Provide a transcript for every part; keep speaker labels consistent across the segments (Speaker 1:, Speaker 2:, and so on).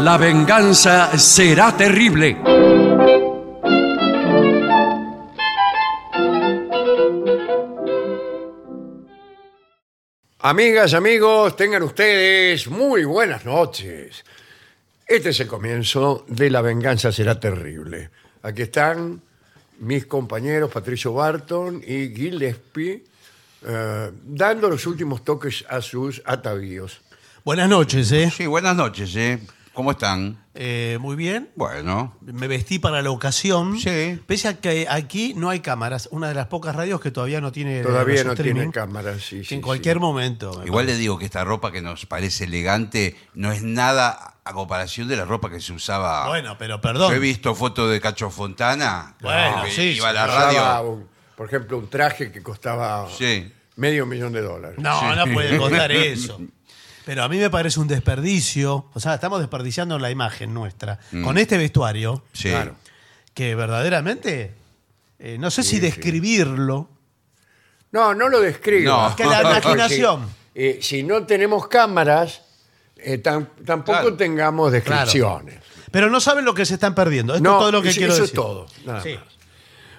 Speaker 1: La venganza será terrible.
Speaker 2: Amigas, amigos, tengan ustedes muy buenas noches. Este es el comienzo de La venganza será terrible. Aquí están mis compañeros Patricio Barton y Gillespie eh, dando los últimos toques a sus atavíos.
Speaker 3: Buenas noches, ¿eh?
Speaker 4: Sí, buenas noches, ¿eh? ¿Cómo están?
Speaker 3: Eh, Muy bien.
Speaker 4: Bueno,
Speaker 3: Me vestí para la ocasión.
Speaker 4: Sí.
Speaker 3: Pese a que aquí no hay cámaras. Una de las pocas radios que todavía no tiene.
Speaker 2: Todavía
Speaker 3: Eh, los
Speaker 2: no
Speaker 3: streaming,
Speaker 2: tienen cámaras. Sí,
Speaker 3: que
Speaker 2: sí,
Speaker 3: en cualquier
Speaker 2: sí.
Speaker 3: momento. me
Speaker 4: igual le digo que esta ropa que nos parece elegante no es nada a comparación de la ropa que se usaba.
Speaker 3: parece. Bueno, pero
Speaker 4: Yo
Speaker 3: perdón.
Speaker 4: he visto fotos de Cacho Fontana.
Speaker 3: Bueno,
Speaker 4: que
Speaker 3: sí,
Speaker 4: Iba a
Speaker 3: sí,
Speaker 4: la
Speaker 2: Usaba
Speaker 4: radio.
Speaker 2: un- por ejemplo, un traje que costaba
Speaker 4: Sí.
Speaker 2: medio millón de dólares.
Speaker 3: No,
Speaker 4: Sí.
Speaker 3: no puede contar eso. Pero a mí me parece un desperdicio. O sea, estamos desperdiciando la imagen nuestra.
Speaker 2: Mm.
Speaker 3: Con este vestuario,
Speaker 4: Sí.
Speaker 2: Claro.
Speaker 3: que verdaderamente. eh, no sé si describirlo.
Speaker 2: No, no lo describa.
Speaker 4: No.
Speaker 3: Que la imaginación.
Speaker 2: Porque, eh, si no tenemos cámaras, eh, tam- tampoco
Speaker 4: Claro.
Speaker 2: tengamos descripciones.
Speaker 3: Pero no saben lo que se están perdiendo. Esto
Speaker 2: No,
Speaker 3: es todo lo que
Speaker 2: sí,
Speaker 3: quiero
Speaker 2: eso es
Speaker 3: decir.
Speaker 2: todo, nada
Speaker 3: Sí.
Speaker 2: más.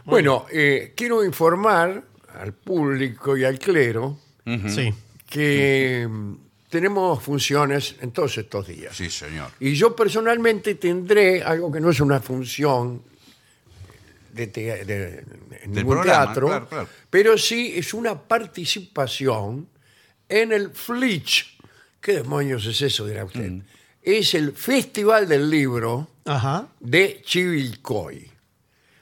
Speaker 2: Bueno, eh, quiero informar al público y al clero
Speaker 3: sí.
Speaker 2: que mm, tenemos funciones en todos estos días.
Speaker 4: Sí, señor.
Speaker 2: Y yo personalmente tendré algo que no es una función de, te- de- de ningún
Speaker 4: programa,
Speaker 2: teatro,
Speaker 4: claro, claro.
Speaker 2: pero sí es una participación en el Flitch. ¿Qué demonios es eso, dirá usted?
Speaker 4: Mm.
Speaker 2: Es el Festival del Libro
Speaker 3: Ajá.
Speaker 2: de Chivilcoy.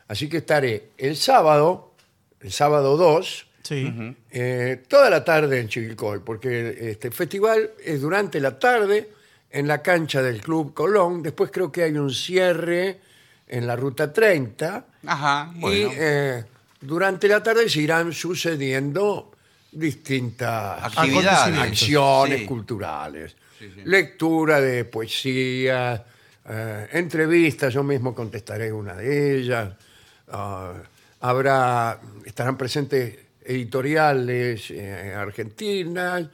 Speaker 2: Así que estaré el sábado, el sábado 2,
Speaker 3: Sí.
Speaker 2: eh, toda la tarde en Chivilcoy, porque este festival es durante la tarde en la cancha del Club Colón. Después creo que hay un cierre en la ruta 30.
Speaker 4: Ajá, bueno.
Speaker 2: Y eh, durante la tarde se irán sucediendo distintas
Speaker 4: Actividades.
Speaker 2: acciones
Speaker 4: Sí.
Speaker 2: culturales. Lectura de poesía, eh, entrevistas, yo mismo contestaré una de ellas. Ah, habrá, estarán presentes editoriales eh, argentinas,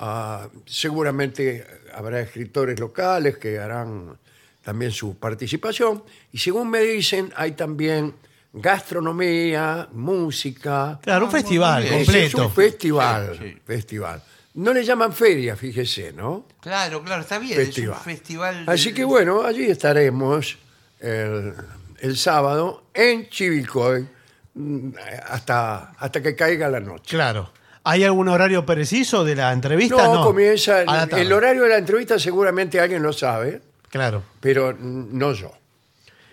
Speaker 2: Ah, seguramente habrá escritores locales que harán también su participación. Y según me dicen, hay también gastronomía, música.
Speaker 3: Claro, un festival
Speaker 4: bien.
Speaker 2: Ah, Es
Speaker 3: completo.
Speaker 2: un festival,
Speaker 4: Sí, sí.
Speaker 2: festival. No le llaman feria, fíjese, ¿no?
Speaker 4: Claro, claro, está bien.
Speaker 2: Festival.
Speaker 4: Es un festival. de-
Speaker 2: Así que bueno, allí estaremos el, el sábado en Chivilcoy mm, hasta, hasta que caiga la noche.
Speaker 3: Claro. ¿Hay algún horario preciso de la entrevista?
Speaker 2: No,
Speaker 3: No,
Speaker 2: comienza
Speaker 3: A la
Speaker 2: el,
Speaker 3: tarde.
Speaker 2: el horario de la entrevista, seguramente alguien lo sabe,
Speaker 3: Claro.
Speaker 2: pero mm, no yo.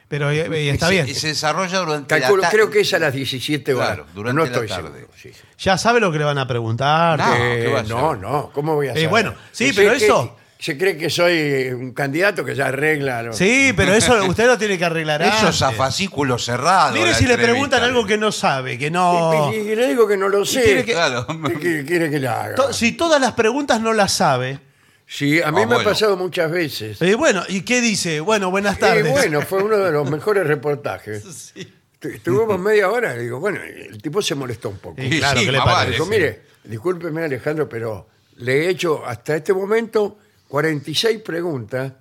Speaker 3: Pero eh, eh, está
Speaker 4: se-
Speaker 3: bien.
Speaker 4: Se, desarrolla durante
Speaker 2: Calculo,
Speaker 4: la ta-
Speaker 2: creo que es a las 17 horas.
Speaker 4: Claro, durante
Speaker 2: no
Speaker 4: la
Speaker 2: estoy
Speaker 4: tarde.
Speaker 2: seguro, sí.
Speaker 3: Ya sabe lo que le van a preguntar.
Speaker 4: No.
Speaker 2: Eh,
Speaker 4: ¿qué va a
Speaker 2: no,
Speaker 4: hacer?
Speaker 2: no, ¿cómo voy a
Speaker 3: Eh,
Speaker 2: saber?
Speaker 3: bueno, sí,
Speaker 2: Se
Speaker 3: pero
Speaker 2: cree
Speaker 3: eso-
Speaker 2: que- se cree que soy un candidato que ya arregla. los-
Speaker 3: Sí, pero eso usted lo tiene que arreglar
Speaker 4: Eso
Speaker 3: antes.
Speaker 4: es a fascículo cerrado.
Speaker 3: Mire
Speaker 4: la
Speaker 3: si le
Speaker 4: entrevista.
Speaker 3: preguntan algo que no sabe, que no...
Speaker 2: Y, y- y le digo que no lo sé.
Speaker 3: tiene Oh. que-
Speaker 4: Claro.
Speaker 2: ¿Qué quiere- quiere que le haga?
Speaker 3: To- si todas las preguntas no las sabe.
Speaker 2: Sí, a mí
Speaker 4: Ah,
Speaker 2: me
Speaker 4: bueno.
Speaker 2: ha pasado muchas veces.
Speaker 3: eh, bueno, ¿y qué dice? Bueno, buenas tardes.
Speaker 2: Eh, bueno, fue uno de los mejores reportajes.
Speaker 3: Sí.
Speaker 2: Tu- Estuvimos media hora y digo, bueno, el tipo se molestó un poco.
Speaker 3: Y claro,
Speaker 4: sí,
Speaker 3: ¿qué le
Speaker 4: más
Speaker 3: parece?
Speaker 4: vale,
Speaker 2: Dijo,
Speaker 4: sí.
Speaker 2: mire, discúlpeme Alejandro, pero le he hecho hasta este momento 46 preguntas.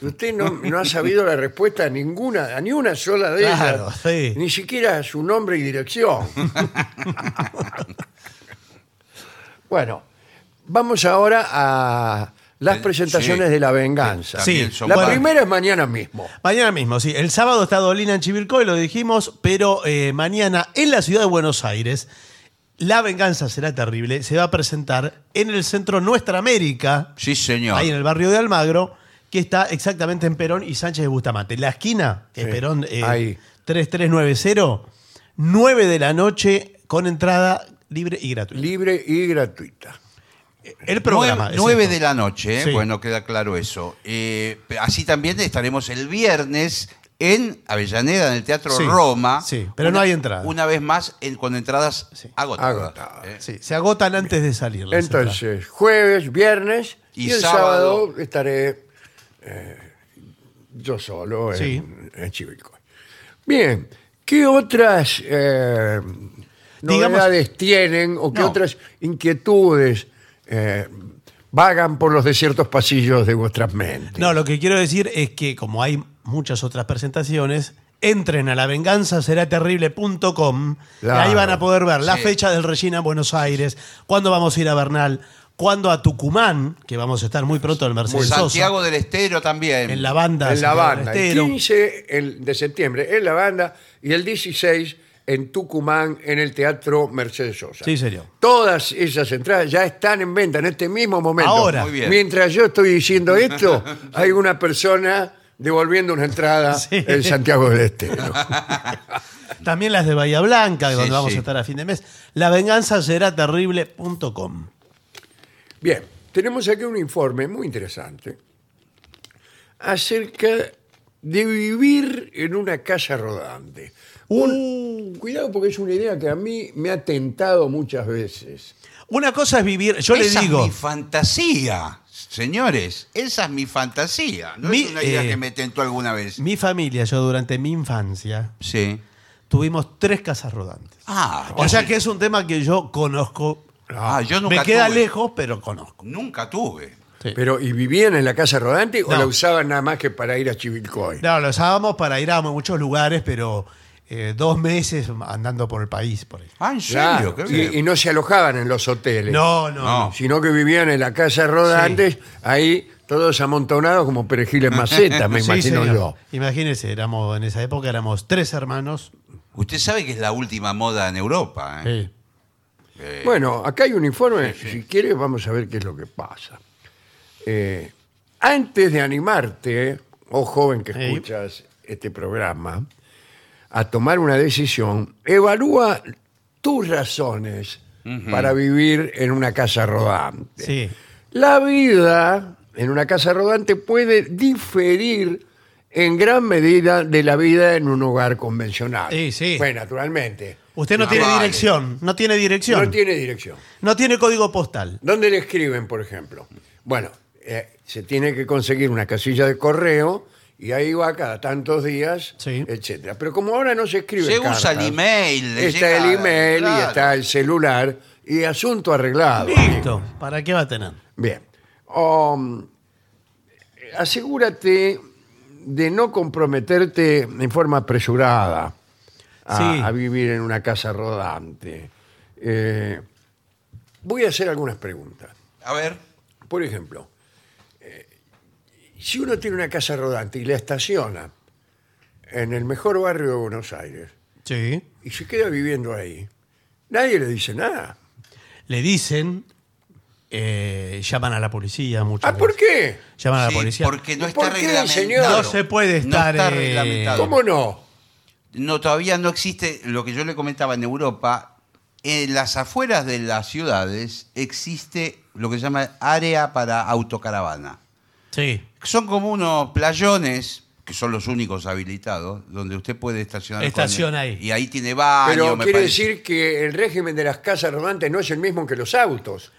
Speaker 2: y Usted no, no ha sabido la respuesta a ninguna, a ni una sola de
Speaker 3: Claro,
Speaker 2: ellas.
Speaker 3: sí.
Speaker 2: Ni siquiera su nombre y dirección. bueno, vamos ahora a las
Speaker 4: Eh,
Speaker 2: presentaciones
Speaker 4: sí.
Speaker 2: de la venganza.
Speaker 4: También
Speaker 3: Sí,
Speaker 4: son
Speaker 2: La
Speaker 3: bueno.
Speaker 4: varios.
Speaker 2: primera es mañana mismo.
Speaker 3: Mañana mismo, sí. El sábado está Dolina en Chivilcoy, lo dijimos, pero eh, mañana en la ciudad de Buenos Aires, La Venganza será terrible. Se va a presentar en el centro Nuestra América,
Speaker 4: Sí, señor.
Speaker 3: ahí en el barrio de Almagro, que está exactamente en Perón y Sánchez de Bustamante. La esquina, de
Speaker 2: Sí,
Speaker 3: Perón eh,
Speaker 2: ahí.
Speaker 3: 3390, 9 de la noche, con entrada libre y gratuita.
Speaker 2: Libre y gratuita.
Speaker 3: El programa.
Speaker 4: Nueve-
Speaker 3: es
Speaker 4: nueve
Speaker 3: esto.
Speaker 4: de la noche, ¿eh?
Speaker 3: Sí.
Speaker 4: bueno, queda claro eso. Eh, pe- así también estaremos el viernes en Avellaneda, en el Teatro
Speaker 3: Sí,
Speaker 4: Roma.
Speaker 3: sí, pero no hay entrada.
Speaker 4: Una vez más, en- con entradas
Speaker 3: Sí.
Speaker 4: agotadas.
Speaker 2: Agotadas.
Speaker 4: ¿eh?
Speaker 3: Sí, se agotan antes de salir. las entradas.
Speaker 2: Entonces, jueves, viernes y,
Speaker 4: Y
Speaker 2: el sábado,
Speaker 4: sábado.
Speaker 2: estaré eh, yo solo en,
Speaker 3: Sí.
Speaker 2: en Chivilcoy. Bien, ¿qué otras eh,
Speaker 3: Digamos-
Speaker 2: novedades tienen o qué
Speaker 4: No.
Speaker 2: otras inquietudes eh, vagan por los desiertos pasillos de vuestras mentes.
Speaker 3: No, lo que quiero decir es que como hay muchas otras presentaciones, entren a lavenganzaseraterrible.com y ahí
Speaker 2: Claro.
Speaker 3: van a poder ver la
Speaker 4: Sí.
Speaker 3: fecha del Regina en Buenos Aires, cuándo vamos a ir a Bernal, cuándo a Tucumán, que vamos a estar muy pronto en Mercedes Sosa,
Speaker 4: Santiago del Estero también.
Speaker 3: en la banda.
Speaker 2: en La
Speaker 3: Santiago del
Speaker 2: Habana, el
Speaker 3: Estero.
Speaker 2: 15 el- de septiembre en La Habana y el 16 en Tucumán en el Teatro Mercedes Sosa.
Speaker 3: Sí, señor.
Speaker 2: Todas esas entradas ya están en venta en este mismo momento.
Speaker 3: Ahora.
Speaker 4: Muy bien.
Speaker 2: Mientras yo estoy diciendo esto, hay una persona devolviendo una entrada
Speaker 3: Sí.
Speaker 2: en Santiago del Estero.
Speaker 3: También las de Bahía Blanca,
Speaker 4: Sí,
Speaker 3: donde vamos
Speaker 4: sí.
Speaker 3: a estar a fin de mes. Lavenganzaseraterrible.com.
Speaker 2: Bien, tenemos aquí un informe muy interesante acerca de vivir en una casa rodante.
Speaker 3: Uh.
Speaker 2: Un- cuidado porque es una idea que a mí me ha tentado muchas veces.
Speaker 3: Una cosa es vivir, yo le
Speaker 4: Esa
Speaker 3: digo,
Speaker 4: es mi fantasía, señores. Esa es mi fantasía. No
Speaker 3: Mi-
Speaker 4: es una idea
Speaker 3: eh,
Speaker 4: que me tentó alguna vez.
Speaker 3: mi familia, yo durante mi infancia,
Speaker 4: sí.
Speaker 3: tuvimos tres casas rodantes.
Speaker 4: Ah,
Speaker 3: O sea que es un tema que yo conozco.
Speaker 4: ah, yo nunca
Speaker 3: Me queda
Speaker 4: tuve.
Speaker 3: lejos, pero conozco.
Speaker 4: Nunca tuve.
Speaker 2: Pero, ¿y vivían en la casa rodante o
Speaker 3: No.
Speaker 2: la usaban nada más que para ir a Chivilcoy?
Speaker 3: No, lo usábamos para ir a muchos lugares, pero eh, dos meses andando por el país, por ahí.
Speaker 4: Ah, en
Speaker 2: Claro,
Speaker 4: serio, qué bien.
Speaker 2: y, y no se alojaban en los hoteles,
Speaker 3: No, no,
Speaker 4: No.
Speaker 3: no.
Speaker 2: sino que vivían en la casa rodante, ahí todos amontonados como perejil en maceta, me
Speaker 3: Sí,
Speaker 2: imagino
Speaker 3: señor.
Speaker 2: yo.
Speaker 3: Imagínese, éramos, en esa época éramos tres hermanos.
Speaker 4: Usted sabe que es la última moda en Europa. ¿eh?
Speaker 3: Sí.
Speaker 2: Bueno, acá hay un informe. Si quieres, vamos a ver qué es lo que pasa. Eh, antes de animarte, oh joven que
Speaker 3: Sí.
Speaker 2: escuchas este programa, a tomar una decisión, evalúa tus razones para vivir en una casa rodante.
Speaker 3: Sí.
Speaker 2: La vida en una casa rodante puede diferir en gran medida de la vida en un hogar convencional.
Speaker 3: Sí, sí.
Speaker 2: Pues, naturalmente.
Speaker 3: Usted no
Speaker 4: Ah,
Speaker 3: tiene
Speaker 4: vale.
Speaker 3: dirección, no tiene dirección,
Speaker 2: No tiene dirección.
Speaker 3: código postal.
Speaker 2: ¿Dónde le escriben, por ejemplo? Bueno, eh, se tiene que conseguir una casilla de correo y ahí va cada tantos días,
Speaker 3: Sí.
Speaker 2: etcétera. Pero como ahora no se escribe
Speaker 4: Se usa
Speaker 2: cartas,
Speaker 4: el email, le
Speaker 2: está
Speaker 4: llega-
Speaker 2: el email y
Speaker 4: claro.
Speaker 2: está el celular y asunto arreglado.
Speaker 3: Listo. ¿Para qué va a tener?
Speaker 2: Bien. Um, asegúrate de no comprometerte en forma apresurada a,
Speaker 3: Sí.
Speaker 2: a vivir en una casa rodante. Eh, voy a hacer algunas preguntas.
Speaker 4: A ver.
Speaker 2: Por ejemplo, eh, si uno tiene una casa rodante y la estaciona en el mejor barrio de Buenos Aires
Speaker 3: Sí.
Speaker 2: y se queda viviendo ahí, nadie le dice nada.
Speaker 3: Le dicen, eh, llaman a la policía muchas
Speaker 2: ¿Ah, por
Speaker 3: veces.
Speaker 2: qué?
Speaker 3: Llaman a la
Speaker 4: Sí,
Speaker 3: policía.
Speaker 4: Porque no está
Speaker 2: ¿Por qué, señor?
Speaker 4: reglamentado.
Speaker 2: No
Speaker 3: se puede estar,
Speaker 4: No está
Speaker 3: eh,
Speaker 4: reglamentado.
Speaker 2: ¿Cómo no?
Speaker 4: No, todavía no existe lo que yo le comentaba en Europa. En las afueras de las ciudades existe lo que se llama área para autocaravana.
Speaker 3: Sí.
Speaker 4: Son como unos playones, que son los únicos habilitados, donde usted puede estacionar.
Speaker 3: Estaciona ahí.
Speaker 4: Y ahí tiene baño,
Speaker 2: Pero
Speaker 4: me
Speaker 2: quiere
Speaker 4: parece.
Speaker 2: decir que el régimen de las casas rodantes no es el mismo que los autos.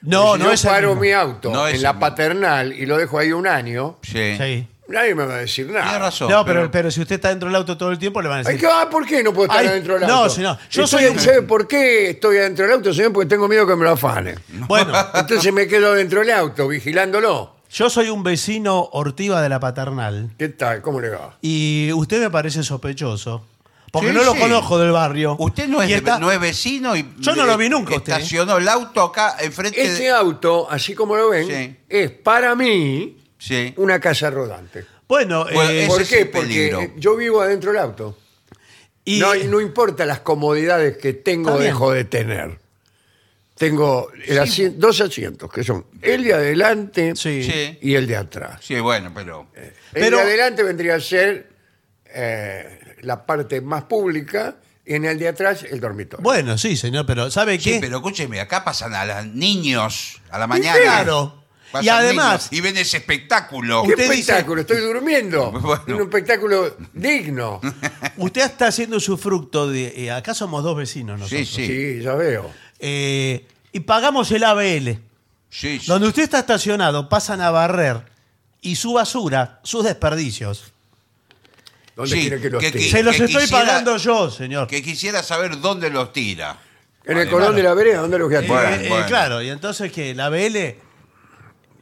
Speaker 3: No,
Speaker 2: si
Speaker 3: no
Speaker 2: yo
Speaker 3: es el
Speaker 2: paro
Speaker 3: mismo.
Speaker 2: mi auto
Speaker 4: No es
Speaker 2: en
Speaker 4: el
Speaker 2: la
Speaker 4: mismo.
Speaker 2: paternal y lo dejo ahí un año,
Speaker 4: Sí.
Speaker 3: Sí.
Speaker 2: nadie me va a decir nada.
Speaker 4: Tiene razón.
Speaker 3: No, pero, pero si usted está dentro del auto todo el tiempo, le van a
Speaker 2: Ay,
Speaker 3: decir.
Speaker 2: ¿qué va? ¿Por qué no puedo estar
Speaker 3: Ay,
Speaker 2: adentro del
Speaker 3: no,
Speaker 2: auto?
Speaker 3: señor, yo
Speaker 2: Estoy-
Speaker 3: soy un-
Speaker 2: ¿Sabe por qué estoy adentro del auto, señor? Porque tengo miedo que me lo afanen.
Speaker 3: Bueno,
Speaker 2: Entonces me quedo dentro del auto, vigilándolo.
Speaker 3: yo soy un vecino ortiva de la paternal
Speaker 2: ¿Qué tal? ¿Cómo le va?
Speaker 3: y usted me parece sospechoso. Porque
Speaker 4: Sí,
Speaker 3: no lo
Speaker 4: sí.
Speaker 3: conozco del barrio.
Speaker 4: Usted no es,
Speaker 3: Y está-
Speaker 4: no es vecino y eh,
Speaker 3: Yo no lo vi nunca, usted. ¿eh?
Speaker 4: Estacionó el auto acá enfrente
Speaker 2: Este
Speaker 4: de.
Speaker 2: auto, así como lo ven,
Speaker 4: Sí.
Speaker 2: es para mí
Speaker 4: Sí.
Speaker 2: una casa rodante.
Speaker 3: Bueno,
Speaker 4: Bueno,
Speaker 3: eh,
Speaker 4: Ese
Speaker 2: ¿Por
Speaker 4: es
Speaker 2: qué?
Speaker 4: el
Speaker 2: Porque
Speaker 4: peligro.
Speaker 2: eh, yo vivo adentro del auto.
Speaker 3: y-
Speaker 2: No, y no importa las comodidades que tengo
Speaker 3: Está
Speaker 2: o
Speaker 3: bien.
Speaker 2: dejo de tener. Tengo el asien- dos asientos, que son el de adelante
Speaker 3: Sí.
Speaker 4: Sí.
Speaker 2: y el de atrás.
Speaker 4: Sí, bueno, pero.
Speaker 2: El
Speaker 3: Pero-
Speaker 2: de adelante vendría a ser eh, la parte más pública y en el de atrás el dormitorio.
Speaker 3: Bueno, sí, señor, pero ¿sabe
Speaker 4: Sí,
Speaker 3: qué?
Speaker 4: pero escúcheme, acá pasan a los niños a la
Speaker 3: Y
Speaker 4: mañana.
Speaker 3: claro.
Speaker 4: Pasan
Speaker 3: Y además,
Speaker 4: niños y ven ese espectáculo.
Speaker 2: ¿Qué
Speaker 3: usted dice-
Speaker 2: espectáculo? Estoy durmiendo.
Speaker 4: Bueno.
Speaker 2: Un espectáculo digno.
Speaker 3: usted está haciendo su fructo de. eh, acá somos dos vecinos nosotros.
Speaker 4: Sí,
Speaker 2: Sí,
Speaker 4: sí,
Speaker 2: ya veo.
Speaker 3: Eh, y pagamos el ABL.
Speaker 4: sí, sí.
Speaker 3: Donde usted está estacionado, pasan a barrer y su basura, sus desperdicios.
Speaker 2: ¿Dónde
Speaker 4: Sí,
Speaker 2: quiere que los
Speaker 4: que- que-
Speaker 2: tire?
Speaker 3: Se los estoy
Speaker 4: quisiera-
Speaker 3: pagando yo, señor.
Speaker 4: Que quisiera saber dónde los tira.
Speaker 2: En el colón de la vereda, ¿dónde los voy a
Speaker 3: Eh,
Speaker 2: tirar?
Speaker 3: eh,
Speaker 4: bueno.
Speaker 3: Claro, y entonces que la BL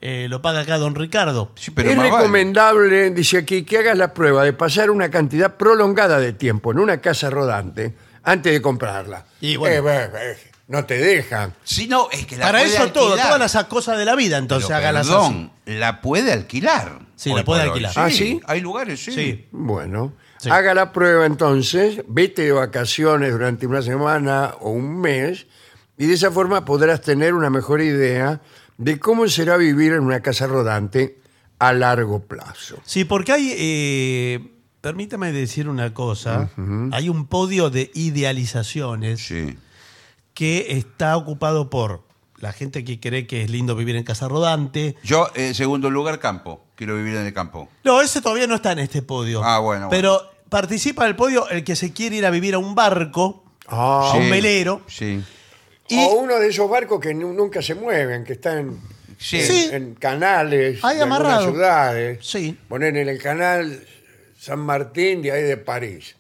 Speaker 3: eh, lo paga acá don Ricardo.
Speaker 4: Sí, pero
Speaker 2: es
Speaker 4: más vale.
Speaker 2: recomendable, dice aquí, que hagas la prueba de pasar una cantidad prolongada de tiempo en una casa rodante antes de comprarla.
Speaker 3: Y bueno.
Speaker 2: Eh, bueno, eh, no te dejan.
Speaker 4: Si no, es que la
Speaker 3: Para
Speaker 4: puede
Speaker 3: eso todo,
Speaker 4: alquilar.
Speaker 3: todas las cosas de la vida,
Speaker 4: Pero,
Speaker 3: entonces hágalas así.
Speaker 4: perdón, la puede alquilar.
Speaker 3: Sí,
Speaker 4: Hoy
Speaker 3: la puede
Speaker 4: por hoy.
Speaker 3: alquilar.
Speaker 2: Ah, ¿sí?
Speaker 4: Hay lugares, sí.
Speaker 3: Sí.
Speaker 2: Bueno,
Speaker 3: Sí.
Speaker 2: haga la prueba entonces, vete de vacaciones durante una semana o un mes y de esa forma podrás tener una mejor idea de cómo será vivir en una casa rodante a largo plazo.
Speaker 3: Sí, porque hay. eh, permítame decir una cosa. Hay un podio de idealizaciones
Speaker 4: Sí.
Speaker 3: que está ocupado por la gente que cree que es lindo vivir en casa rodante.
Speaker 4: Yo, en segundo lugar, campo. Quiero vivir en el campo.
Speaker 3: No, ese todavía no está en este podio.
Speaker 4: Ah, bueno, bueno.
Speaker 3: Pero participa del podio el que se quiere ir a vivir a un barco,
Speaker 2: Ah,
Speaker 3: a un
Speaker 4: Sí.
Speaker 3: velero.
Speaker 4: Sí.
Speaker 3: Y
Speaker 2: O uno de esos barcos que nu- nunca se mueven, que están
Speaker 4: Sí.
Speaker 2: en,
Speaker 3: Sí.
Speaker 2: en canales,
Speaker 3: Ahí
Speaker 2: de algunas
Speaker 3: amarrado.
Speaker 2: ciudades.
Speaker 3: Sí.
Speaker 2: Poner en el canal San Martín de ahí de París.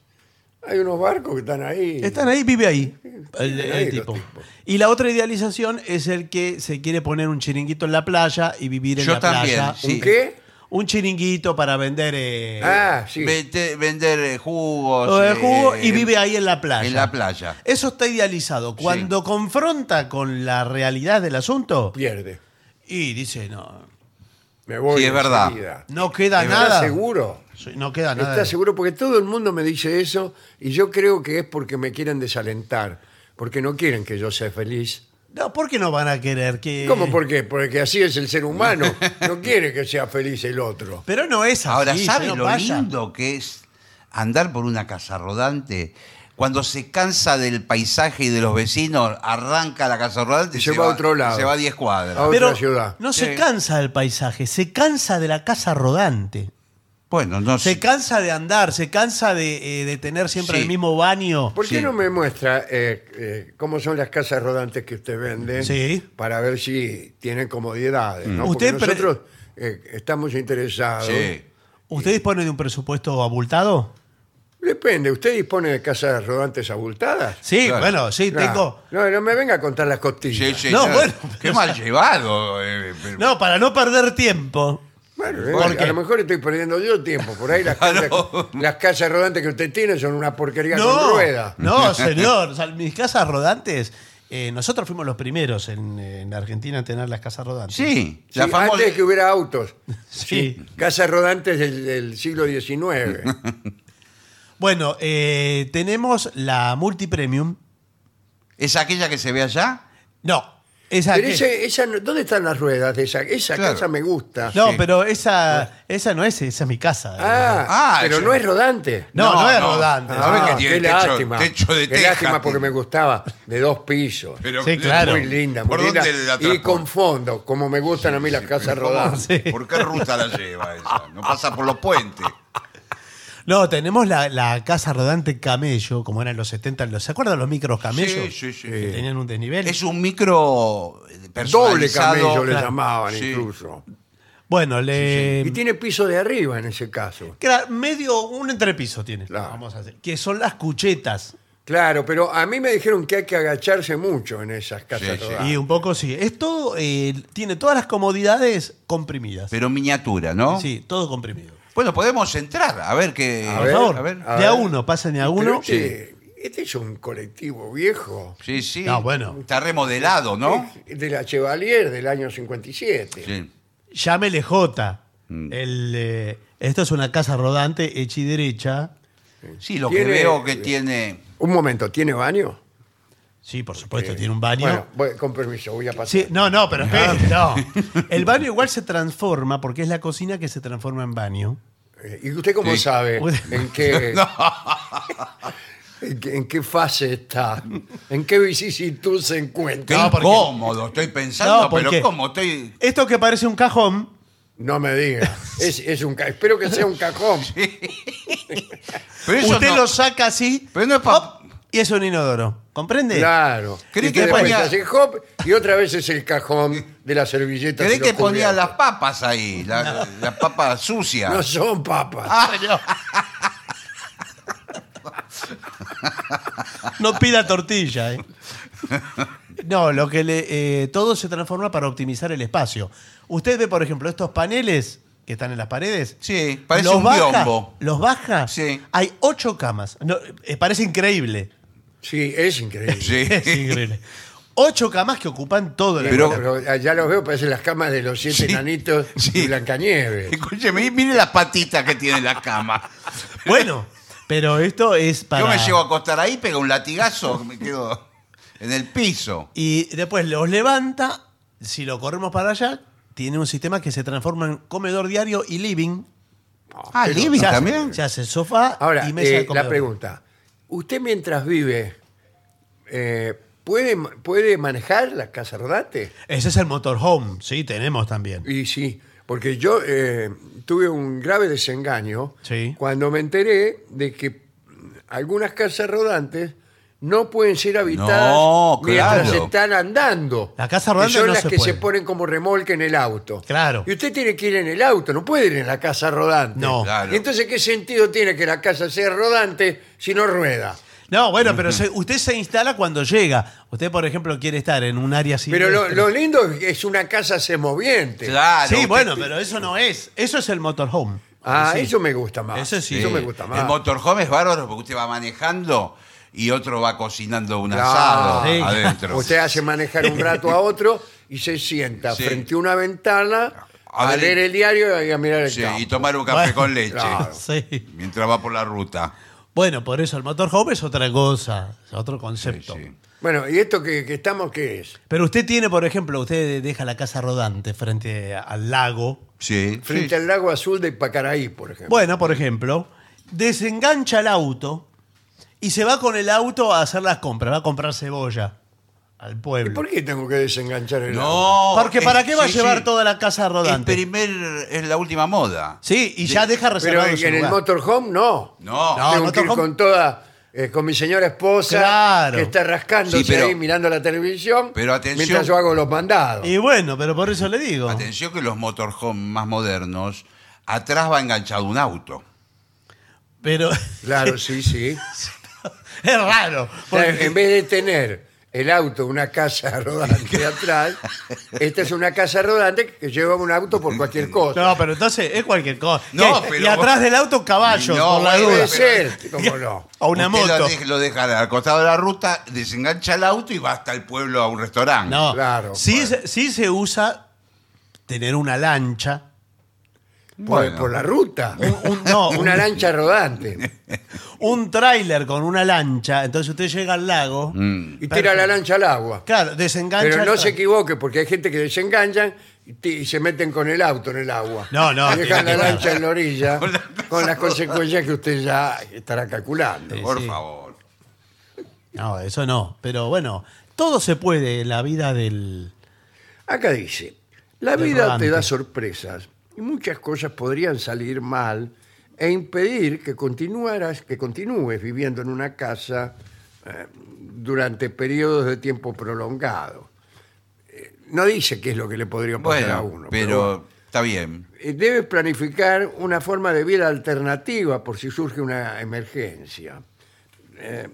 Speaker 2: Hay unos barcos que están ahí.
Speaker 3: están ahí, vive ahí. El,
Speaker 2: Viven
Speaker 3: el
Speaker 2: ahí los
Speaker 3: tipo.
Speaker 2: tipos.
Speaker 3: Y la otra idealización es el que se quiere poner un chiringuito en la playa y vivir en
Speaker 4: Yo
Speaker 3: la
Speaker 4: también,
Speaker 3: playa.
Speaker 4: sí.
Speaker 2: ¿Un ¿Qué?
Speaker 3: Un chiringuito para vender eh,
Speaker 2: Ah, sí.
Speaker 4: Vete- vender eh, jugos.
Speaker 3: todo el
Speaker 4: eh,
Speaker 3: jugo y vive ahí en la playa.
Speaker 4: en la playa.
Speaker 3: Eso está idealizado. Cuando confronta con la realidad del asunto
Speaker 2: Pierde.
Speaker 3: y dice, no,
Speaker 2: Me voy.
Speaker 4: Sí, es verdad.
Speaker 2: enseguida.
Speaker 3: no queda
Speaker 2: ¿Estás
Speaker 3: nada.
Speaker 2: seguro?
Speaker 3: Sí, No queda nada.
Speaker 2: ¿Estás seguro? Porque todo el mundo me dice eso y yo creo que es porque me quieren desalentar. Porque no quieren que yo sea feliz.
Speaker 3: No, ¿por qué no van a querer que.?
Speaker 2: ¿Cómo? ¿Por qué? Porque así es el ser humano. No quiere que sea feliz el otro.
Speaker 3: Pero no es así.
Speaker 4: Ahora, ¿sabe
Speaker 3: señor
Speaker 4: lo
Speaker 3: Paya?
Speaker 4: lindo que es andar por una casa rodante? Cuando se cansa del paisaje y de los vecinos, arranca la casa rodante
Speaker 2: Y se va a otro lado.
Speaker 4: Se va a 10 cuadras.
Speaker 2: A otra
Speaker 3: Pero
Speaker 2: ciudad.
Speaker 3: no
Speaker 4: Sí.
Speaker 3: se cansa del paisaje, se cansa de la casa rodante.
Speaker 4: Bueno, no
Speaker 3: Se
Speaker 4: sé.
Speaker 3: cansa de andar, se cansa de, eh, de tener siempre
Speaker 4: Sí.
Speaker 3: el mismo baño.
Speaker 2: ¿Por qué
Speaker 4: Sí.
Speaker 2: no me muestra eh, eh, cómo son las casas rodantes que usted vende?
Speaker 3: Sí. Mm.
Speaker 2: Para ver si tienen comodidades. ¿no? Porque
Speaker 3: Usted pre-
Speaker 2: nosotros eh, estamos interesados.
Speaker 4: Sí.
Speaker 3: ¿Usted dispone de un presupuesto abultado?
Speaker 2: Depende, ¿usted dispone de casas rodantes abultadas?
Speaker 3: Sí,
Speaker 4: Claro.
Speaker 3: bueno, sí, tengo.
Speaker 2: Claro. No, no me venga a contar las
Speaker 4: Sí,
Speaker 2: costillas.
Speaker 4: sí,
Speaker 3: No,
Speaker 4: ya.
Speaker 3: bueno,
Speaker 4: Qué mal llevado. eh, pero-
Speaker 3: No, para no perder tiempo.
Speaker 2: Bueno, eh,
Speaker 3: ¿Por qué?
Speaker 2: a lo mejor estoy perdiendo yo tiempo. Por ahí las,
Speaker 4: Claro.
Speaker 2: casas, las casas rodantes que usted tiene son una porquería con
Speaker 3: No,
Speaker 2: rueda.
Speaker 3: no, señor. O sea, mis casas rodantes, eh, nosotros fuimos los primeros en, en Argentina en tener las casas rodantes.
Speaker 4: Sí, la
Speaker 2: Sí,
Speaker 4: famosa.
Speaker 2: Antes que hubiera autos.
Speaker 3: Sí.
Speaker 2: Casas rodantes del, del siglo XIX.
Speaker 3: Bueno, eh, tenemos la multipremium.
Speaker 4: ¿Es aquella que se ve allá?
Speaker 3: No, esa
Speaker 2: Pero
Speaker 3: que-
Speaker 2: ese- esa no- ¿Dónde están las ruedas de esa? Esa
Speaker 4: Claro.
Speaker 2: casa me gusta.
Speaker 3: No,
Speaker 4: Sí.
Speaker 3: pero esa, esa no es, esa es mi casa.
Speaker 2: Ah,
Speaker 4: Ah,
Speaker 2: pero
Speaker 4: yo-
Speaker 2: no es rodante.
Speaker 3: no, no,
Speaker 4: no,
Speaker 3: es
Speaker 4: no.
Speaker 3: rodante.
Speaker 4: Ah,
Speaker 3: no.
Speaker 4: que tiene
Speaker 2: qué
Speaker 4: techo-
Speaker 2: lástima.
Speaker 4: techo de
Speaker 2: qué
Speaker 4: teja.
Speaker 2: lástima porque me gustaba. De dos pisos.
Speaker 4: Pero-
Speaker 3: Sí, claro.
Speaker 2: Muy linda, muy
Speaker 4: ¿Por
Speaker 2: linda.
Speaker 4: dónde la
Speaker 2: Y
Speaker 4: transporta?
Speaker 2: con fondo, como me gustan a mí las casas rodantes.
Speaker 3: Sí.
Speaker 4: ¿Por qué ruta la lleva esa? No pasa por los puentes.
Speaker 3: No, tenemos la, la casa rodante camello, como eran los 70. los- ¿Se acuerdan los micros camellos?
Speaker 4: Sí, sí, sí.
Speaker 3: Que tenían un desnivel.
Speaker 4: Es un micro eh,
Speaker 2: Doble
Speaker 4: personalizado.
Speaker 2: camello le
Speaker 3: claro.
Speaker 2: llamaban
Speaker 4: Sí.
Speaker 2: incluso.
Speaker 3: Bueno, le.
Speaker 2: Y tiene piso de arriba en ese caso.
Speaker 3: Claro, medio, un entrepiso tiene.
Speaker 2: Claro.
Speaker 3: Vamos a hacer. Que son las cuchetas.
Speaker 2: Claro, pero a mí me dijeron que hay que agacharse mucho en esas casas
Speaker 4: Sí, sí.
Speaker 2: rodantes.
Speaker 3: Y un poco sí. Es todo, eh, tiene todas las comodidades comprimidas.
Speaker 4: Pero miniatura, ¿no?
Speaker 3: Sí, todo comprimido.
Speaker 4: Bueno, podemos entrar, a ver qué.
Speaker 2: A
Speaker 3: Por
Speaker 2: ver,
Speaker 3: favor,
Speaker 2: a ver, a
Speaker 3: de a
Speaker 2: ver.
Speaker 3: uno, pasen
Speaker 2: Pero
Speaker 3: a uno.
Speaker 2: este, este es un colectivo viejo.
Speaker 4: Sí, sí.
Speaker 3: No, bueno.
Speaker 4: Está remodelado, ¿no?
Speaker 2: De la Chevalier del año 57.
Speaker 4: Sí.
Speaker 3: Llámele J. El, eh, esto es una casa rodante hecha y derecha.
Speaker 4: Sí, lo
Speaker 2: Tiene-
Speaker 4: que veo que tiene.
Speaker 2: Un momento, ¿tiene baño?
Speaker 3: Sí, por supuesto, tiene un baño.
Speaker 2: Bueno, voy- con permiso, voy a pasar.
Speaker 3: Sí, no, no, pero espere, no. El baño igual se transforma porque es la cocina que se transforma en baño.
Speaker 2: Eh, ¿Y usted cómo
Speaker 4: Sí.
Speaker 2: sabe
Speaker 3: Uy.
Speaker 2: en qué, en qué- en qué fase está? ¿En qué vicisitud se
Speaker 4: Qué
Speaker 2: encuentra?
Speaker 3: No, porque-
Speaker 4: incómodo, estoy pensando,
Speaker 3: No, ¿por
Speaker 4: pero
Speaker 3: qué?
Speaker 4: ¿cómo? Estoy.
Speaker 3: Esto que parece un cajón,
Speaker 2: No me diga. Es, es un, ca- espero que sea un cajón.
Speaker 4: Pero eso
Speaker 3: usted
Speaker 4: no-
Speaker 3: lo saca así
Speaker 4: Pero no es pa-
Speaker 3: hop, y es un inodoro. ¿Comprende?
Speaker 2: Claro.
Speaker 4: ¿Cree
Speaker 2: Y
Speaker 4: que
Speaker 2: después
Speaker 4: ponía-
Speaker 2: hace hop y otra vez es el cajón de la servilleta.
Speaker 4: Creí que ponía las papas ahí, la- las papas Ah. sucias.
Speaker 2: No son papas.
Speaker 3: Ah. No pida tortilla. ¿eh? no, lo que le, eh, todo se transforma para optimizar el espacio. Usted ve, por ejemplo, estos paneles que están en las paredes.
Speaker 4: Sí, parece un
Speaker 3: baja,
Speaker 4: biombo.
Speaker 3: Los baja.
Speaker 4: Sí.
Speaker 3: Hay ocho camas. No, eh, parece increíble.
Speaker 2: Sí, es increíble.
Speaker 4: Sí.
Speaker 3: Es increíble. Ocho camas que ocupan todo el
Speaker 4: Pero-
Speaker 2: Pero ya los veo, parecen las camas de los siete
Speaker 4: Sí,
Speaker 2: enanitos
Speaker 4: sí.
Speaker 2: y Blancanieves.
Speaker 4: Escúcheme, mire las patitas que tiene la cama.
Speaker 3: Bueno, pero esto es para.
Speaker 4: Yo me llevo a acostar ahí, pega un latigazo, me quedo en el piso.
Speaker 3: Y después los levanta. Si lo corremos para allá, tiene un sistema que se transforma en comedor diario y living.
Speaker 4: Ah, living
Speaker 3: se hace-
Speaker 4: también.
Speaker 3: Se hace sofá
Speaker 2: Ahora,
Speaker 3: y mesa
Speaker 2: eh,
Speaker 3: de comedor.
Speaker 2: la pregunta. ¿Usted mientras vive eh, puede, ma- puede manejar la casa rodate?
Speaker 3: Ese es el motorhome, sí, tenemos también.
Speaker 2: Y sí, porque yo eh, tuve un grave desengaño
Speaker 3: Sí.
Speaker 2: cuando me enteré de que algunas casas rodantes no pueden ser habitadas
Speaker 4: No,
Speaker 2: mientras
Speaker 4: claro.
Speaker 2: están andando.
Speaker 3: La casa
Speaker 2: Y
Speaker 3: rodante
Speaker 2: son
Speaker 3: no
Speaker 2: las
Speaker 3: se
Speaker 2: que
Speaker 3: puede.
Speaker 2: se ponen como remolque en el auto.
Speaker 3: Claro.
Speaker 2: Y usted tiene que ir en el auto, no puede ir en la casa rodante.
Speaker 3: No.
Speaker 4: Claro.
Speaker 2: Y entonces, ¿qué sentido tiene que la casa sea rodante si no rueda?
Speaker 3: No, bueno, pero se- usted se instala cuando llega. Usted, por ejemplo, quiere estar en un área este así.
Speaker 2: Pero lo, lo lindo es que es una casa semoviente.
Speaker 4: Claro.
Speaker 3: Sí,
Speaker 4: Ah, usted-
Speaker 3: bueno, pero eso no es. Eso es el motorhome.
Speaker 2: Ah, eso me gusta más.
Speaker 3: Eso sí.
Speaker 2: Eso me gusta más.
Speaker 4: El motorhome es bárbaro porque usted va manejando y otro va cocinando un
Speaker 2: Claro.
Speaker 4: asado
Speaker 3: Sí.
Speaker 4: adentro.
Speaker 2: Usted hace manejar un rato a otro y se sienta
Speaker 4: Sí.
Speaker 2: frente a una ventana
Speaker 4: A
Speaker 2: a,
Speaker 4: ver-
Speaker 2: leer el diario y a mirar el
Speaker 4: Sí,
Speaker 2: campo.
Speaker 4: y tomar un café
Speaker 3: Bueno,
Speaker 4: con leche
Speaker 2: claro.
Speaker 3: Sí.
Speaker 4: mientras va por la ruta.
Speaker 3: Bueno, por eso el motorhome es otra cosa, es otro concepto.
Speaker 4: Sí.
Speaker 2: Bueno, ¿y esto que, que estamos qué es?
Speaker 3: Pero usted tiene, por ejemplo, usted deja la casa rodante frente al lago.
Speaker 4: Sí.
Speaker 2: Frente
Speaker 4: sí.
Speaker 2: al lago azul de Pacaraí, por ejemplo.
Speaker 3: Bueno, por ejemplo, desengancha el auto y se va con el auto a hacer las compras, va a comprar cebolla al pueblo.
Speaker 2: ¿Y por qué tengo que desenganchar el auto?
Speaker 4: No.
Speaker 3: Porque ¿para
Speaker 4: es-
Speaker 3: qué va a
Speaker 4: sí,
Speaker 3: llevar
Speaker 4: sí.
Speaker 3: toda la casa
Speaker 4: Es,
Speaker 3: rodante?
Speaker 4: primer- es la última moda.
Speaker 3: Sí, y ya deja
Speaker 2: Pero
Speaker 3: reservado
Speaker 2: en,
Speaker 3: su
Speaker 2: en el
Speaker 3: lugar.
Speaker 2: motorhome no.
Speaker 4: No.
Speaker 3: No,
Speaker 2: tengo que ir
Speaker 3: motorhome-
Speaker 2: con toda... eh, con mi señora esposa
Speaker 3: Claro.
Speaker 2: que está rascándose
Speaker 4: Sí, pero-
Speaker 2: ahí mirando la televisión
Speaker 4: Pero atención-
Speaker 2: mientras yo hago los mandados.
Speaker 3: Y bueno, pero por eso le digo.
Speaker 4: Atención que los motorhome más modernos, atrás va enganchado un auto.
Speaker 3: Pero
Speaker 2: Claro, sí, sí.
Speaker 3: es raro.
Speaker 2: O sea,
Speaker 3: porque-
Speaker 2: en vez de tener el auto, una casa rodante atrás, esta es una casa rodante que lleva un auto por cualquier cosa.
Speaker 3: No, pero entonces es cualquier cosa.
Speaker 4: No,
Speaker 3: ¿Qué?
Speaker 4: pero
Speaker 3: y atrás
Speaker 4: vos-
Speaker 3: del auto caballos,
Speaker 4: No,
Speaker 3: por la
Speaker 4: bueno,
Speaker 3: duda.
Speaker 2: Puede
Speaker 4: pero-
Speaker 2: ser, cómo no.
Speaker 3: O una
Speaker 4: Usted
Speaker 3: moto.
Speaker 4: Lo deja, lo deja al costado de la ruta, desengancha el auto y va hasta el pueblo a un restaurante.
Speaker 3: No,
Speaker 2: Claro,
Speaker 3: sí,
Speaker 2: bueno.
Speaker 3: se, sí se usa tener una lancha.
Speaker 2: Por,
Speaker 4: Bueno.
Speaker 2: por la ruta.
Speaker 3: un- no,
Speaker 2: una
Speaker 3: un-
Speaker 2: lancha rodante.
Speaker 3: Un tráiler con una lancha. Entonces usted llega al lago.
Speaker 2: Mm. Y tira la lancha al agua.
Speaker 3: Claro, desengancha.
Speaker 2: Pero
Speaker 3: el
Speaker 2: no
Speaker 3: tra-
Speaker 2: se equivoque, porque hay gente que desenganchan y, ti- y se meten con el auto en el agua.
Speaker 3: No, no,
Speaker 2: Y Dejan la
Speaker 3: tiene que ver.
Speaker 2: lancha en la orilla con las consecuencias que usted ya estará calculando.
Speaker 4: Por
Speaker 3: sí.
Speaker 4: favor.
Speaker 3: No, eso no. Pero bueno, todo se puede en la vida del.
Speaker 2: Acá dice, la
Speaker 3: Del
Speaker 2: vida
Speaker 3: rodante.
Speaker 2: te da sorpresas y muchas cosas podrían salir mal e impedir que continuaras, que continúes viviendo en una casa eh, durante periodos de tiempo prolongado. Eh, No dice qué es lo que le podría pasar a
Speaker 4: Bueno,
Speaker 2: uno.
Speaker 4: pero está bien.
Speaker 2: eh, debes planificar una forma de vida alternativa por si surge una emergencia. Eh,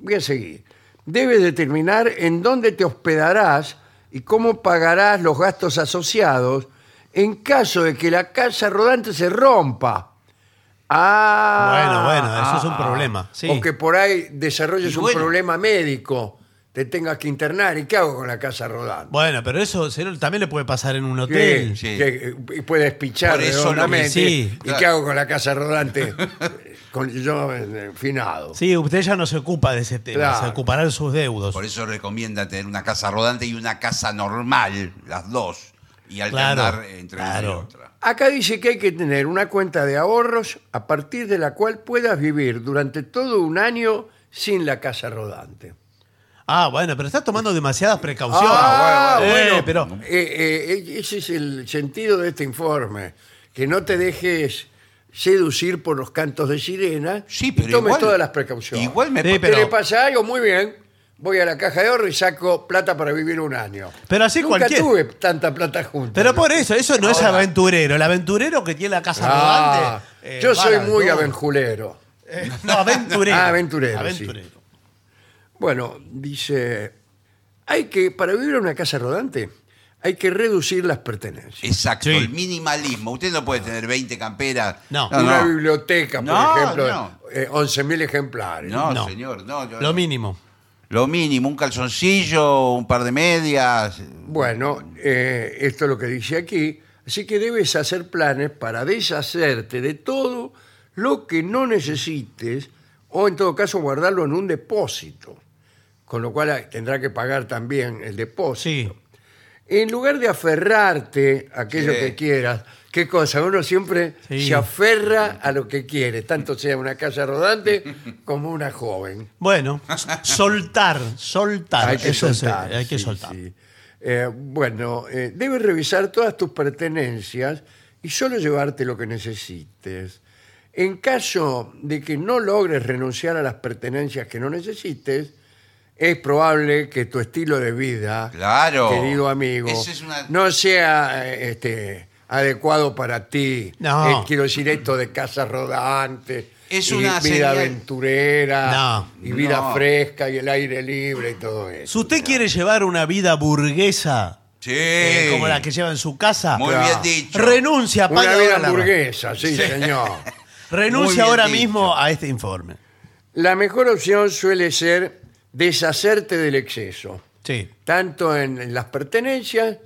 Speaker 2: voy a seguir. Debes determinar en dónde te hospedarás y cómo pagarás los gastos asociados en caso de que la casa rodante se rompa. Ah,
Speaker 3: Bueno, bueno, eso es un problema, sí.
Speaker 2: O que por ahí desarrolles
Speaker 4: Y bueno.
Speaker 2: un problema médico, te tengas que internar. ¿Y qué hago con la casa rodante?
Speaker 3: Bueno, pero eso se lo- también le puede pasar en un
Speaker 2: que,
Speaker 3: hotel.
Speaker 4: Sí.
Speaker 2: que- y puedes pichar
Speaker 4: Por eso lo
Speaker 2: redondamente.
Speaker 3: que- sí,
Speaker 2: ¿Y
Speaker 4: claro.
Speaker 2: qué hago con la casa rodante? con yo eh, finado.
Speaker 3: Sí, usted ya no se ocupa de ese tema,
Speaker 2: Claro.
Speaker 3: se ocupará de sus deudos.
Speaker 4: Por eso recomienda tener una casa rodante y una casa normal, las dos, y alternar
Speaker 3: Claro,
Speaker 4: entre una
Speaker 3: claro.
Speaker 4: y otra.
Speaker 2: Acá dice que hay que tener una cuenta de ahorros a partir de la cual puedas vivir durante todo un año sin la casa rodante.
Speaker 3: Ah, bueno, pero está tomando demasiadas precauciones.
Speaker 2: Ah,
Speaker 3: Eh,
Speaker 2: bueno,
Speaker 3: pero
Speaker 2: eh, eh, ese es el sentido de este informe, que no te dejes seducir por los cantos de sirena
Speaker 4: Sí,
Speaker 2: y
Speaker 4: pero
Speaker 2: tomes
Speaker 4: igual-
Speaker 2: todas las precauciones.
Speaker 4: Igual me
Speaker 3: Sí,
Speaker 4: pa-
Speaker 2: ¿Qué le
Speaker 3: pero-
Speaker 2: pasa algo? Muy bien. Voy a la caja de ahorro y saco plata para vivir un año.
Speaker 3: Pero así
Speaker 2: Nunca
Speaker 3: cualquier-
Speaker 2: tuve tanta plata junta.
Speaker 3: Pero por eso, eso no es
Speaker 4: Ahora-
Speaker 3: aventurero. El aventurero que tiene la casa
Speaker 2: Ah,
Speaker 3: rodante. eh,
Speaker 2: yo
Speaker 3: va
Speaker 2: soy
Speaker 3: al
Speaker 2: muy
Speaker 3: aventurero.
Speaker 2: aventurero.
Speaker 3: Eh, no, aventurero.
Speaker 2: Ah, aventurero, sí.
Speaker 3: Aventurero.
Speaker 2: Bueno, dice, Hay que, para vivir en una casa rodante, hay que reducir las pertenencias.
Speaker 4: Exacto,
Speaker 3: Sí.
Speaker 4: el minimalismo. Usted no puede tener 20 camperas.
Speaker 3: No.
Speaker 2: una biblioteca, por
Speaker 4: No,
Speaker 2: ejemplo,
Speaker 4: no.
Speaker 2: eh, 11.000 ejemplares.
Speaker 4: No,
Speaker 3: No.
Speaker 4: señor, no. yo-
Speaker 3: Lo mínimo.
Speaker 4: lo mínimo, un calzoncillo, un par de medias.
Speaker 2: Bueno, eh, esto es lo que dice aquí. Así que debes hacer planes para deshacerte de todo lo que no necesites o en todo caso guardarlo en un depósito, con lo cual ah, tendrá que pagar también el
Speaker 3: Sí.
Speaker 2: depósito. En lugar de aferrarte a aquello
Speaker 4: Sí.
Speaker 2: que quieras, qué cosa, uno siempre
Speaker 3: Sí.
Speaker 2: se aferra a lo que quiere, tanto sea una casa rodante como una joven.
Speaker 3: Bueno, soltar, soltar.
Speaker 2: Hay que
Speaker 3: Eso es, eh,
Speaker 2: soltar.
Speaker 3: hay que
Speaker 2: sí,
Speaker 3: soltar.
Speaker 2: sí. Eh, bueno, eh, debes revisar todas tus pertenencias y solo llevarte lo que necesites. En caso de que no logres renunciar a las pertenencias que no necesites, es probable que tu estilo de vida,
Speaker 4: Claro.
Speaker 2: querido amigo,
Speaker 4: Esa es una-
Speaker 2: no sea eh, este, adecuado para ti.
Speaker 3: No.
Speaker 2: Eh, quiero decir esto de casa rodante,
Speaker 4: Es
Speaker 2: y
Speaker 4: una
Speaker 2: vida
Speaker 4: señal-
Speaker 2: aventurera,
Speaker 3: No.
Speaker 2: y vida
Speaker 4: No.
Speaker 2: fresca y el aire libre y todo eso.
Speaker 3: Si usted quiere llevar una vida burguesa,
Speaker 4: Sí.
Speaker 3: eh, como la que lleva en su casa,
Speaker 4: Muy
Speaker 2: Claro.
Speaker 4: bien dicho.
Speaker 3: renuncia,
Speaker 2: Una
Speaker 3: paga
Speaker 2: vida
Speaker 3: ahora la-
Speaker 2: hamburguesa, sí, señor.
Speaker 4: Muy
Speaker 3: Renuncia
Speaker 4: bien
Speaker 3: ahora
Speaker 4: dicho.
Speaker 3: mismo a este informe.
Speaker 2: La mejor opción suele ser deshacerte del exceso,
Speaker 3: Sí.
Speaker 2: tanto en, en las pertenencias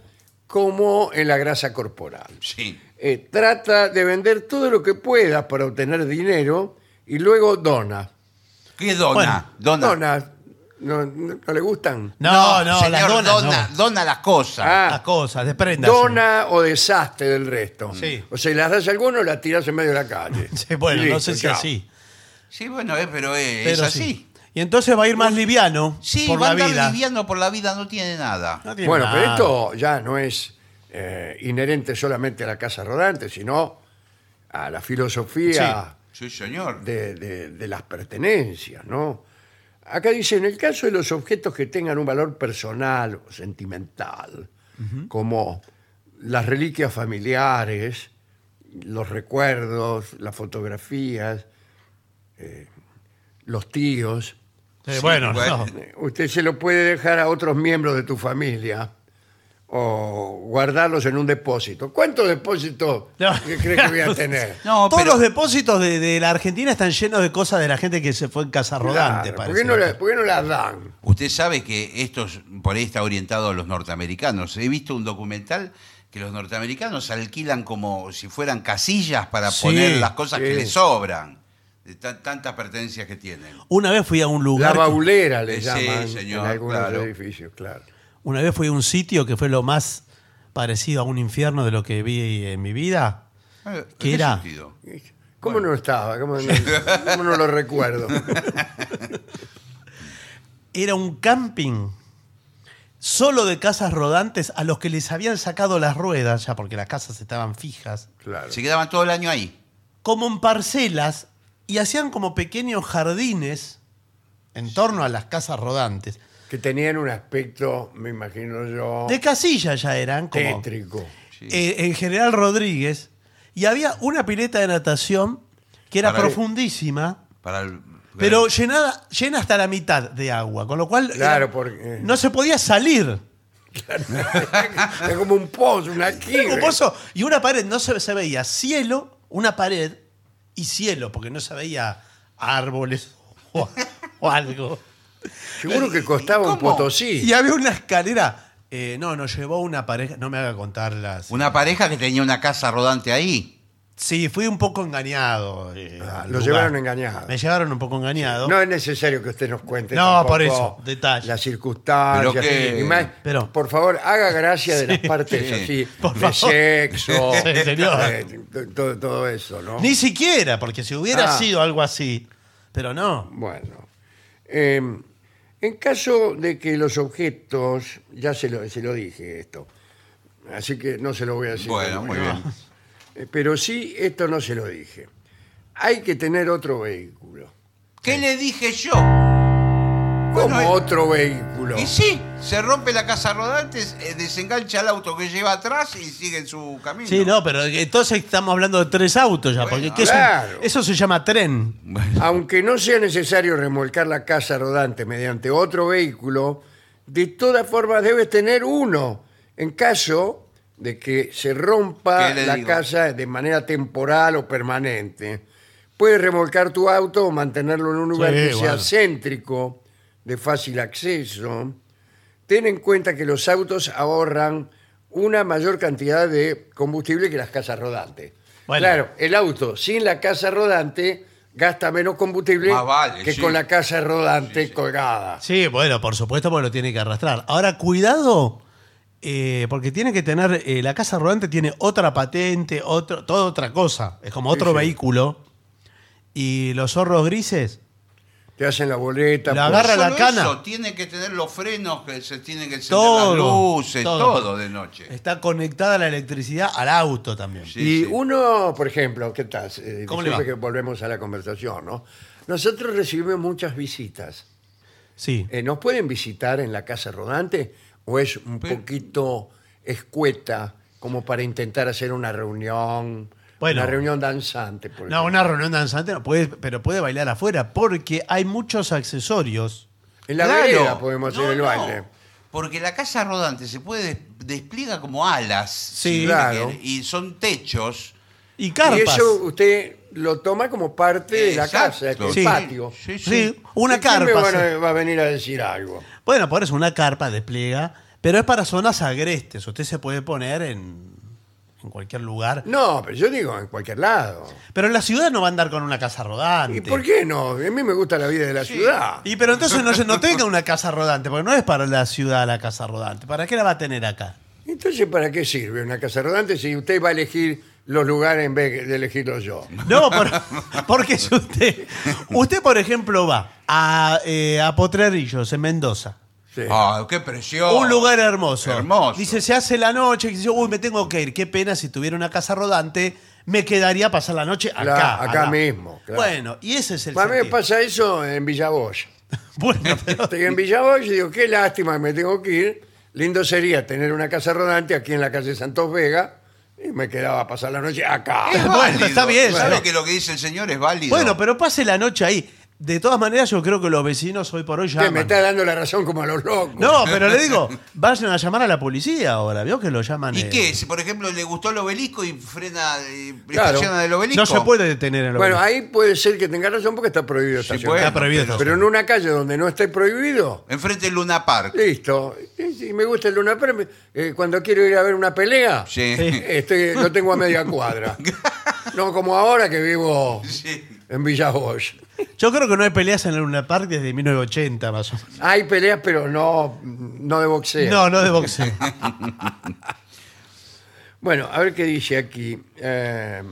Speaker 2: como en la grasa corporal.
Speaker 4: Sí.
Speaker 2: Eh, trata de vender todo lo que puedas para obtener dinero y luego dona.
Speaker 4: ¿Qué dona? dona.
Speaker 2: Donas, ¿no, no- no le gustan?
Speaker 3: No, no,
Speaker 4: señor,
Speaker 3: las donas.
Speaker 4: dona,
Speaker 3: no.
Speaker 4: dona las cosas.
Speaker 2: Ah,
Speaker 3: Las cosas, despréndase.
Speaker 2: Dona o desastre del resto.
Speaker 3: Sí.
Speaker 2: O sea, las das a alguno o las tiras en medio de la calle.
Speaker 3: Sí, bueno,
Speaker 2: Y
Speaker 3: no
Speaker 2: listo,
Speaker 3: sé si
Speaker 2: chao.
Speaker 3: así.
Speaker 4: Sí, bueno, eh, pero eh,
Speaker 3: Pero
Speaker 4: es así.
Speaker 3: sí. Y entonces va a ir más liviano
Speaker 4: Sí,
Speaker 3: por
Speaker 4: va a
Speaker 3: la
Speaker 4: andar
Speaker 3: vida.
Speaker 4: liviano por la vida, no tiene nada.
Speaker 3: No tiene
Speaker 2: Bueno,
Speaker 3: nada.
Speaker 2: pero esto ya no es eh, inherente solamente a la casa rodante, sino a la filosofía
Speaker 4: Sí, señor.
Speaker 2: de, de- de las pertenencias, ¿no? Acá dice, en el caso de los objetos que tengan un valor personal o sentimental, como las reliquias familiares, los recuerdos, las fotografías, eh, los tíos, eh,
Speaker 3: Eh,
Speaker 4: Sí,
Speaker 3: bueno,
Speaker 4: bueno.
Speaker 3: no.
Speaker 2: usted se lo puede dejar a otros miembros de tu familia o guardarlos en un depósito. ¿Cuántos depósitos
Speaker 3: No.
Speaker 2: que cree que voy a tener?
Speaker 4: No,
Speaker 3: Todos
Speaker 4: pero-
Speaker 3: los depósitos de, de la Argentina están llenos de cosas de la gente que se fue en casa rodante.
Speaker 2: Claro, ¿por, qué no la- por qué no las dan?
Speaker 4: Usted sabe que esto es- por ahí está orientado a los norteamericanos. He visto un documental que los norteamericanos alquilan como si fueran casillas para
Speaker 3: Sí,
Speaker 4: poner las cosas
Speaker 2: sí.
Speaker 4: que les sobran, de tan- tantas pertenencias que tienen.
Speaker 3: Una vez fui a un
Speaker 2: La
Speaker 3: lugar. que-
Speaker 2: baulera le
Speaker 3: Eh,
Speaker 4: Sí,
Speaker 2: llaman
Speaker 4: señor,
Speaker 2: en algunos
Speaker 4: claro.
Speaker 2: edificios, claro.
Speaker 3: Una vez fui a un sitio que fue lo más parecido a un infierno de lo que vi en mi vida.
Speaker 4: Eh, ¿en
Speaker 3: ¿Qué era?
Speaker 4: sentido?
Speaker 2: ¿Cómo no estaba? ¿Cómo no, cómo no lo recuerdo?
Speaker 3: Era un camping solo de casas rodantes a los que les habían sacado las ruedas, ya porque las casas estaban fijas,
Speaker 2: Claro.
Speaker 4: Se quedaban todo el año ahí.
Speaker 3: como en parcelas y hacían como pequeños jardines en torno a las casas rodantes.
Speaker 2: Que tenían un aspecto, me imagino yo,
Speaker 3: De casilla ya eran, como
Speaker 2: tétrico.
Speaker 4: Sí.
Speaker 3: eh, en General Rodríguez. Y había una pileta de natación que era
Speaker 4: Para-
Speaker 3: profundísima,
Speaker 4: Para el-
Speaker 3: pero llenada, llena hasta la mitad de agua, con lo cual era-
Speaker 2: Claro, porque- eh,
Speaker 3: no se podía salir.
Speaker 2: Era como un pozo, una
Speaker 3: Era
Speaker 2: quibre.
Speaker 3: un pozo y una pared, no se, se veía cielo, una pared y cielo, porque no se veía árboles o, o algo.
Speaker 2: Seguro que costaba un
Speaker 4: ¿Cómo?
Speaker 2: potosí.
Speaker 3: Y había una escalera. eh, no, nos llevó una pareja, no me haga contar las.
Speaker 4: una pareja que tenía una casa rodante ahí.
Speaker 3: Sí, fui un poco engañado. eh,
Speaker 2: Ah,
Speaker 3: al
Speaker 2: lo
Speaker 3: lugar.
Speaker 2: llevaron engañado.
Speaker 3: Me llevaron un poco engañado.
Speaker 2: No es necesario que usted nos cuente.
Speaker 3: No,
Speaker 2: tampoco
Speaker 3: por eso, detalle.
Speaker 2: Las circunstancias.
Speaker 4: Pero que-
Speaker 2: y más,
Speaker 3: Pero-
Speaker 2: por favor, haga gracia de las partes
Speaker 4: Sí.
Speaker 2: así,
Speaker 3: Por
Speaker 2: de
Speaker 3: favor.
Speaker 2: sexo,
Speaker 3: Sí, señor.
Speaker 2: eh, to- todo, todo eso, ¿no?
Speaker 3: Ni siquiera, porque si hubiera
Speaker 2: Ah.
Speaker 3: sido algo así. Pero no.
Speaker 2: Bueno. eh, en caso de que los objetos, ya se lo, se lo dije esto, así que no se lo voy a decir.
Speaker 4: bueno, muy bien.
Speaker 2: Eh, Pero sí, esto no se lo dije. Hay que tener otro vehículo.
Speaker 4: ¿Qué le dije yo?
Speaker 2: ¿Cómo
Speaker 4: eh,
Speaker 2: otro vehículo?
Speaker 4: Y sí, se rompe la casa rodante, eh, desengancha el auto que lleva atrás y sigue en su camino.
Speaker 3: Sí, no, pero entonces estamos hablando de tres autos ya,
Speaker 4: Bueno,
Speaker 3: porque ¿qué es un-
Speaker 2: claro.
Speaker 3: eso se llama tren.
Speaker 4: Bueno.
Speaker 2: Aunque no sea necesario remolcar la casa rodante mediante otro vehículo, De todas formas, debes tener uno. En caso de que se rompa
Speaker 4: ¿Qué le
Speaker 2: la
Speaker 4: digo?
Speaker 2: casa de manera temporal o permanente, puedes remolcar tu auto o mantenerlo en un lugar
Speaker 3: Sí,
Speaker 2: que sea
Speaker 3: bueno.
Speaker 2: céntrico, de fácil acceso. Ten en cuenta que los autos ahorran una mayor cantidad de combustible que las casas rodantes.
Speaker 3: Bueno.
Speaker 2: Claro, el auto sin la casa rodante gasta menos combustible
Speaker 4: Más vale,
Speaker 2: que
Speaker 4: sí.
Speaker 2: con la casa rodante colgada.
Speaker 3: Sí, bueno, por supuesto, porque lo tiene que arrastrar. Ahora, cuidado, eh, porque tiene que tener. eh, la casa rodante tiene otra patente, otro, toda otra cosa. Es como otro
Speaker 2: sí.
Speaker 3: vehículo. Y los zorros grises.
Speaker 2: Te hacen la boleta. pues.
Speaker 3: La
Speaker 2: por-
Speaker 3: agarra
Speaker 4: Solo
Speaker 3: la cana.
Speaker 4: eso, tiene que tener los frenos, que se tienen que encender
Speaker 3: Todo,
Speaker 4: las luces,
Speaker 3: todo.
Speaker 4: todo. de noche.
Speaker 3: Está conectada la electricidad al auto también.
Speaker 4: Sí,
Speaker 2: Y
Speaker 4: sí.
Speaker 2: uno, por ejemplo, ¿qué tal? Eh,
Speaker 3: ¿Cómo le
Speaker 2: disculpe
Speaker 3: va?
Speaker 2: que volvemos a la conversación, ¿no? Nosotros recibimos muchas visitas.
Speaker 3: Sí.
Speaker 2: Eh, ¿Nos pueden visitar en la casa rodante o es un
Speaker 4: Pero-
Speaker 2: poquito escueta como para intentar hacer una reunión,
Speaker 3: Bueno.
Speaker 2: una reunión danzante? por
Speaker 3: No,
Speaker 2: ejemplo?
Speaker 3: una reunión danzante no puede, pero puede bailar afuera porque hay muchos accesorios.
Speaker 2: En la
Speaker 4: Claro.
Speaker 2: vereda podemos hacer
Speaker 4: No,
Speaker 2: el
Speaker 4: no,
Speaker 2: baile.
Speaker 4: Porque la casa rodante se puede des- despliega como alas.
Speaker 3: Sí,
Speaker 4: si
Speaker 2: claro.
Speaker 4: quiere, Y son techos.
Speaker 3: Y
Speaker 2: Y
Speaker 3: carpas.
Speaker 2: eso usted lo toma como parte de la
Speaker 4: Exacto.
Speaker 2: casa, del
Speaker 3: Sí.
Speaker 2: patio.
Speaker 4: Sí, sí.
Speaker 3: Sí, una
Speaker 2: ¿Y quién me
Speaker 3: carpa.
Speaker 2: van
Speaker 3: sí.
Speaker 2: a- va a venir a decir algo.
Speaker 3: Bueno, por eso una carpa despliega, pero es para zonas agrestes. Usted se puede poner en, en cualquier lugar.
Speaker 2: No, pero yo digo, en cualquier lado.
Speaker 3: Pero en la ciudad no va a andar con una casa rodante.
Speaker 2: ¿Y por qué no? A mí me gusta la vida de la ciudad.
Speaker 3: Y pero entonces no, se- no tenga una casa rodante, porque no es para la ciudad la casa rodante. ¿Para qué la va a tener acá?
Speaker 2: Entonces, ¿para qué sirve una casa rodante si usted va a elegir los lugares en vez de elegirlos yo?
Speaker 3: No, por- porque si usted, usted por ejemplo va a, eh, a Potrerillos en Mendoza,
Speaker 2: Sí.
Speaker 4: Ah, qué presión.
Speaker 3: Un lugar hermoso.
Speaker 4: Hermoso.
Speaker 3: Dice, se hace la noche, y dice, uy, me tengo que ir. Qué pena si tuviera una casa rodante, me quedaría a pasar la noche acá.
Speaker 2: Claro, acá mismo, claro.
Speaker 3: Bueno, y ese es el
Speaker 2: a mí me
Speaker 3: sentido.
Speaker 2: pasa eso en Villavoz.
Speaker 3: Bueno, pero-
Speaker 2: Estoy en Villavoz y digo, qué lástima que me tengo que ir. Lindo sería tener una casa rodante aquí en la calle Santos Vega y me quedaba a pasar la noche acá.
Speaker 4: Es
Speaker 3: Bueno,
Speaker 4: válido.
Speaker 3: está bien,
Speaker 4: ¿Sabe
Speaker 3: bueno.
Speaker 4: que lo que dice el señor es válido?
Speaker 3: bueno, pero pase la noche ahí. De todas maneras, yo creo que los vecinos hoy por hoy
Speaker 2: Usted me
Speaker 3: llaman.
Speaker 2: está dando la razón como a los locos.
Speaker 3: No, pero le digo, vayan a llamar a la policía ahora, ¿vio que lo llaman?
Speaker 4: ¿Y
Speaker 3: eh,
Speaker 4: qué? Si, por ejemplo, le gustó el obelisco y frena, eh,
Speaker 2: Claro.
Speaker 4: estaciona del obelisco.
Speaker 3: No se puede detener en lo
Speaker 2: Bueno, ahí puede ser que tenga razón porque está prohibido
Speaker 4: Sí,
Speaker 2: estacionar.
Speaker 4: bueno,
Speaker 3: Está prohibido.
Speaker 4: pero-
Speaker 2: Pero en una calle donde no esté prohibido,
Speaker 4: Enfrente del Luna Park.
Speaker 2: listo. Y y me gusta el Luna Park, eh, cuando quiero ir a ver una pelea,
Speaker 4: Sí.
Speaker 3: Sí.
Speaker 2: este, lo tengo a media cuadra. No como ahora que vivo
Speaker 4: Sí.
Speaker 2: en Villavoz.
Speaker 3: Yo creo que no hay peleas en el Luna Park desde 1980 más o menos.
Speaker 2: Hay peleas, pero no, no de boxeo.
Speaker 3: No, no de boxeo.
Speaker 2: Bueno, a ver qué dice aquí. Eh,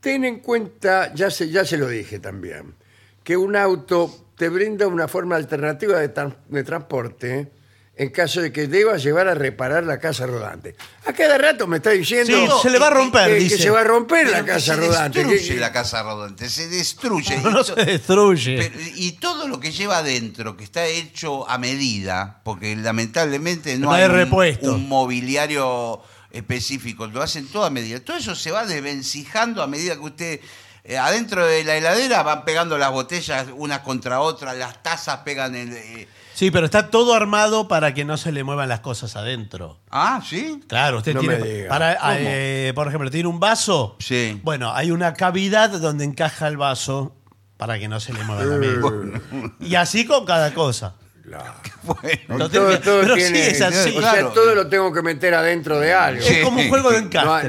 Speaker 2: ten en cuenta, ya se, ya se lo dije también, que un auto te brinda una forma alternativa de, tran- de transporte en caso de que debas llevar a reparar la casa rodante. A cada rato me está diciendo
Speaker 3: Sí, se le va a romper,
Speaker 2: que, que
Speaker 3: dice.
Speaker 2: se va a romper la
Speaker 4: Pero que
Speaker 2: casa
Speaker 4: se
Speaker 2: rodante.
Speaker 4: destruye
Speaker 2: que-
Speaker 4: la casa rodante, se destruye.
Speaker 3: No
Speaker 4: Y
Speaker 3: se
Speaker 4: to-
Speaker 3: destruye.
Speaker 4: pero- y todo lo que lleva adentro, que está hecho a medida, porque lamentablemente no,
Speaker 3: No hay
Speaker 4: un-
Speaker 3: repuesto.
Speaker 4: un mobiliario específico, lo hacen todo a medida. Todo eso se va desvencijando a medida que usted... eh, adentro de la heladera van pegando las botellas unas contra otras, las tazas pegan el... eh,
Speaker 3: Sí, pero está todo armado para que no se le muevan las cosas adentro.
Speaker 4: ah, ¿sí?
Speaker 3: Claro, usted
Speaker 2: No me
Speaker 3: tiene.
Speaker 2: diga.
Speaker 3: para-
Speaker 4: ¿Cómo?
Speaker 3: eh, por ejemplo, tiene un vaso.
Speaker 4: Sí.
Speaker 3: Bueno, hay una cavidad donde encaja el vaso para que no se le mueva la mesa. Y así con cada cosa.
Speaker 2: Claro.
Speaker 4: Bueno,
Speaker 2: Todo-
Speaker 3: Lo tengo-
Speaker 2: todo
Speaker 3: pero sí,
Speaker 2: tiene-
Speaker 3: es así.
Speaker 2: O sea,
Speaker 4: Claro.
Speaker 2: todo lo tengo que meter adentro de algo.
Speaker 4: Sí.
Speaker 3: Es como un juego de encastre.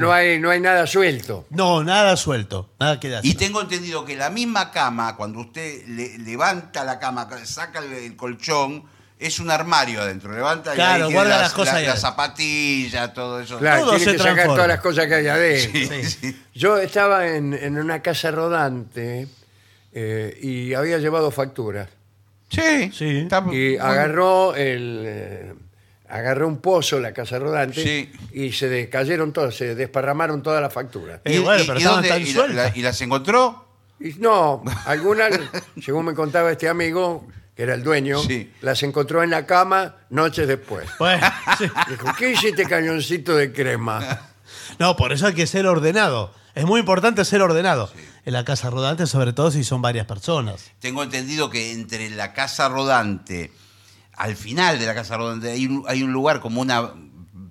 Speaker 2: No, no hay, no hay nada suelto.
Speaker 3: No, nada suelto. Nada queda
Speaker 4: Y
Speaker 3: así.
Speaker 4: tengo entendido que la misma cama, cuando usted le- levanta la cama, saca el, el colchón, es un armario adentro. Levanta y
Speaker 3: Claro,
Speaker 4: ahí quedan
Speaker 3: guarda las cosas ahí
Speaker 4: Las
Speaker 3: adentro.
Speaker 4: zapatillas, todo eso.
Speaker 2: Claro,
Speaker 3: Todo
Speaker 2: tiene
Speaker 3: se
Speaker 2: que sacar
Speaker 3: transforma.
Speaker 2: todas las cosas que hay adentro.
Speaker 4: Sí, sí.
Speaker 2: Yo estaba en, en una casa rodante eh, y había llevado facturas.
Speaker 4: Sí,
Speaker 3: Sí.
Speaker 4: está-
Speaker 2: Y agarró el eh, agarró un pozo la casa rodante
Speaker 4: Sí.
Speaker 2: y se descayeron todas, se desparramaron todas las facturas.
Speaker 3: Eh, bueno, pero estaban
Speaker 4: dónde-
Speaker 3: tan
Speaker 4: y la-
Speaker 3: sueltas.
Speaker 4: la- ¿Y las encontró?
Speaker 2: Y no, algunas, según me contaba este amigo, que era el dueño,
Speaker 4: Sí.
Speaker 2: las encontró en la cama noches después.
Speaker 3: Bueno, sí.
Speaker 2: Dijo, ¿qué hiciste cañoncito de crema?
Speaker 3: No, por eso hay que ser ordenado. Es muy importante ser ordenado. En la casa rodante, sobre todo si son varias personas.
Speaker 4: Tengo entendido que entre la casa rodante al final de la casa rodante hay un, hay un lugar como una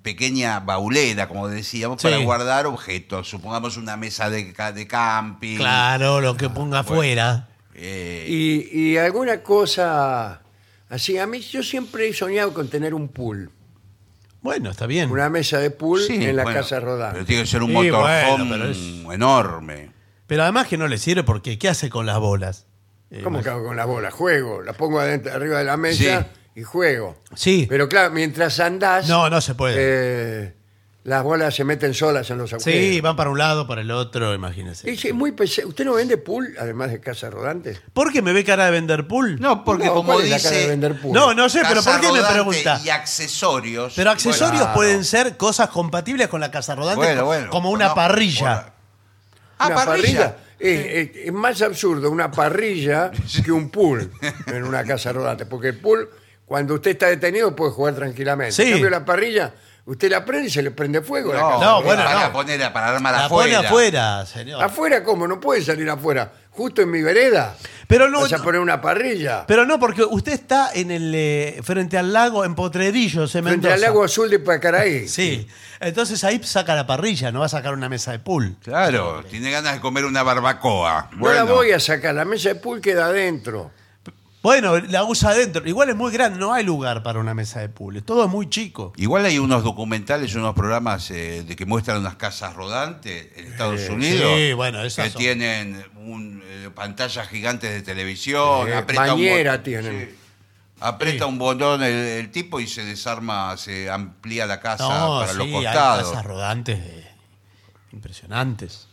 Speaker 4: pequeña baulera, como decíamos,
Speaker 3: Sí.
Speaker 4: para guardar objetos. Supongamos una mesa de, ca- de camping.
Speaker 3: Claro, lo que
Speaker 4: Ah,
Speaker 3: ponga afuera.
Speaker 4: eh,
Speaker 2: Y, y alguna cosa así. A mí yo siempre he soñado con tener un pool.
Speaker 3: Bueno, está bien.
Speaker 2: Una mesa de pool
Speaker 4: sí,
Speaker 2: en la
Speaker 4: bueno,
Speaker 2: casa
Speaker 4: Pero
Speaker 2: rodante.
Speaker 4: tiene que ser un
Speaker 3: Sí,
Speaker 4: motorhome
Speaker 3: bueno, pero es-
Speaker 4: enorme.
Speaker 3: Pero además que no le sirve porque ¿qué hace con las bolas? Eh,
Speaker 2: ¿Cómo
Speaker 3: más-
Speaker 2: que hago con la bola? Juego. La pongo adentro, arriba de la mesa y juego.
Speaker 3: Sí.
Speaker 2: Pero claro, mientras andás...
Speaker 3: No, no se puede.
Speaker 2: eh, las bolas se meten solas en los agujeros.
Speaker 3: sí, van para un lado, para el otro, imagínese.
Speaker 2: Es muy pesa- ¿Usted no vende pool, además de casa rodante?
Speaker 3: ¿Por qué me ve cara de vender pool?
Speaker 4: No, porque
Speaker 2: No,
Speaker 4: como
Speaker 2: ¿cuál es la cara de
Speaker 4: dice.
Speaker 2: vender pool?
Speaker 3: No, no sé, pero
Speaker 4: casa
Speaker 3: ¿por qué me
Speaker 4: rodante
Speaker 3: pregunta?
Speaker 4: Y accesorios.
Speaker 3: Pero accesorios
Speaker 2: Bueno,
Speaker 3: pueden ser cosas compatibles con la casa rodante,
Speaker 4: Bueno,
Speaker 3: co-
Speaker 4: bueno,
Speaker 3: como una
Speaker 4: no,
Speaker 3: parrilla.
Speaker 4: bueno. Ah,
Speaker 2: Una
Speaker 4: parrilla.
Speaker 2: Es, es- es más absurdo una parrilla que un pool en una casa rodante, porque el pool, cuando usted está detenido, puede jugar tranquilamente.
Speaker 3: Sí.
Speaker 2: En cambio, la parrilla, usted la prende y se le prende fuego. la casa.
Speaker 3: No, bueno,
Speaker 4: para
Speaker 3: no.
Speaker 4: poner para armar
Speaker 3: la
Speaker 4: afuera.
Speaker 3: pone afuera, señor.
Speaker 2: ¿Afuera cómo? No puede salir afuera. Justo en mi vereda.
Speaker 3: Pero no-
Speaker 2: Vas a poner una parrilla.
Speaker 3: Pero no, porque usted está en el eh, frente al lago, en Potrerillos, en
Speaker 2: frente
Speaker 3: Mendoza.
Speaker 2: al lago azul de Pacaraí.
Speaker 3: Sí. Entonces ahí saca la parrilla, no va a sacar una mesa de pool.
Speaker 4: Claro, tiene ganas de comer una barbacoa.
Speaker 2: No la voy a sacar, la mesa de pool queda adentro.
Speaker 3: Bueno, la usa adentro. Igual es muy grande, no hay lugar para una mesa de pool. Todo es muy chico.
Speaker 4: Igual hay unos documentales, unos programas eh, de que muestran unas casas rodantes en Estados Unidos.
Speaker 3: sí, bueno, esas
Speaker 4: Que
Speaker 3: son.
Speaker 4: tienen un, eh, pantallas gigantes de
Speaker 3: Oh,
Speaker 4: televisión.
Speaker 2: Eh,
Speaker 4: aprieta un bot-
Speaker 2: bañera tienen.
Speaker 4: Sí. Aprieta un botón el, el tipo y se desarma, se amplía la casa
Speaker 3: No,
Speaker 4: para
Speaker 3: sí,
Speaker 4: los
Speaker 3: hay
Speaker 4: costados.
Speaker 3: casas rodantes eh, impresionantes.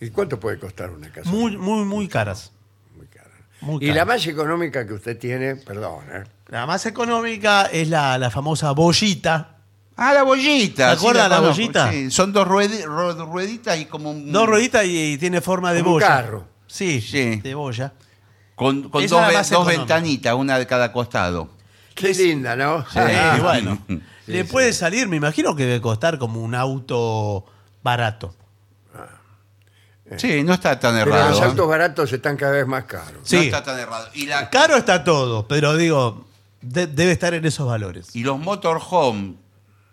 Speaker 2: ¿Y cuánto puede costar una casa?
Speaker 3: Muy, muy, muy caras.
Speaker 2: Muy cara.
Speaker 3: Muy
Speaker 2: Y la
Speaker 3: caras.
Speaker 2: más económica que usted tiene, perdón, ¿eh?
Speaker 3: La más económica es la, la famosa bollita.
Speaker 4: Ah, la bollita.
Speaker 3: ¿Te acuerdas la
Speaker 4: conozco,
Speaker 3: bollita?
Speaker 4: sí. Son dos ruedi- ro- rueditas y como un...
Speaker 3: Dos rueditas y, y tiene forma de
Speaker 2: Como un
Speaker 3: boya.
Speaker 2: carro.
Speaker 3: Sí,
Speaker 4: Mm. Sí.
Speaker 3: de boya.
Speaker 4: Con, con
Speaker 3: Esa
Speaker 4: dos,
Speaker 3: es la
Speaker 4: ve-
Speaker 3: más
Speaker 4: dos
Speaker 3: económica.
Speaker 4: ventanitas, una de cada costado.
Speaker 2: Qué linda, ¿no?
Speaker 3: Sí,
Speaker 2: Ah,
Speaker 3: y bueno.
Speaker 4: Sí,
Speaker 3: le puede salir, me imagino que debe costar como un auto barato.
Speaker 4: Sí, no está tan
Speaker 2: Pero
Speaker 4: errado.
Speaker 2: los
Speaker 4: ¿eh?
Speaker 2: autos baratos están cada vez más caros.
Speaker 3: Sí.
Speaker 4: No está tan errado. Y, la-
Speaker 3: Caro está todo, pero digo, de- debe estar en esos valores.
Speaker 4: y los motorhome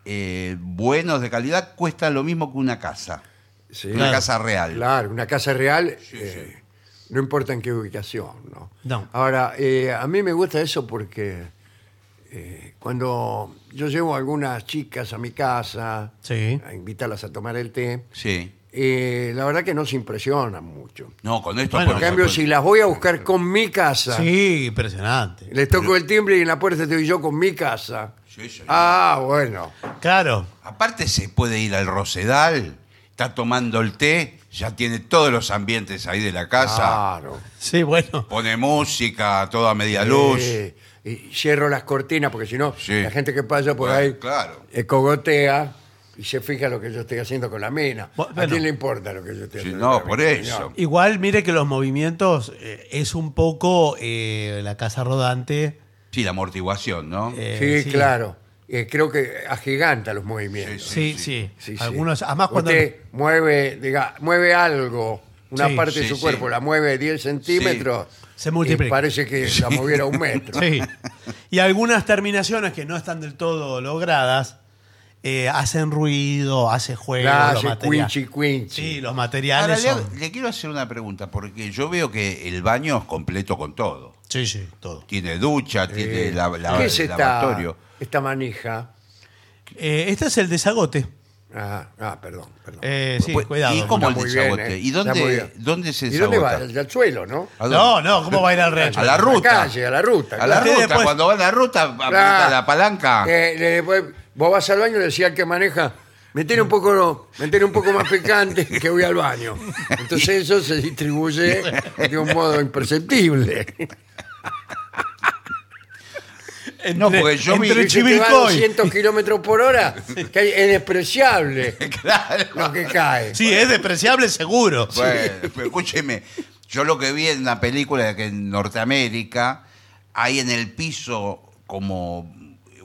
Speaker 4: eh, buenos de calidad cuestan lo mismo que una casa.
Speaker 2: Sí.
Speaker 4: Una
Speaker 3: Claro.
Speaker 4: casa real.
Speaker 2: Claro, una casa real, eh, no importa en qué ubicación, ¿no?
Speaker 3: No.
Speaker 2: Ahora, eh, a mí me gusta eso porque eh, cuando yo llevo a algunas chicas a mi casa,
Speaker 3: Sí.
Speaker 2: a invitarlas a tomar el té,
Speaker 4: Sí.
Speaker 2: eh, la verdad que no se impresionan mucho.
Speaker 4: No, con esto...
Speaker 3: Bueno,
Speaker 2: En
Speaker 4: por
Speaker 2: cambio, si
Speaker 4: supuesto.
Speaker 2: las voy a buscar con mi casa,
Speaker 3: Sí, impresionante.
Speaker 2: les toco el timbre y en la puerta estoy yo con mi casa.
Speaker 4: Sí, señor.
Speaker 2: Ah, bueno.
Speaker 3: Claro.
Speaker 4: Aparte se puede ir al Rosedal, está tomando el té, ya tiene todos los ambientes ahí de la casa.
Speaker 2: Claro.
Speaker 3: Sí, bueno.
Speaker 4: Pone música, todo a media luz.
Speaker 2: Eh, y cierro las cortinas porque si no,
Speaker 4: Sí.
Speaker 2: la gente que pasa por
Speaker 4: Bueno,
Speaker 2: ahí
Speaker 4: claro.
Speaker 2: eh, cogotea y se fija lo que yo estoy haciendo con la mina.
Speaker 3: Bueno.
Speaker 2: ¿A quién le importa lo que yo estoy
Speaker 4: Sí,
Speaker 2: haciendo?
Speaker 4: no,
Speaker 2: con la
Speaker 4: por
Speaker 2: mina,
Speaker 4: eso.
Speaker 2: señor?
Speaker 3: Igual, mire que los movimientos eh, es un poco eh, la casa rodante.
Speaker 4: Sí, la amortiguación, ¿no?
Speaker 3: eh,
Speaker 2: sí, claro. Eh, creo que agiganta los movimientos.
Speaker 3: Sí, sí.
Speaker 2: Sí, sí.
Speaker 3: Algunos, además cuando...
Speaker 2: Usted mueve, diga, mueve algo, una
Speaker 3: Sí.
Speaker 2: parte de
Speaker 4: Sí,
Speaker 2: su
Speaker 4: sí.
Speaker 2: cuerpo, la mueve 10 centímetros.
Speaker 3: Se multiplica.
Speaker 2: y parece que la moviera un metro.
Speaker 3: Sí. Y algunas terminaciones que no están del todo logradas eh, hacen ruido, hace juego,
Speaker 2: La
Speaker 3: los
Speaker 2: hace
Speaker 3: materiales.
Speaker 2: cuinchi, cuinchi.
Speaker 3: Sí, los
Speaker 4: Ahora,
Speaker 3: materiales
Speaker 4: le,
Speaker 3: son-
Speaker 4: le quiero hacer una pregunta, porque yo veo que el baño es completo con todo.
Speaker 3: Sí, sí, todo.
Speaker 4: Tiene ducha, tiene la, la-
Speaker 2: ¿Qué es
Speaker 4: el
Speaker 2: esta,
Speaker 4: lavatorio.
Speaker 2: esta manija?
Speaker 3: Eh, este es el desagote.
Speaker 2: Ah, ah, perdón, perdón.
Speaker 3: Eh, sí,
Speaker 4: Pues,
Speaker 3: cuidado.
Speaker 4: ¿Y
Speaker 2: Está
Speaker 4: cómo el
Speaker 2: muy bien,
Speaker 4: desagote?
Speaker 2: eh.
Speaker 4: ¿Y
Speaker 2: Está muy
Speaker 4: dónde,
Speaker 2: bien.
Speaker 4: dónde se
Speaker 2: ¿Y dónde va?
Speaker 4: desagota?
Speaker 2: Al al suelo, ¿no?
Speaker 4: ¿A dónde?
Speaker 3: No, no, ¿cómo va a ir al rancho?
Speaker 4: A la ruta.
Speaker 2: A la calle, a la ruta.
Speaker 4: A la
Speaker 2: claro.
Speaker 4: ruta,
Speaker 3: Ustedes, pues-
Speaker 4: cuando va a la ruta, aprieta
Speaker 2: Claro.
Speaker 4: la palanca.
Speaker 2: Eh, le- después vos vas al baño y le decía al que maneja, metele un poco, metele un poco más picante que voy al baño. Entonces eso se distribuye de un modo imperceptible.
Speaker 3: Entre-
Speaker 4: No, porque yo vi-
Speaker 3: entre
Speaker 2: Si te va a
Speaker 3: Chivilcoy.
Speaker 2: 200 kilómetros por hora, que hay- es despreciable
Speaker 4: Claro.
Speaker 2: lo que cae.
Speaker 3: Sí, es despreciable seguro.
Speaker 4: Bueno, pero escúcheme, yo lo que vi en una película que en Norteamérica hay en el piso como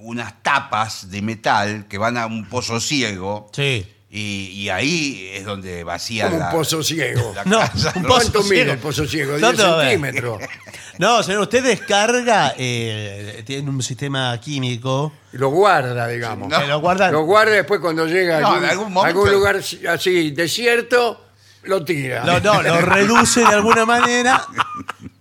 Speaker 4: unas tapas de metal que van a un pozo ciego
Speaker 3: Sí.
Speaker 4: Y, y ahí es donde vacía
Speaker 2: Como
Speaker 4: la,
Speaker 2: un pozo ciego.
Speaker 4: la
Speaker 3: No,
Speaker 4: casa.
Speaker 3: un
Speaker 4: ¿no?
Speaker 3: pozo
Speaker 2: ¿Cuánto mide
Speaker 3: ciego.
Speaker 2: el pozo ciego?
Speaker 3: No
Speaker 2: 10
Speaker 3: te va a ver.
Speaker 2: centímetros.
Speaker 3: No, señor, usted descarga, eh, tiene un sistema químico
Speaker 2: Y lo guarda, digamos.
Speaker 4: No.
Speaker 3: que lo guardan.
Speaker 2: Lo guarda después cuando llega
Speaker 4: No,
Speaker 2: allí,
Speaker 4: en algún momento-
Speaker 2: algún lugar así, desierto, lo tira.
Speaker 3: Lo, no, lo reduce de alguna manera.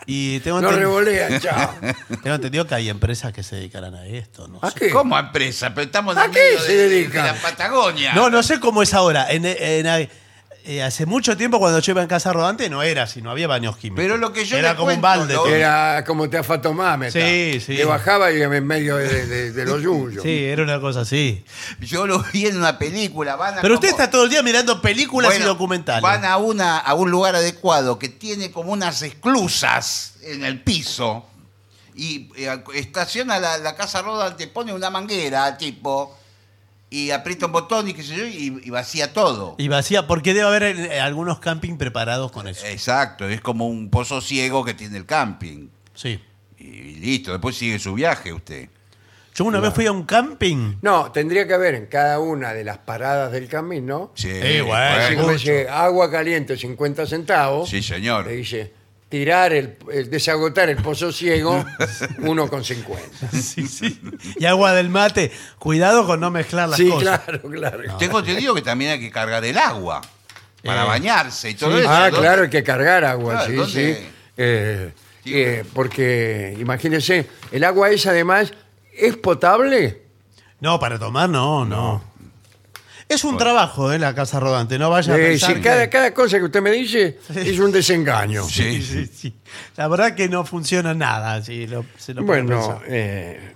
Speaker 3: Y tengo,
Speaker 2: Lo
Speaker 3: enten-
Speaker 2: revolea, chao.
Speaker 3: tengo entendido que hay empresas que se dedicarán a esto. No,
Speaker 4: Ah,
Speaker 2: ¿A
Speaker 3: sé.
Speaker 2: qué?
Speaker 4: ¿Cómo empresa? Pero estamos en
Speaker 2: ¿A
Speaker 4: el medio
Speaker 2: qué se
Speaker 4: de- de-
Speaker 2: dedica?
Speaker 4: de la Patagonia.
Speaker 3: no, no sé cómo es ahora. En- en- eh, hace mucho tiempo cuando yo iba en casa rodante no era así, no había baños químicos.
Speaker 4: Pero lo que yo
Speaker 3: Era
Speaker 4: le
Speaker 3: como un
Speaker 4: cuento,
Speaker 3: balde.
Speaker 4: lo-
Speaker 3: todo.
Speaker 2: Era como te afatomómetro.
Speaker 3: Sí, sí.
Speaker 2: Que bajaba y en medio de, de- de los yuyos.
Speaker 3: Sí, era una cosa así.
Speaker 4: Yo lo vi en una película. Van a
Speaker 3: Pero usted
Speaker 4: como-
Speaker 3: está todo el día mirando películas
Speaker 4: Bueno,
Speaker 3: y documentales.
Speaker 4: Van a, una, a un lugar adecuado que tiene como unas esclusas en el piso y eh, estaciona la, la casa rodante, pone una manguera al tipo y aprieta un botón y qué sé yo y, y vacía todo.
Speaker 3: Y vacía, porque debe haber eh, algunos camping preparados con
Speaker 4: Eh,
Speaker 3: eso.
Speaker 4: Exacto, es como un pozo ciego que tiene el camping.
Speaker 3: Sí.
Speaker 4: Y, y listo, después sigue su viaje usted.
Speaker 3: Yo una vez fui a un camping.
Speaker 2: No, tendría que haber en cada una de las paradas del camino.
Speaker 4: Sí,
Speaker 3: Eh, bueno,
Speaker 2: Así como dice, agua caliente 50 centavos.
Speaker 4: Sí, señor.
Speaker 2: Le dice, tirar el, el- desagotar el pozo ciego, uno con 50.
Speaker 3: Sí, sí. Y agua del mate. Cuidado con no mezclar las
Speaker 2: sí,
Speaker 3: cosas.
Speaker 2: claro, claro.
Speaker 4: Tengo entendido que también hay que cargar el agua para
Speaker 3: Eh,
Speaker 4: bañarse y todo eso.
Speaker 2: Ah,
Speaker 4: ¿no?
Speaker 2: claro, hay que cargar agua,
Speaker 4: Claro,
Speaker 2: sí,
Speaker 4: ¿dónde?
Speaker 2: sí. Eh,
Speaker 4: Sí, pues.
Speaker 2: eh,
Speaker 4: bueno.
Speaker 2: porque, imagínense, el agua es además, ¿es potable?
Speaker 3: No, para tomar no, no. Es un trabajo, ¿eh? La casa rodante. No vaya a
Speaker 2: Eh, sí,
Speaker 3: pensar que-
Speaker 2: cada, cada cosa que usted me dice es un desengaño.
Speaker 3: Sí, sí, sí. La verdad que no funciona nada. sí, lo- se lo pueden
Speaker 2: Bueno,
Speaker 3: pensar.
Speaker 2: eh,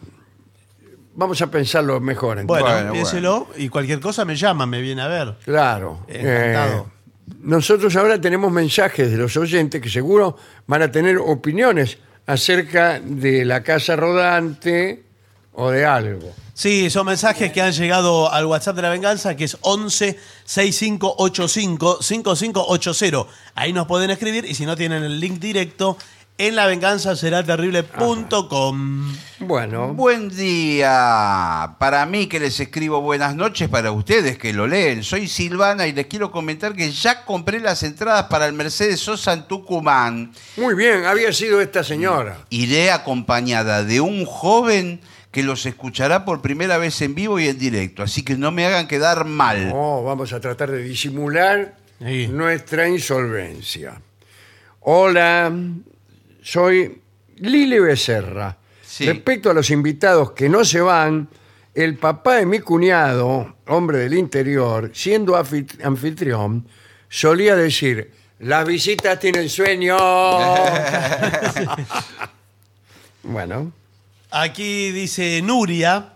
Speaker 2: vamos a pensarlo mejor. entonces.
Speaker 3: Bueno,
Speaker 4: bueno,
Speaker 3: piénselo y cualquier cosa me llama, me viene a ver.
Speaker 2: Claro.
Speaker 3: Encantado.
Speaker 2: Eh, nosotros ahora tenemos mensajes de los oyentes que seguro van a tener opiniones acerca de la casa rodante o de algo.
Speaker 3: Sí, son mensajes que han llegado al WhatsApp de la venganza, que es 11 6585 5580. Ahí nos pueden escribir y si no tienen el link directo, en lavenganzaseraterrible.com.
Speaker 2: Bueno,
Speaker 4: Buen día. Para mí que les escribo buenas noches, para ustedes que lo leen. Soy Silvana y les quiero comentar que ya compré las entradas para el Mercedes Sosa en Tucumán.
Speaker 2: muy bien, había sido esta señora.
Speaker 4: Iré acompañada de un joven que los escuchará por primera vez en vivo y en directo. Así que no me hagan quedar mal.
Speaker 2: Oh, vamos a tratar de disimular
Speaker 3: Sí.
Speaker 2: nuestra insolvencia. Hola, soy Lili Becerra.
Speaker 4: Sí.
Speaker 2: Respecto a los invitados que no se van, el papá de mi cuñado, hombre del interior, siendo afi- anfitrión, solía decir, las visitas tienen sueño. bueno,
Speaker 3: Aquí dice Nuria,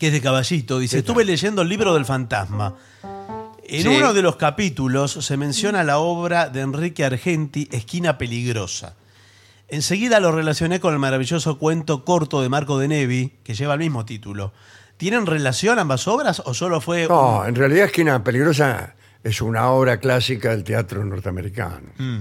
Speaker 3: que es de caballito, dice, estuve leyendo el libro del fantasma. En
Speaker 4: Sí.
Speaker 3: uno de los capítulos se menciona la obra de Enrique Argenti, Esquina Peligrosa. Enseguida lo relacioné con el maravilloso cuento corto de Marco de Nevi, que lleva el mismo título. ¿Tienen relación ambas obras o solo fue...
Speaker 2: no, en realidad Esquina Peligrosa es una obra clásica del teatro norteamericano.
Speaker 3: Mm.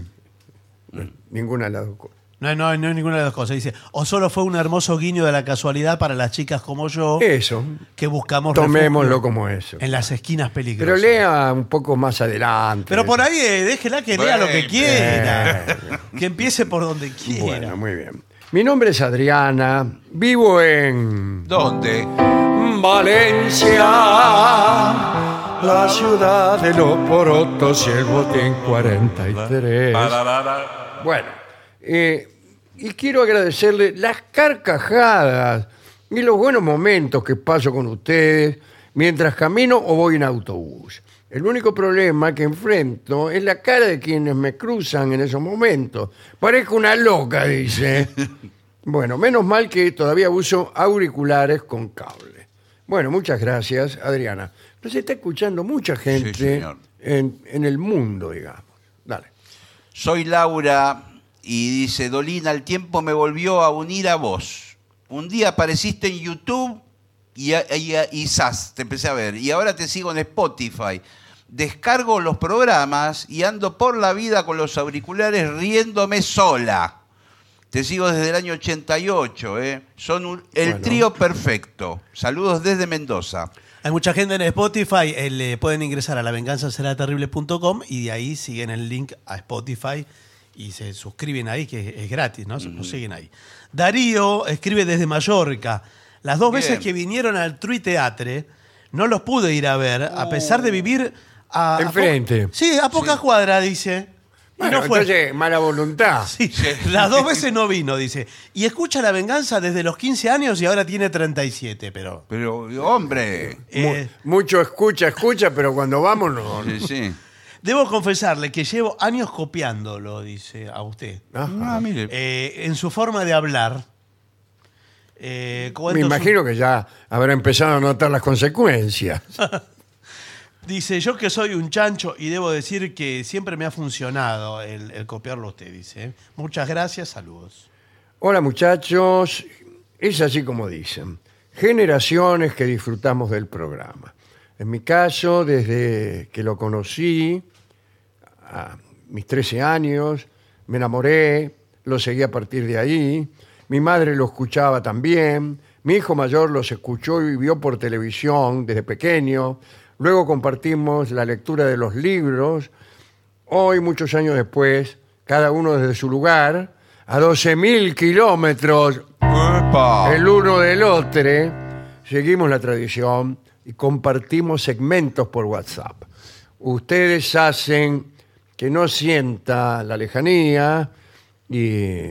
Speaker 2: Ninguna de las dos cosas.
Speaker 3: No, no, no es ninguna de las dos cosas. Dice, o solo fue un hermoso guiño de la casualidad para las chicas como yo
Speaker 2: Eso,
Speaker 3: que buscamos...
Speaker 2: tomémoslo
Speaker 3: refugio
Speaker 2: como eso.
Speaker 3: En las esquinas
Speaker 2: Pero
Speaker 3: peligrosas.
Speaker 2: lea un poco más adelante.
Speaker 3: Pero por ahí eh, déjela que lea lo que
Speaker 4: Bueno.
Speaker 3: quiera. Que empiece por donde quiera.
Speaker 2: Bueno, muy bien. Mi nombre es Adriana, vivo en
Speaker 4: ¿Dónde?
Speaker 2: Valencia, la ciudad de los porotos y el botín 43. Bueno, eh, y quiero agradecerle las carcajadas y los buenos momentos que paso con ustedes mientras camino o voy en autobús. El único problema que enfrento es la cara de quienes me cruzan en esos momentos. Parezco una loca, dice. Bueno, menos mal que todavía uso auriculares con cable. Bueno, muchas gracias, Adriana. Nos está escuchando mucha gente
Speaker 4: señor.
Speaker 2: en, en el mundo, digamos. Dale.
Speaker 4: Soy Laura y dice, Dolina, el tiempo me volvió a unir a vos. Un día apareciste en YouTube y, a- y, a- y zas, te empecé a ver. Y ahora te sigo en Spotify. Descargo los programas y ando por la vida con los auriculares riéndome sola. Te sigo desde el año 88, ¿eh? Son un- el
Speaker 2: Bueno.
Speaker 4: trío perfecto. Saludos desde Mendoza.
Speaker 3: Hay mucha gente en Spotify, eh, le pueden ingresar a lavenganzaseraterrible.com y de ahí siguen el link a Spotify y se suscriben ahí, que es, es gratis, ¿no? Se- Nos siguen ahí. Darío escribe desde Mallorca. Las dos
Speaker 4: Bien.
Speaker 3: veces que vinieron al Trui Teatre, no los pude ir a ver, a pesar de vivir a. a po-
Speaker 2: Enfrente.
Speaker 3: sí, a pocas cuadras, dice. Y
Speaker 2: Bueno,
Speaker 3: no fue.
Speaker 2: entonces, mala voluntad.
Speaker 3: Sí, las dos veces no vino, dice. Y escucha La Venganza desde los 15 años y ahora tiene 37, pero...
Speaker 4: Pero, hombre.
Speaker 2: Mu-
Speaker 3: eh,
Speaker 2: Mucho escucha, escucha, pero cuando vamos no.
Speaker 4: Sí, sí.
Speaker 3: debo confesarle que llevo años copiándolo, dice a usted.
Speaker 2: Ajá.
Speaker 4: Ah, mire.
Speaker 3: Eh, en su forma de hablar. Eh,
Speaker 2: Me
Speaker 3: cuento su-
Speaker 2: imagino que ya habrá empezado a notar las consecuencias.
Speaker 3: Dice, yo que soy un chancho y debo decir que siempre me ha funcionado el, el copiarlo a usted, dice. Muchas gracias, saludos.
Speaker 2: Hola muchachos, es así como dicen, generaciones que disfrutamos del programa. En mi caso, desde que lo conocí, a mis 13 años, me enamoré, lo seguí a partir de ahí, mi madre lo escuchaba también, mi hijo mayor los escuchó y vio por televisión desde pequeño, luego compartimos la lectura de los libros, hoy, muchos años después, cada uno desde su lugar, a 12.000 kilómetros
Speaker 4: Epa.
Speaker 2: el uno del otro, seguimos la tradición y compartimos segmentos por WhatsApp. Ustedes hacen que no sienta la lejanía y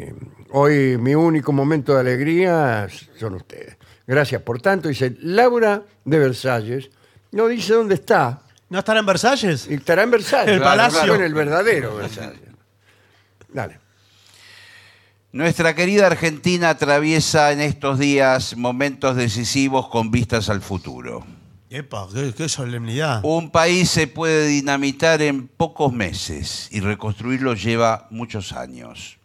Speaker 2: hoy mi único momento de alegría son ustedes. Gracias por tanto, dice Laura de Versalles. No dice dónde está,
Speaker 3: ¿No estará en Versalles?
Speaker 2: y estará en Versalles.
Speaker 3: El palacio.
Speaker 2: En el verdadero Versalles. Dale.
Speaker 4: Nuestra querida Argentina atraviesa en estos días momentos decisivos con vistas al futuro.
Speaker 3: Epa, qué, qué solemnidad.
Speaker 2: Oh.
Speaker 4: Un país se puede dinamitar en pocos meses y reconstruirlo lleva muchos años.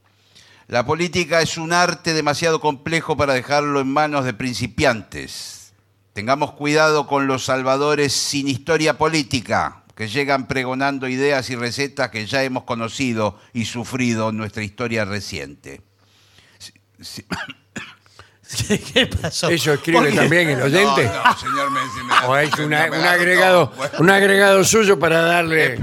Speaker 4: La política es un arte demasiado complejo para dejarlo en manos de principiantes. Tengamos cuidado con los salvadores sin historia política, que llegan pregonando ideas y recetas que ya hemos conocido y sufrido en nuestra historia reciente.
Speaker 3: Sí, ¿Qué pasó?
Speaker 2: Eso escribe
Speaker 3: ¿Por qué?
Speaker 2: también el oyente.
Speaker 4: señor Messi,
Speaker 2: O es una- un, agregado, un agregado suyo para darle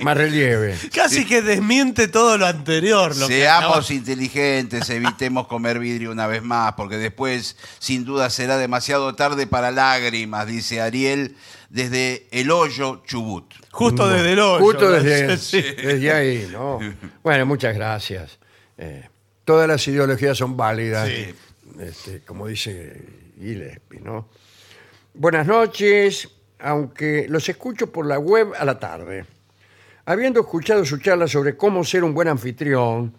Speaker 2: más relieve.
Speaker 3: Casi que desmiente todo lo anterior. Lo que acaba-
Speaker 4: Seamos inteligentes, evitemos comer vidrio una vez más, porque después sin duda será demasiado tarde para lágrimas, dice Ariel desde el hoyo Chubut.
Speaker 3: Justo desde el hoyo.
Speaker 2: Justo
Speaker 3: ¿no?
Speaker 2: desde,
Speaker 3: Sí.
Speaker 2: desde ahí, ¿no? Bueno, muchas gracias. Eh, todas las ideologías son válidas,
Speaker 4: Sí.
Speaker 2: este, como dice Gillespie, ¿no? Buenas noches, aunque los escucho por la web a la tarde. Habiendo escuchado su charla sobre cómo ser un buen anfitrión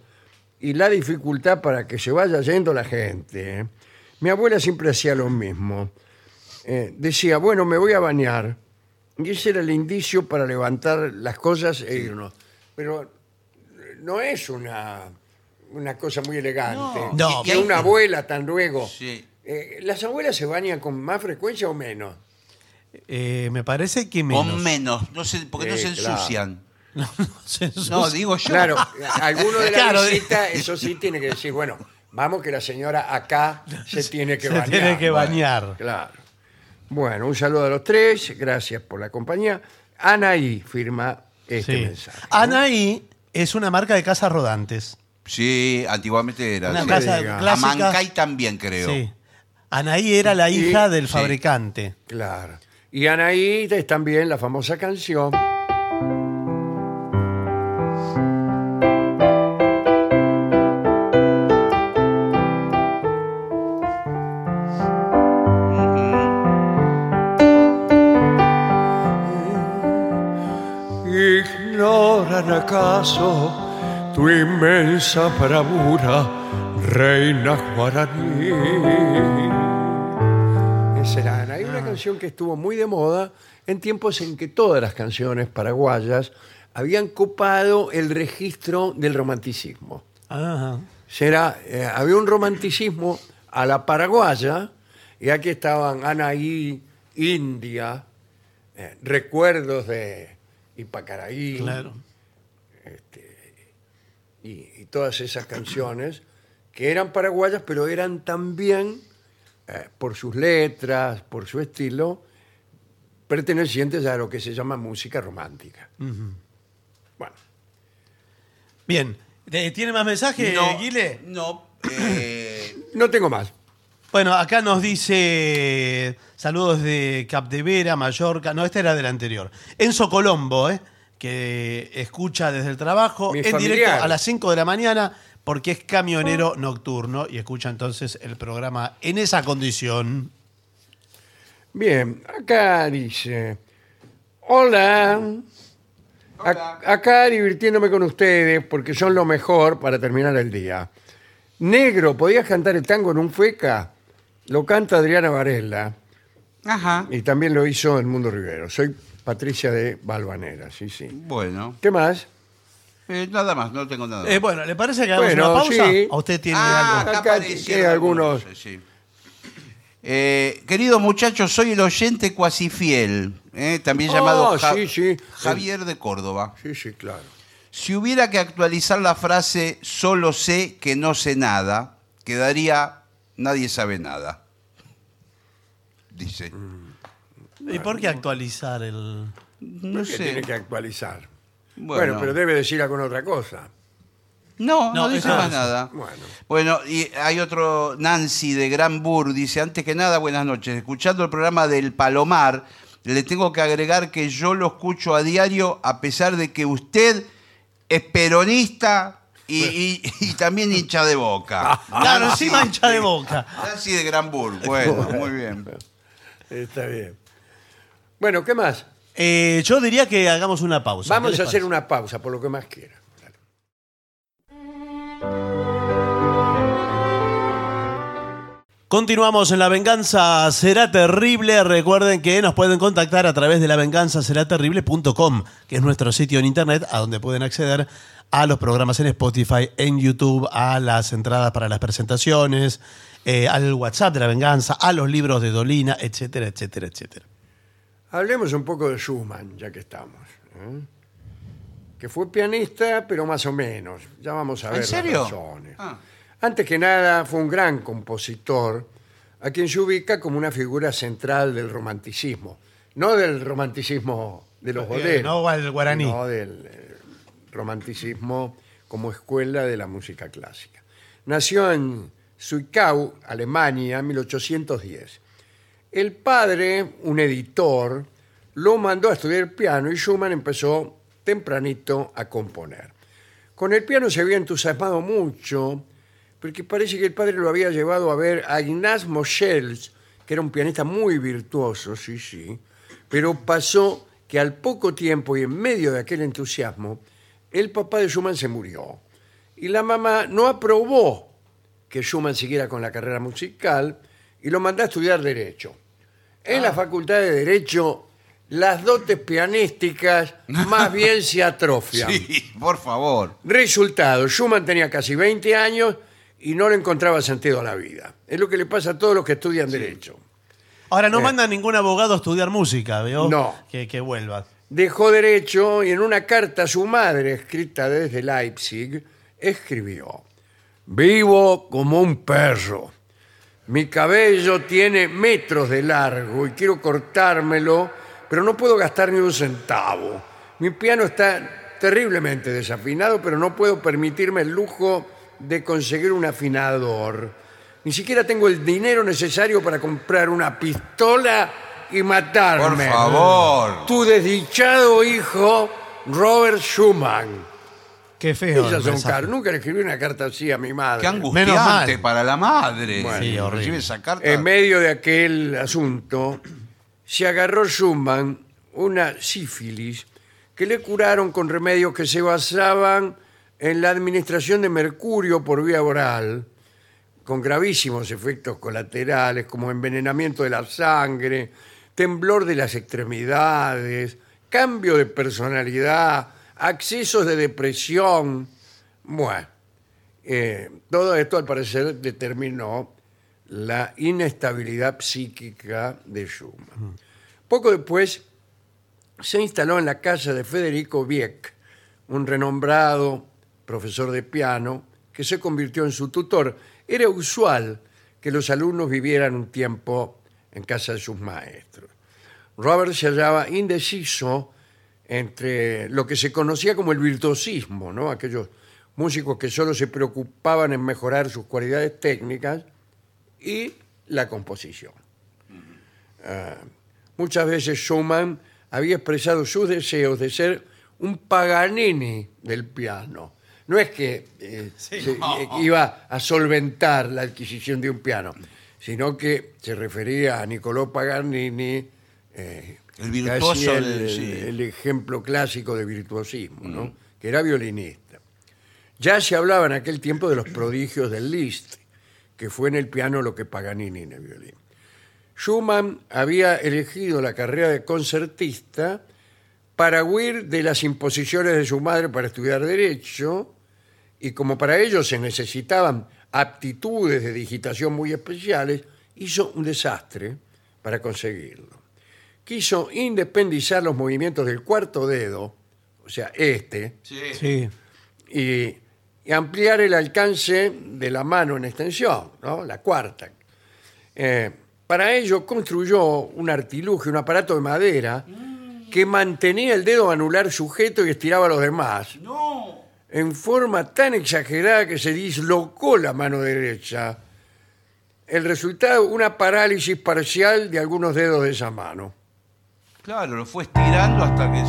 Speaker 2: y la dificultad para que se vaya yendo la gente, ¿eh? mi abuela siempre hacía lo mismo. Eh, decía, bueno, me voy a bañar. Y ese era el indicio para levantar las cosas e irnos. Pero eh, no es una, una cosa muy elegante.
Speaker 4: No.
Speaker 3: No, eh.
Speaker 2: Y que una abuela tan luego.
Speaker 4: Sí.
Speaker 2: Eh, ¿Las abuelas se bañan con más frecuencia o menos?
Speaker 3: Eh, me parece que menos.
Speaker 4: Con menos, no sé, porque no
Speaker 2: Sí,
Speaker 4: se ensucian.
Speaker 3: No, no sé,
Speaker 4: No,
Speaker 3: sus-
Speaker 4: digo yo.
Speaker 2: Claro, alguno de la
Speaker 3: Claro,
Speaker 2: visita, eso sí, tiene que decir, bueno, vamos que la señora acá se tiene que
Speaker 3: se
Speaker 2: bañar.
Speaker 3: tiene que
Speaker 2: Bueno,
Speaker 3: bañar.
Speaker 2: Claro. Bueno, un saludo a los tres, gracias por la compañía. Anaí firma este
Speaker 3: Sí.
Speaker 2: mensaje.
Speaker 3: Anaí es una marca de casas rodantes.
Speaker 4: Sí, antiguamente era.
Speaker 3: Una
Speaker 4: sí.
Speaker 3: casa
Speaker 2: diga.
Speaker 4: A
Speaker 3: clásica.
Speaker 4: Mancay también creo.
Speaker 3: Sí. Anaí era la hija del
Speaker 4: sí.
Speaker 3: fabricante.
Speaker 2: Claro. Y Anaí es también la famosa canción. ¿Ignoran acaso tu inmensa bravura, reina guaraní? Esa era Ana. Hay una canción que estuvo muy de moda en tiempos en que todas las canciones paraguayas habían copado el registro del romanticismo.
Speaker 3: Ajá.
Speaker 2: Será, eh, había un romanticismo a la paraguaya y aquí estaban Anaí, India, eh, recuerdos de Ipacaraí
Speaker 3: claro.
Speaker 2: y, y todas esas canciones que eran paraguayas, pero eran también, eh, por sus letras, por su estilo, pertenecientes a lo que se llama música romántica. Bueno,
Speaker 3: Bien. Eh, ¿Tiene más mensajes, Guile?
Speaker 4: No. eh,
Speaker 2: no tengo más.
Speaker 3: Bueno, acá nos dice saludos de Capdevera, Mallorca. No, esta era del anterior. Enzo Colombo, ¿eh? que escucha desde el trabajo
Speaker 2: Mi
Speaker 3: en
Speaker 2: familiar. Ah.
Speaker 3: directo a las 5 de la mañana porque es camionero nocturno y escucha entonces el programa en esa condición.
Speaker 2: Bien, acá dice, hola, A- acá divirtiéndome con ustedes porque son lo mejor para terminar el día. Negro, ¿podías cantar el tango en un feca? Lo canta Adriana Varela
Speaker 4: Ajá.
Speaker 2: y también lo hizo El Mundo Rivero. Soy Patricia de Balvanera, sí, sí.
Speaker 4: Bueno.
Speaker 2: ¿Qué más?
Speaker 4: Eh, nada más, no tengo nada. más.
Speaker 3: Eh, bueno, ¿le parece que hagamos
Speaker 2: Ah. Bueno,
Speaker 3: una pausa?
Speaker 2: sí.
Speaker 3: ¿O usted tiene
Speaker 4: Ah,
Speaker 3: algo?
Speaker 4: acá
Speaker 2: Acá
Speaker 4: aparecieron
Speaker 2: hay algunos.
Speaker 4: sí. Eh, queridos muchachos, soy el oyente cuasi fiel, eh, también
Speaker 2: Oh,
Speaker 4: llamado Ja-
Speaker 2: sí, sí.
Speaker 4: Javier de Córdoba.
Speaker 2: Sí, sí, claro.
Speaker 4: Si hubiera que actualizar la frase solo sé que no sé nada, quedaría nadie sabe nada. Dice.
Speaker 2: Mm.
Speaker 3: ¿Y por qué actualizar el...?
Speaker 4: No
Speaker 2: Que tiene
Speaker 4: sé.
Speaker 2: que actualizar. Bueno.
Speaker 4: Bueno,
Speaker 2: pero debe decir alguna otra cosa.
Speaker 4: no, no,
Speaker 3: No,
Speaker 4: dice
Speaker 3: eso
Speaker 4: más
Speaker 3: es.
Speaker 4: nada.
Speaker 2: Bueno.
Speaker 4: Bueno, y hay otro Nancy de Gran Bur, dice, antes que nada, buenas noches. Escuchando el programa del Palomar, le tengo que agregar que yo lo escucho a diario, a pesar de que usted es peronista y, y- y también hincha de boca.
Speaker 3: Claro, encima hincha de boca.
Speaker 4: Nancy de Gran Bur, bueno, muy bien.
Speaker 2: Está bien. Bueno, ¿qué más?
Speaker 3: Eh, yo diría que hagamos una pausa. ¿Qué
Speaker 2: Vamos
Speaker 3: les
Speaker 2: a hacer
Speaker 3: parece?
Speaker 2: una pausa, por lo que más quiera.
Speaker 3: Continuamos en La Venganza Será Terrible. Recuerden que nos pueden contactar a través de lavenganzaseraterrible.com, que es nuestro sitio en internet a donde pueden acceder a los programas en Spotify, en YouTube, a las entradas para las presentaciones, eh, al WhatsApp de La Venganza, a los libros de Dolina, etcétera, etcétera, etcétera.
Speaker 2: Hablemos un poco de Schumann, ya que estamos. ¿eh? Que fue pianista, pero más o menos. Ya vamos a ver las
Speaker 4: serio?
Speaker 2: razones.
Speaker 4: Ah.
Speaker 2: Antes que nada, fue un gran compositor a quien se ubica como una figura central del romanticismo. No del romanticismo de los boleros.
Speaker 3: Eh, no al guaraní.
Speaker 2: sino del eh, romanticismo como escuela de la música clásica. Nació en Zwickau, Alemania, en 1810. El padre, un editor, lo mandó a estudiar piano y Schumann empezó tempranito a componer. Con el piano se había entusiasmado mucho, porque parece que el padre lo había llevado a ver a Ignaz Moscheles, que era un pianista muy virtuoso, sí, sí, pero pasó que al poco tiempo y en medio de aquel entusiasmo, el papá de Schumann se murió y la mamá no aprobó que Schumann siguiera con la carrera musical y lo mandó a estudiar Derecho. En la Facultad de Derecho, las dotes pianísticas más bien se atrofian.
Speaker 4: Sí, por favor.
Speaker 2: Resultado, Schumann tenía casi 20 años y no le encontraba sentido a la vida. Es lo que le pasa a todos los que estudian derecho.
Speaker 3: Ahora, no manda ningún abogado a estudiar música, ¿veo?
Speaker 2: Eh. No.
Speaker 3: Que, que vuelva.
Speaker 2: Dejó derecho y en una carta a su madre, escrita desde Leipzig, escribió, Vivo como un perro. Mi cabello tiene metros de largo y quiero cortármelo, pero no puedo gastar ni un centavo. Mi piano está terriblemente desafinado, pero no puedo permitirme el lujo de conseguir un afinador. Ni siquiera tengo el dinero necesario para comprar una pistola y matarme.
Speaker 4: Por favor.
Speaker 2: Tu desdichado hijo, Robert Schumann.
Speaker 3: Qué feo. el
Speaker 2: Esas son
Speaker 3: mensaje.
Speaker 2: caras. Nunca le escribí una carta así a mi madre.
Speaker 4: Qué
Speaker 3: Menos
Speaker 4: angustiante
Speaker 3: mal.
Speaker 4: para la madre.
Speaker 2: Bueno.
Speaker 3: Sí, horrible.
Speaker 4: Recibe esa carta.
Speaker 2: en medio de aquel asunto, se agarró Schumann una sífilis que le curaron con remedios que se basaban en la administración de mercurio por vía oral, con gravísimos efectos colaterales como envenenamiento de la sangre, temblor de las extremidades, cambio de personalidad, accesos de depresión. Bueno, eh, todo esto al parecer determinó la inestabilidad psíquica de Schumann. Poco después se instaló en la casa de Federico Wieck, un renombrado profesor de piano que se convirtió en su tutor. Era usual que los alumnos vivieran un tiempo en casa de sus maestros. Robert se hallaba indeciso entre lo que se conocía como el virtuosismo, ¿no? Aquellos músicos que solo se preocupaban en mejorar sus cualidades técnicas y la composición. Ah, muchas veces Schumann había expresado sus deseos de ser un Paganini del piano. No es que eh, se- eh, iba a solventar la adquisición de un piano, sino que se refería a Nicolò Paganini, eh,
Speaker 4: El
Speaker 2: que
Speaker 4: virtuoso
Speaker 2: hacía el,
Speaker 4: del- sí. Mm.
Speaker 2: el ejemplo clásico de virtuosismo, ¿no? que era violinista. Ya se hablaba en aquel tiempo de los prodigios de Liszt, que fue en el piano lo que Paganini en el violín. Schumann había elegido la carrera de concertista para huir de las imposiciones de su madre para estudiar derecho y como para ello se necesitaban aptitudes de digitación muy especiales, hizo un desastre para conseguirlo. Quiso independizar los movimientos del cuarto dedo, o sea, este,
Speaker 4: Sí.
Speaker 3: Sí.
Speaker 2: y, y ampliar el alcance de la mano en extensión, ¿no? la cuarta. Eh, para ello construyó un artilugio, un aparato de madera que mantenía el dedo anular sujeto y estiraba a los demás
Speaker 4: No.
Speaker 2: en forma tan exagerada que se dislocó la mano derecha. El resultado, una parálisis parcial de algunos dedos de esa mano.
Speaker 4: Claro, lo fue estirando hasta que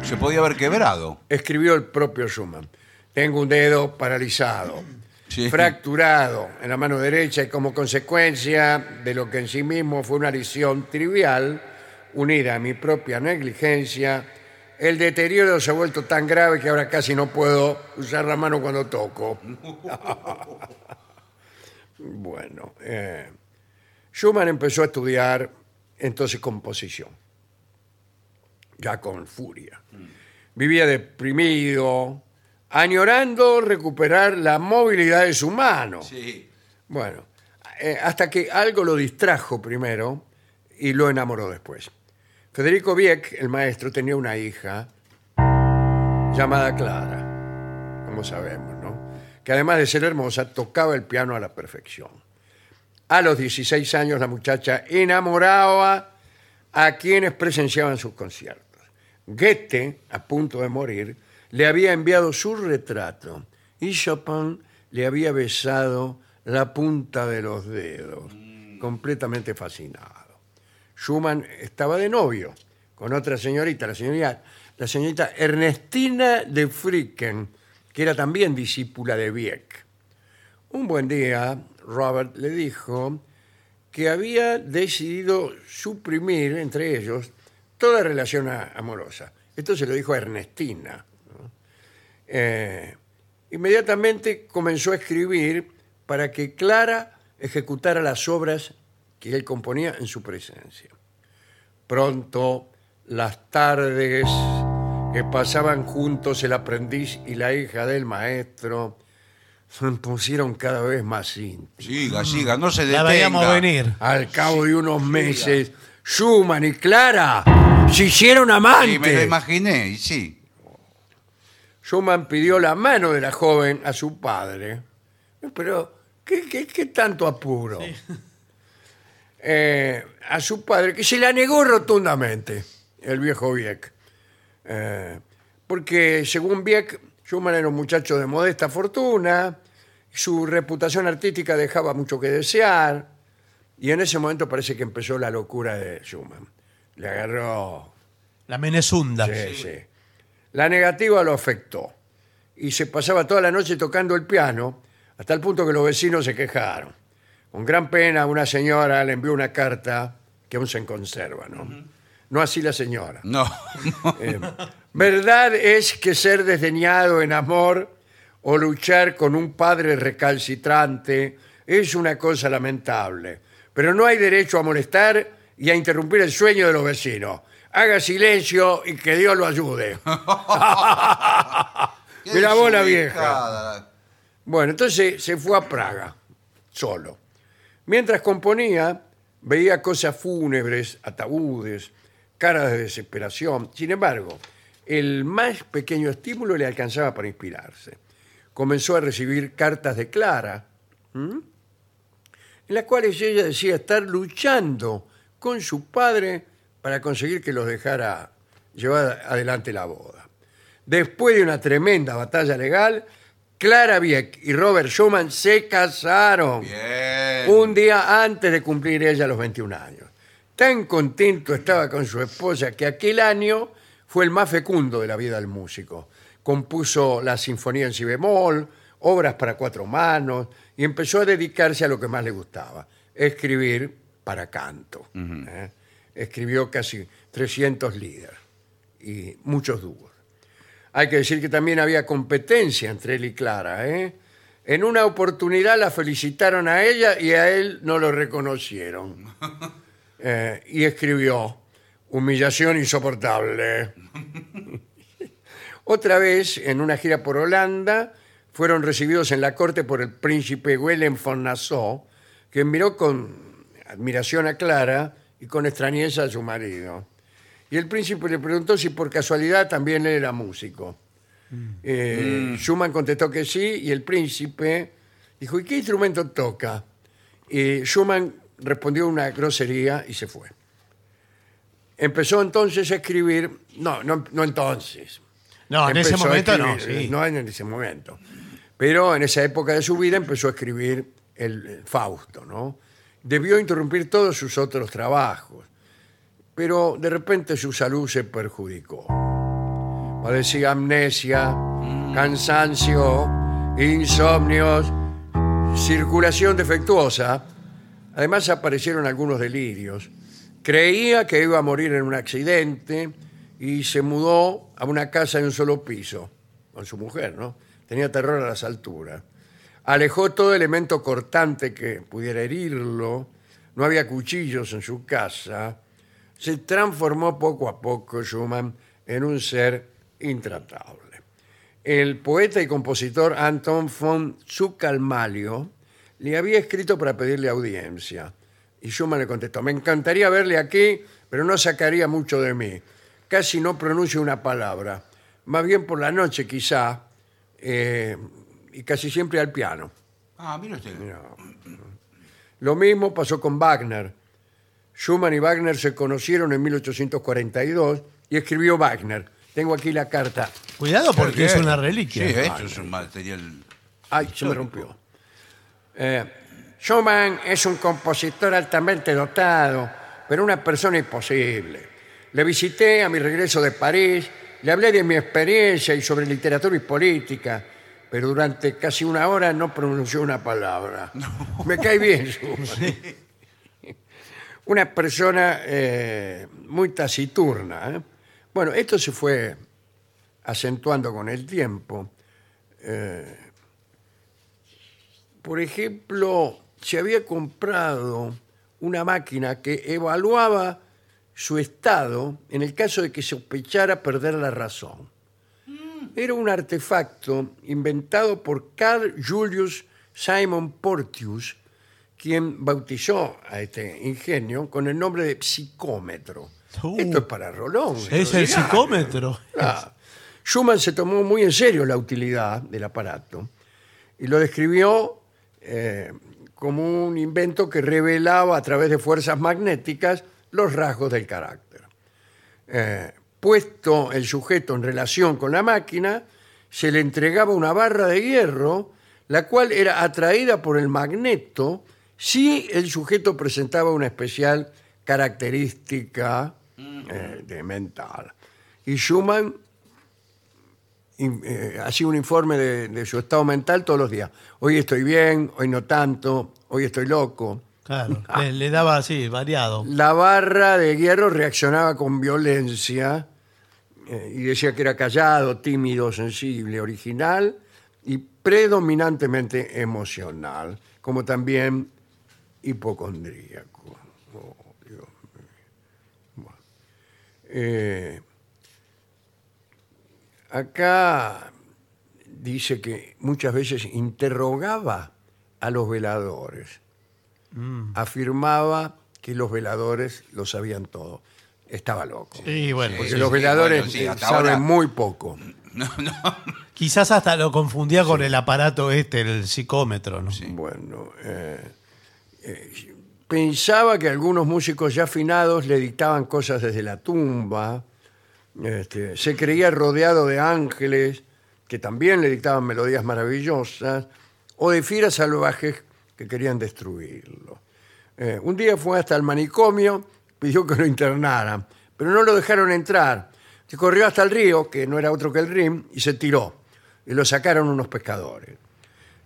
Speaker 4: se, se podía haber quebrado.
Speaker 2: escribió el propio Schumann. Tengo un dedo paralizado,
Speaker 4: Sí.
Speaker 2: fracturado en la mano derecha y como consecuencia de lo que en sí mismo fue una lesión trivial, unida a mi propia negligencia, el deterioro se ha vuelto tan grave que ahora casi no puedo usar la mano cuando toco. bueno, eh, Schumann empezó a estudiar entonces composición, ya con furia vivía deprimido, añorando recuperar la movilidad de su mano.
Speaker 4: Sí.
Speaker 2: Bueno, eh, hasta que algo lo distrajo primero y lo enamoró después. Federico Wieck, el maestro, tenía una hija llamada Clara, como sabemos, ¿no? Que además de ser hermosa, tocaba el piano a la perfección. A los 16 años la muchacha enamoraba a quienes presenciaban sus conciertos. Goethe, a punto de morir, le había enviado su retrato y Chopin le había besado la punta de los dedos, completamente fascinado. Schumann estaba de novio con otra señorita, la señorita, la señorita Ernestina de Fricken, que era también discípula de Wieck. Un buen día, Robert le dijo que había decidido suprimir entre ellos toda relación a- amorosa. Esto se lo dijo a Ernestina. ¿no? Eh, inmediatamente comenzó a escribir para que Clara ejecutara las obras que él componía en su presencia. Pronto las tardes que pasaban juntos el aprendiz y la hija del maestro se pusieron cada vez más íntimas.
Speaker 4: Siga, siga, no se detenga.
Speaker 3: La veíamos venir.
Speaker 2: Al cabo de unos meses, Schumann y Clara se hicieron
Speaker 4: Sí, me lo
Speaker 2: amantes.
Speaker 4: imaginé, y sí.
Speaker 2: Schumann pidió la mano de la joven a su padre. Pero, ¿qué, qué- qué tanto apuro? Eh, a su padre, que se la negó rotundamente, el viejo Wieck. Eh, porque, según Wieck, Schumann era un muchacho de modesta fortuna, su reputación artística dejaba mucho que desear, y en ese momento parece que empezó la locura de Schumann. Le agarró
Speaker 3: La Menezunda.
Speaker 2: Sí, sí. La negativa lo afectó y se pasaba toda la noche tocando el piano hasta el punto que los vecinos se quejaron. Con gran pena una señora le envió una carta que aún se conserva, ¿no? No así la señora.
Speaker 4: No.
Speaker 2: Eh, Verdad es que ser desdeñado en amor o luchar con un padre recalcitrante es una cosa lamentable, pero no hay derecho a molestar y a interrumpir el sueño de los vecinos. Haga silencio y que Dios lo ayude.
Speaker 4: Qué
Speaker 2: Mirá vos la vieja.
Speaker 4: desubicada.
Speaker 2: Bueno, entonces se fue a Praga, solo. Mientras componía, veía cosas fúnebres, ataúdes, caras de desesperación. Sin embargo, el más pequeño estímulo le alcanzaba para inspirarse. Comenzó a recibir cartas de Clara, ¿m? en las cuales ella decía estar luchando con su padre para conseguir que los dejara llevar adelante la boda. Después de una tremenda batalla legal, Clara Wieck y Robert Schumann se casaron
Speaker 4: Bien.
Speaker 2: un día antes de cumplir ella los 21 años. Tan contento estaba con su esposa que aquel año fue el más fecundo de la vida del músico. Compuso la sinfonía en si bemol, obras para cuatro manos y empezó a dedicarse a lo que más le gustaba, escribir para canto. ¿eh? Escribió casi 300 líderes y muchos dúos. Hay que decir que también había competencia entre él y Clara. ¿eh? En una oportunidad la felicitaron a ella y a él no lo reconocieron. Eh, y escribió, humillación insoportable. Otra vez, en una gira por Holanda, fueron recibidos en la corte por el príncipe Willem von Nassau, que miró con admiración a Clara y con extrañeza a su marido. Y el príncipe le preguntó si por casualidad también él era músico. Eh, Schumann contestó que sí y el príncipe dijo, ¿y qué instrumento toca? Y Schumann respondió una grosería y se fue. Empezó entonces a escribir, no, no, no entonces.
Speaker 3: No, en ese
Speaker 2: Empezó a
Speaker 3: momento no.
Speaker 2: escribir,
Speaker 3: sí.
Speaker 2: No en ese momento. Pero en esa época de su vida empezó a escribir el el Fausto, ¿no? Debió interrumpir todos sus otros trabajos, pero de repente su salud se perjudicó. Padecía amnesia,
Speaker 3: Mm.
Speaker 2: cansancio, insomnios, circulación defectuosa. Además aparecieron algunos delirios. Creía que iba a morir en un accidente y se mudó a una casa de un solo piso con su mujer, ¿no? Tenía terror a las alturas. Alejó todo elemento cortante que pudiera herirlo. No había cuchillos en su casa. Se transformó poco a poco Schumann en un ser intratable. El poeta y compositor Anton von Zuccalmalio le había escrito para pedirle audiencia. Y Schumann le contestó, me encantaría verle aquí, pero no sacaría mucho de mí. Casi no pronuncio una palabra. Más bien por la noche quizá, eh, y casi siempre al piano.
Speaker 4: Ah, mire usted.
Speaker 2: Lo mismo pasó con Wagner. Schumann y Wagner se conocieron en 1842 y escribió Wagner. Tengo aquí la carta.
Speaker 3: Cuidado porque es
Speaker 4: Bien.
Speaker 3: una reliquia.
Speaker 4: Sí, ¿eh? esto es un material.
Speaker 2: Ay, se me rompió. Eh, Schumann es un compositor altamente dotado, pero una persona imposible. Le visité a mi regreso de París, le hablé de mi experiencia y sobre literatura y política, pero durante casi una hora no pronunció una palabra. Me cae bien Schumann. Una persona eh, muy taciturna. ¿eh? Bueno, esto se fue acentuando con el tiempo. eh, por ejemplo, se había comprado una máquina que evaluaba su estado en el caso de que sospechara perder la razón. Era un artefacto inventado por Carl Julius Simon Portius, quien bautizó a este ingenio con el nombre de psicómetro.
Speaker 3: Uh.
Speaker 2: Esto es para Rolón.
Speaker 3: Es el
Speaker 2: Claro.
Speaker 3: psicómetro.
Speaker 2: Ah, Schumann se tomó muy en serio la utilidad del aparato y lo describió eh, como un invento que revelaba a través de fuerzas magnéticas los rasgos del carácter. Eh, puesto el sujeto en relación con la máquina, se le entregaba una barra de hierro, la cual era atraída por el magneto si el sujeto presentaba una especial característica eh, de mental. Y Schumann in- eh, hacía un informe de, de su estado mental todos los días. Hoy estoy bien, hoy no tanto, hoy estoy loco.
Speaker 3: Claro, le, le daba así, variado.
Speaker 2: La barra de hierro reaccionaba con violencia eh, y decía que era callado, tímido, sensible, original y predominantemente emocional, como también hipocondríaco. Oh, Dios mío. Bueno. Eh, acá dice que muchas veces interrogaba a los veladores
Speaker 4: Mm.
Speaker 2: afirmaba que los veladores lo sabían todo. Estaba loco.
Speaker 3: Sí, bueno.
Speaker 2: Porque
Speaker 4: sí,
Speaker 2: los
Speaker 4: sí,
Speaker 2: veladores
Speaker 4: bueno, sí,
Speaker 2: eh,
Speaker 4: hasta
Speaker 2: saben
Speaker 4: ahora-
Speaker 2: muy poco.
Speaker 3: Quizás hasta lo confundía con el aparato este, el psicómetro, ¿no?
Speaker 2: Bueno, eh, eh, Pensaba que algunos músicos ya afinados le dictaban cosas desde la tumba. Este, se creía rodeado de ángeles que también le dictaban melodías maravillosas o de fieras salvajes que querían destruirlo. Eh, un día fue hasta el manicomio, pidió que lo internaran, pero no lo dejaron entrar. Se corrió hasta el río, que no era otro que el Rin, y se tiró. Y lo sacaron unos pescadores.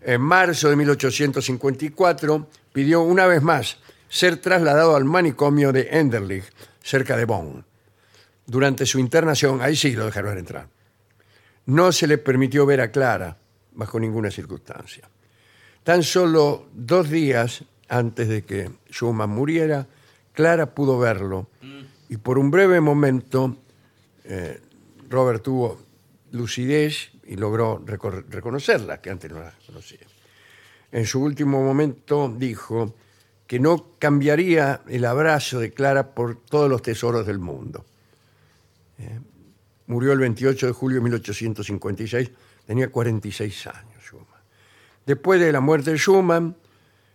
Speaker 2: En marzo de 1854 pidió una vez más ser trasladado al manicomio de Enderlich, cerca de Bonn. Durante su internación, ahí sí lo dejaron entrar. No se le permitió ver a Clara bajo ninguna circunstancia. Tan solo dos días antes de que Schumann muriera, Clara pudo verlo y por un breve momento eh, Robert tuvo lucidez y logró recor- reconocerla, que antes no la conocía. En su último momento dijo que no cambiaría el abrazo de Clara por todos los tesoros del mundo. Eh, murió el 28 de julio de 1856, tenía 46 años Schumann. Después de la muerte de Schumann,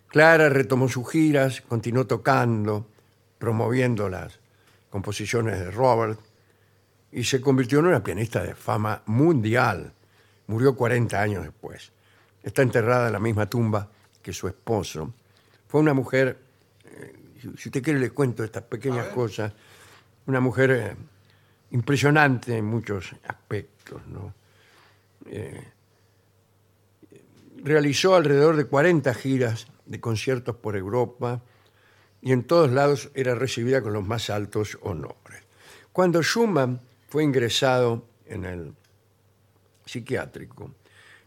Speaker 2: Clara retomó sus giras, continuó tocando, promoviendo las composiciones de Robert y se convirtió en una pianista de fama mundial. Murió 40 años después. Está enterrada en la misma tumba que su esposo. Fue una mujer, eh, si- si usted quiere le cuento estas pequeñas cosas, una mujer eh, impresionante en muchos aspectos. ¿no? Eh, realizó alrededor de 40 giras de conciertos por Europa y en todos lados era recibida con los más altos honores. Cuando Schumann fue ingresado en el psiquiátrico,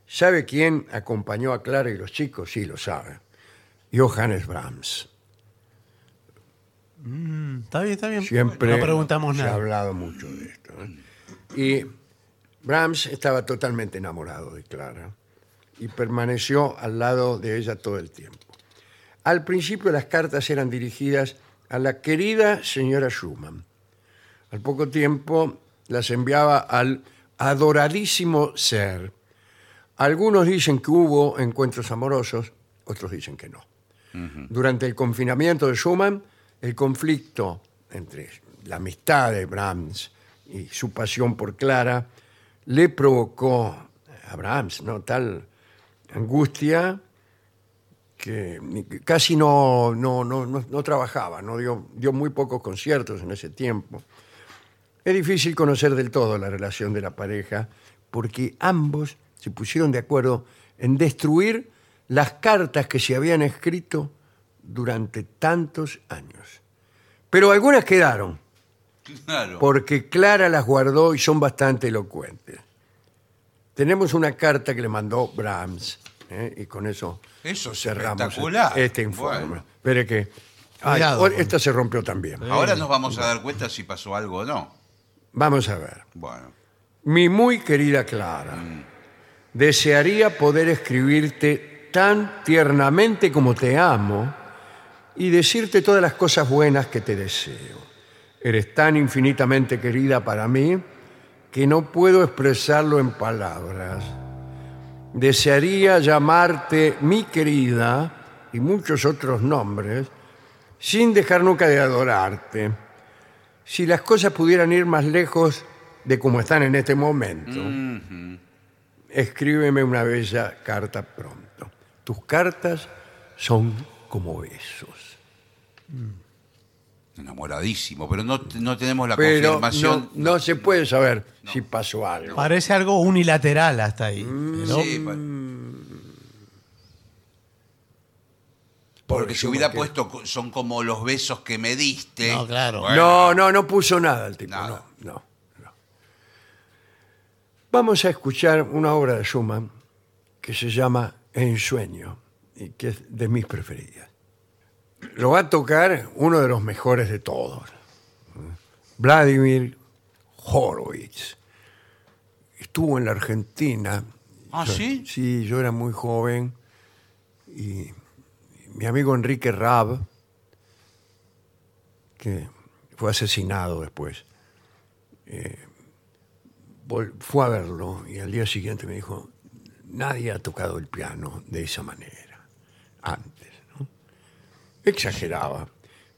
Speaker 2: ¿sabe quién acompañó a Clara y los chicos? Sí, lo sabe. Johannes Brahms.
Speaker 3: Mm, Está bien, está bien.
Speaker 2: Siempre
Speaker 3: no preguntamos
Speaker 2: se ha
Speaker 3: nada.
Speaker 2: hablado mucho de esto. ¿eh? Y Brahms estaba totalmente enamorado de Clara y permaneció al lado de ella todo el tiempo. Al principio las cartas eran dirigidas a la querida señora Schumann. Al poco tiempo las enviaba al adoradísimo ser. Algunos dicen que hubo encuentros amorosos, otros dicen que no. Durante el confinamiento de Schumann, el conflicto entre la amistad de Brahms y su pasión por Clara le provocó a Brahms ¿no? tal angustia que casi no, no, no- no- no trabajaba, ¿no? Dio, dio muy pocos conciertos en ese tiempo. Es difícil conocer del todo la relación de la pareja porque ambos se pusieron de acuerdo en destruir las cartas que se habían escrito durante tantos años. Pero algunas quedaron
Speaker 4: Claro.
Speaker 2: porque Clara las guardó y son bastante elocuentes. Tenemos una carta que le mandó Brahms ¿eh? y con eso,
Speaker 4: Eso es
Speaker 2: cerramos
Speaker 4: espectacular.
Speaker 2: este informe.
Speaker 4: Bueno. Eh.
Speaker 2: Pero que ay,
Speaker 3: Cuidado
Speaker 2: hoy-
Speaker 3: con-
Speaker 2: esta se rompió también.
Speaker 4: Ahora nos vamos a dar cuenta si pasó algo o no.
Speaker 2: Vamos a ver.
Speaker 4: Bueno.
Speaker 2: Mi muy querida Clara, desearía poder escribirte tan tiernamente como te amo y decirte todas las cosas buenas que te deseo. Eres tan infinitamente querida para mí que no puedo expresarlo en palabras. Desearía llamarte mi querida y muchos otros nombres sin dejar nunca de adorarte si las cosas pudieran ir más lejos de como están en este momento. Escríbeme una bella carta pronto. Tus cartas son como besos.
Speaker 4: Enamoradísimo, pero no, no tenemos la
Speaker 2: Pero no,
Speaker 4: confirmación.
Speaker 2: no se puede saber si pasó algo.
Speaker 3: Parece algo unilateral hasta ahí. pero-
Speaker 4: Mm, Sí, pa- Porque si hubiera puesto co- son como los besos que me diste.
Speaker 3: No, claro.
Speaker 2: No, no, no puso nada el tipo.
Speaker 4: Nada.
Speaker 2: No, no, no. Vamos a escuchar una obra de Schumann que se llama Ensueño y que es de mis preferidas. Lo va a tocar uno de los mejores de todos, Vladimir Horowitz. Estuvo en la Argentina.
Speaker 4: Ah,
Speaker 2: Yo-
Speaker 4: ¿sí?
Speaker 2: Sí, yo era muy joven y mi amigo Enrique Rab, que fue asesinado después, eh, vol- fue a verlo y al día siguiente me dijo, nadie ha tocado el piano de esa manera antes. ¿no? Exageraba,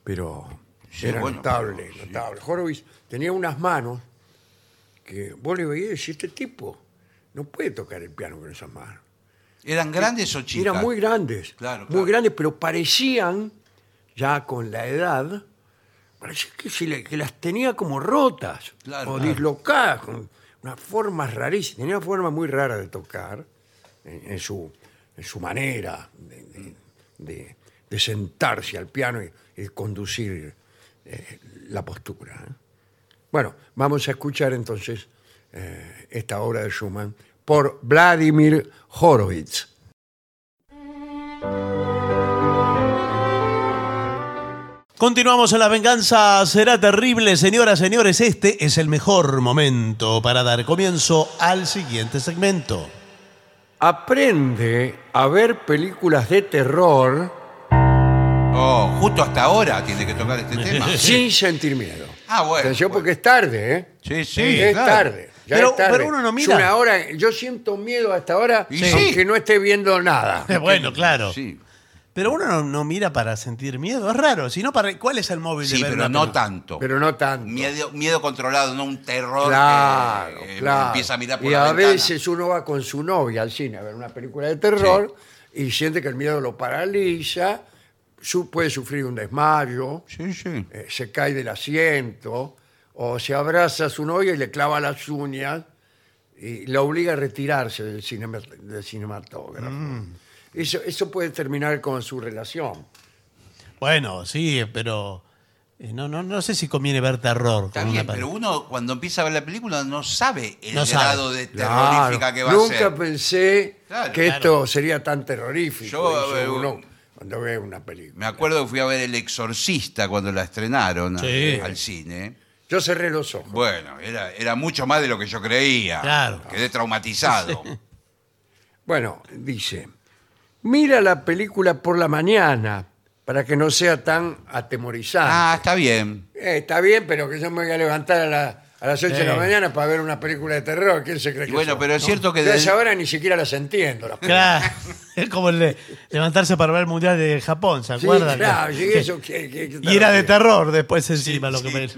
Speaker 2: pero
Speaker 4: Sí,
Speaker 2: era
Speaker 4: bueno,
Speaker 2: notable,
Speaker 4: pero-
Speaker 2: notable. Horowitz tenía unas manos que vos le veías y decís, este tipo no puede tocar el piano con esas manos.
Speaker 4: ¿Eran grandes o chicas?
Speaker 2: Eran muy grandes,
Speaker 4: Claro,
Speaker 2: muy
Speaker 4: claro.
Speaker 2: grandes, pero parecían, ya con la edad, parecía que, se le- que las tenía como rotas
Speaker 4: Claro,
Speaker 2: o
Speaker 4: claro.
Speaker 2: dislocadas, con unas formas rarísimas. Tenía una forma muy rara de tocar en, en su, en su manera de, de- de- de sentarse al piano y, y conducir eh, la postura. ¿eh? Bueno, vamos a escuchar entonces eh, esta obra de Schumann por Vladimir Horowitz.
Speaker 3: Continuamos en La Venganza Será Terrible, señoras, señores. Este es el mejor momento para dar comienzo al siguiente segmento.
Speaker 2: aprende a ver películas de terror
Speaker 4: Oh, justo hasta ahora tiene que tocar este tema.
Speaker 2: sin sentir miedo.
Speaker 4: Ah, bueno,
Speaker 2: Atención
Speaker 4: bueno.
Speaker 2: porque es tarde, ¿eh?
Speaker 4: Sí, sí,
Speaker 2: es
Speaker 4: claro.
Speaker 2: tarde. ya
Speaker 3: Pero-
Speaker 2: es tarde.
Speaker 3: pero uno no
Speaker 2: Es
Speaker 3: mira.
Speaker 2: una hora, yo siento miedo hasta ahora,
Speaker 4: Y
Speaker 2: aunque
Speaker 4: sí.
Speaker 2: no esté viendo nada.
Speaker 3: bueno, claro.
Speaker 4: Sí,
Speaker 3: Pero uno no, no mira para sentir miedo, es raro. Sino para, ¿Cuál es el móvil de
Speaker 4: sí
Speaker 3: ver
Speaker 4: pero
Speaker 3: una
Speaker 4: no
Speaker 3: película?
Speaker 4: tanto.
Speaker 2: Pero no tanto.
Speaker 4: Miedo, miedo controlado, no un terror que,
Speaker 2: Claro,
Speaker 4: eh,
Speaker 2: claro.
Speaker 4: empieza a mirar por
Speaker 2: y
Speaker 4: la
Speaker 2: a
Speaker 4: ventana.
Speaker 2: veces uno va con su novia al cine a ver una película de terror y siente que el miedo lo paraliza, su- puede sufrir un desmayo.
Speaker 4: Sí, sí.
Speaker 2: eh, se cae del asiento o se abraza a su novia y le clava las uñas y la obliga a retirarse del, cinema- del cinematógrafo. Eso, eso puede terminar con su relación.
Speaker 3: Bueno, sí, pero eh, no, no, no sé si conviene ver terror. con
Speaker 4: Está
Speaker 3: una
Speaker 4: bien,
Speaker 3: peli-
Speaker 4: pero uno cuando empieza a ver la película no sabe el
Speaker 3: No sabe.
Speaker 4: grado de terrorífica
Speaker 2: Claro,
Speaker 4: que va
Speaker 2: nunca
Speaker 4: a ser.
Speaker 2: pensé
Speaker 4: Claro,
Speaker 2: que
Speaker 3: claro.
Speaker 2: esto sería tan terrorífico.
Speaker 4: Yo,
Speaker 2: dice
Speaker 4: eh,
Speaker 2: uno
Speaker 4: eh,
Speaker 2: cuando ve una película.
Speaker 4: Me acuerdo que fui a ver El Exorcista cuando la estrenaron a-
Speaker 3: Sí.
Speaker 4: al cine.
Speaker 2: Yo cerré los ojos.
Speaker 4: Bueno, era, era mucho más de lo que yo creía.
Speaker 3: Claro.
Speaker 4: Quedé traumatizado.
Speaker 2: Bueno, dice, mira la película por la mañana para que no sea tan atemorizante.
Speaker 4: Ah, está bien.
Speaker 2: Eh, está bien, pero que yo me voy a levantar a, la- a las 8 de la
Speaker 3: Sí.
Speaker 2: mañana para ver una película de terror. ¿Quién se cree
Speaker 4: Y
Speaker 2: que
Speaker 4: bueno,
Speaker 2: soy?
Speaker 4: pero es cierto que
Speaker 2: Yo a
Speaker 4: de-
Speaker 2: esa hora ni siquiera las entiendo. las películas.
Speaker 3: Claro, es como el de levantarse para ver el Mundial de Japón, ¿se
Speaker 2: Sí,
Speaker 3: acuerdan?
Speaker 2: claro,
Speaker 3: Que-
Speaker 2: sí, eso, que- que- que-
Speaker 3: Y era de terror después encima lo que me...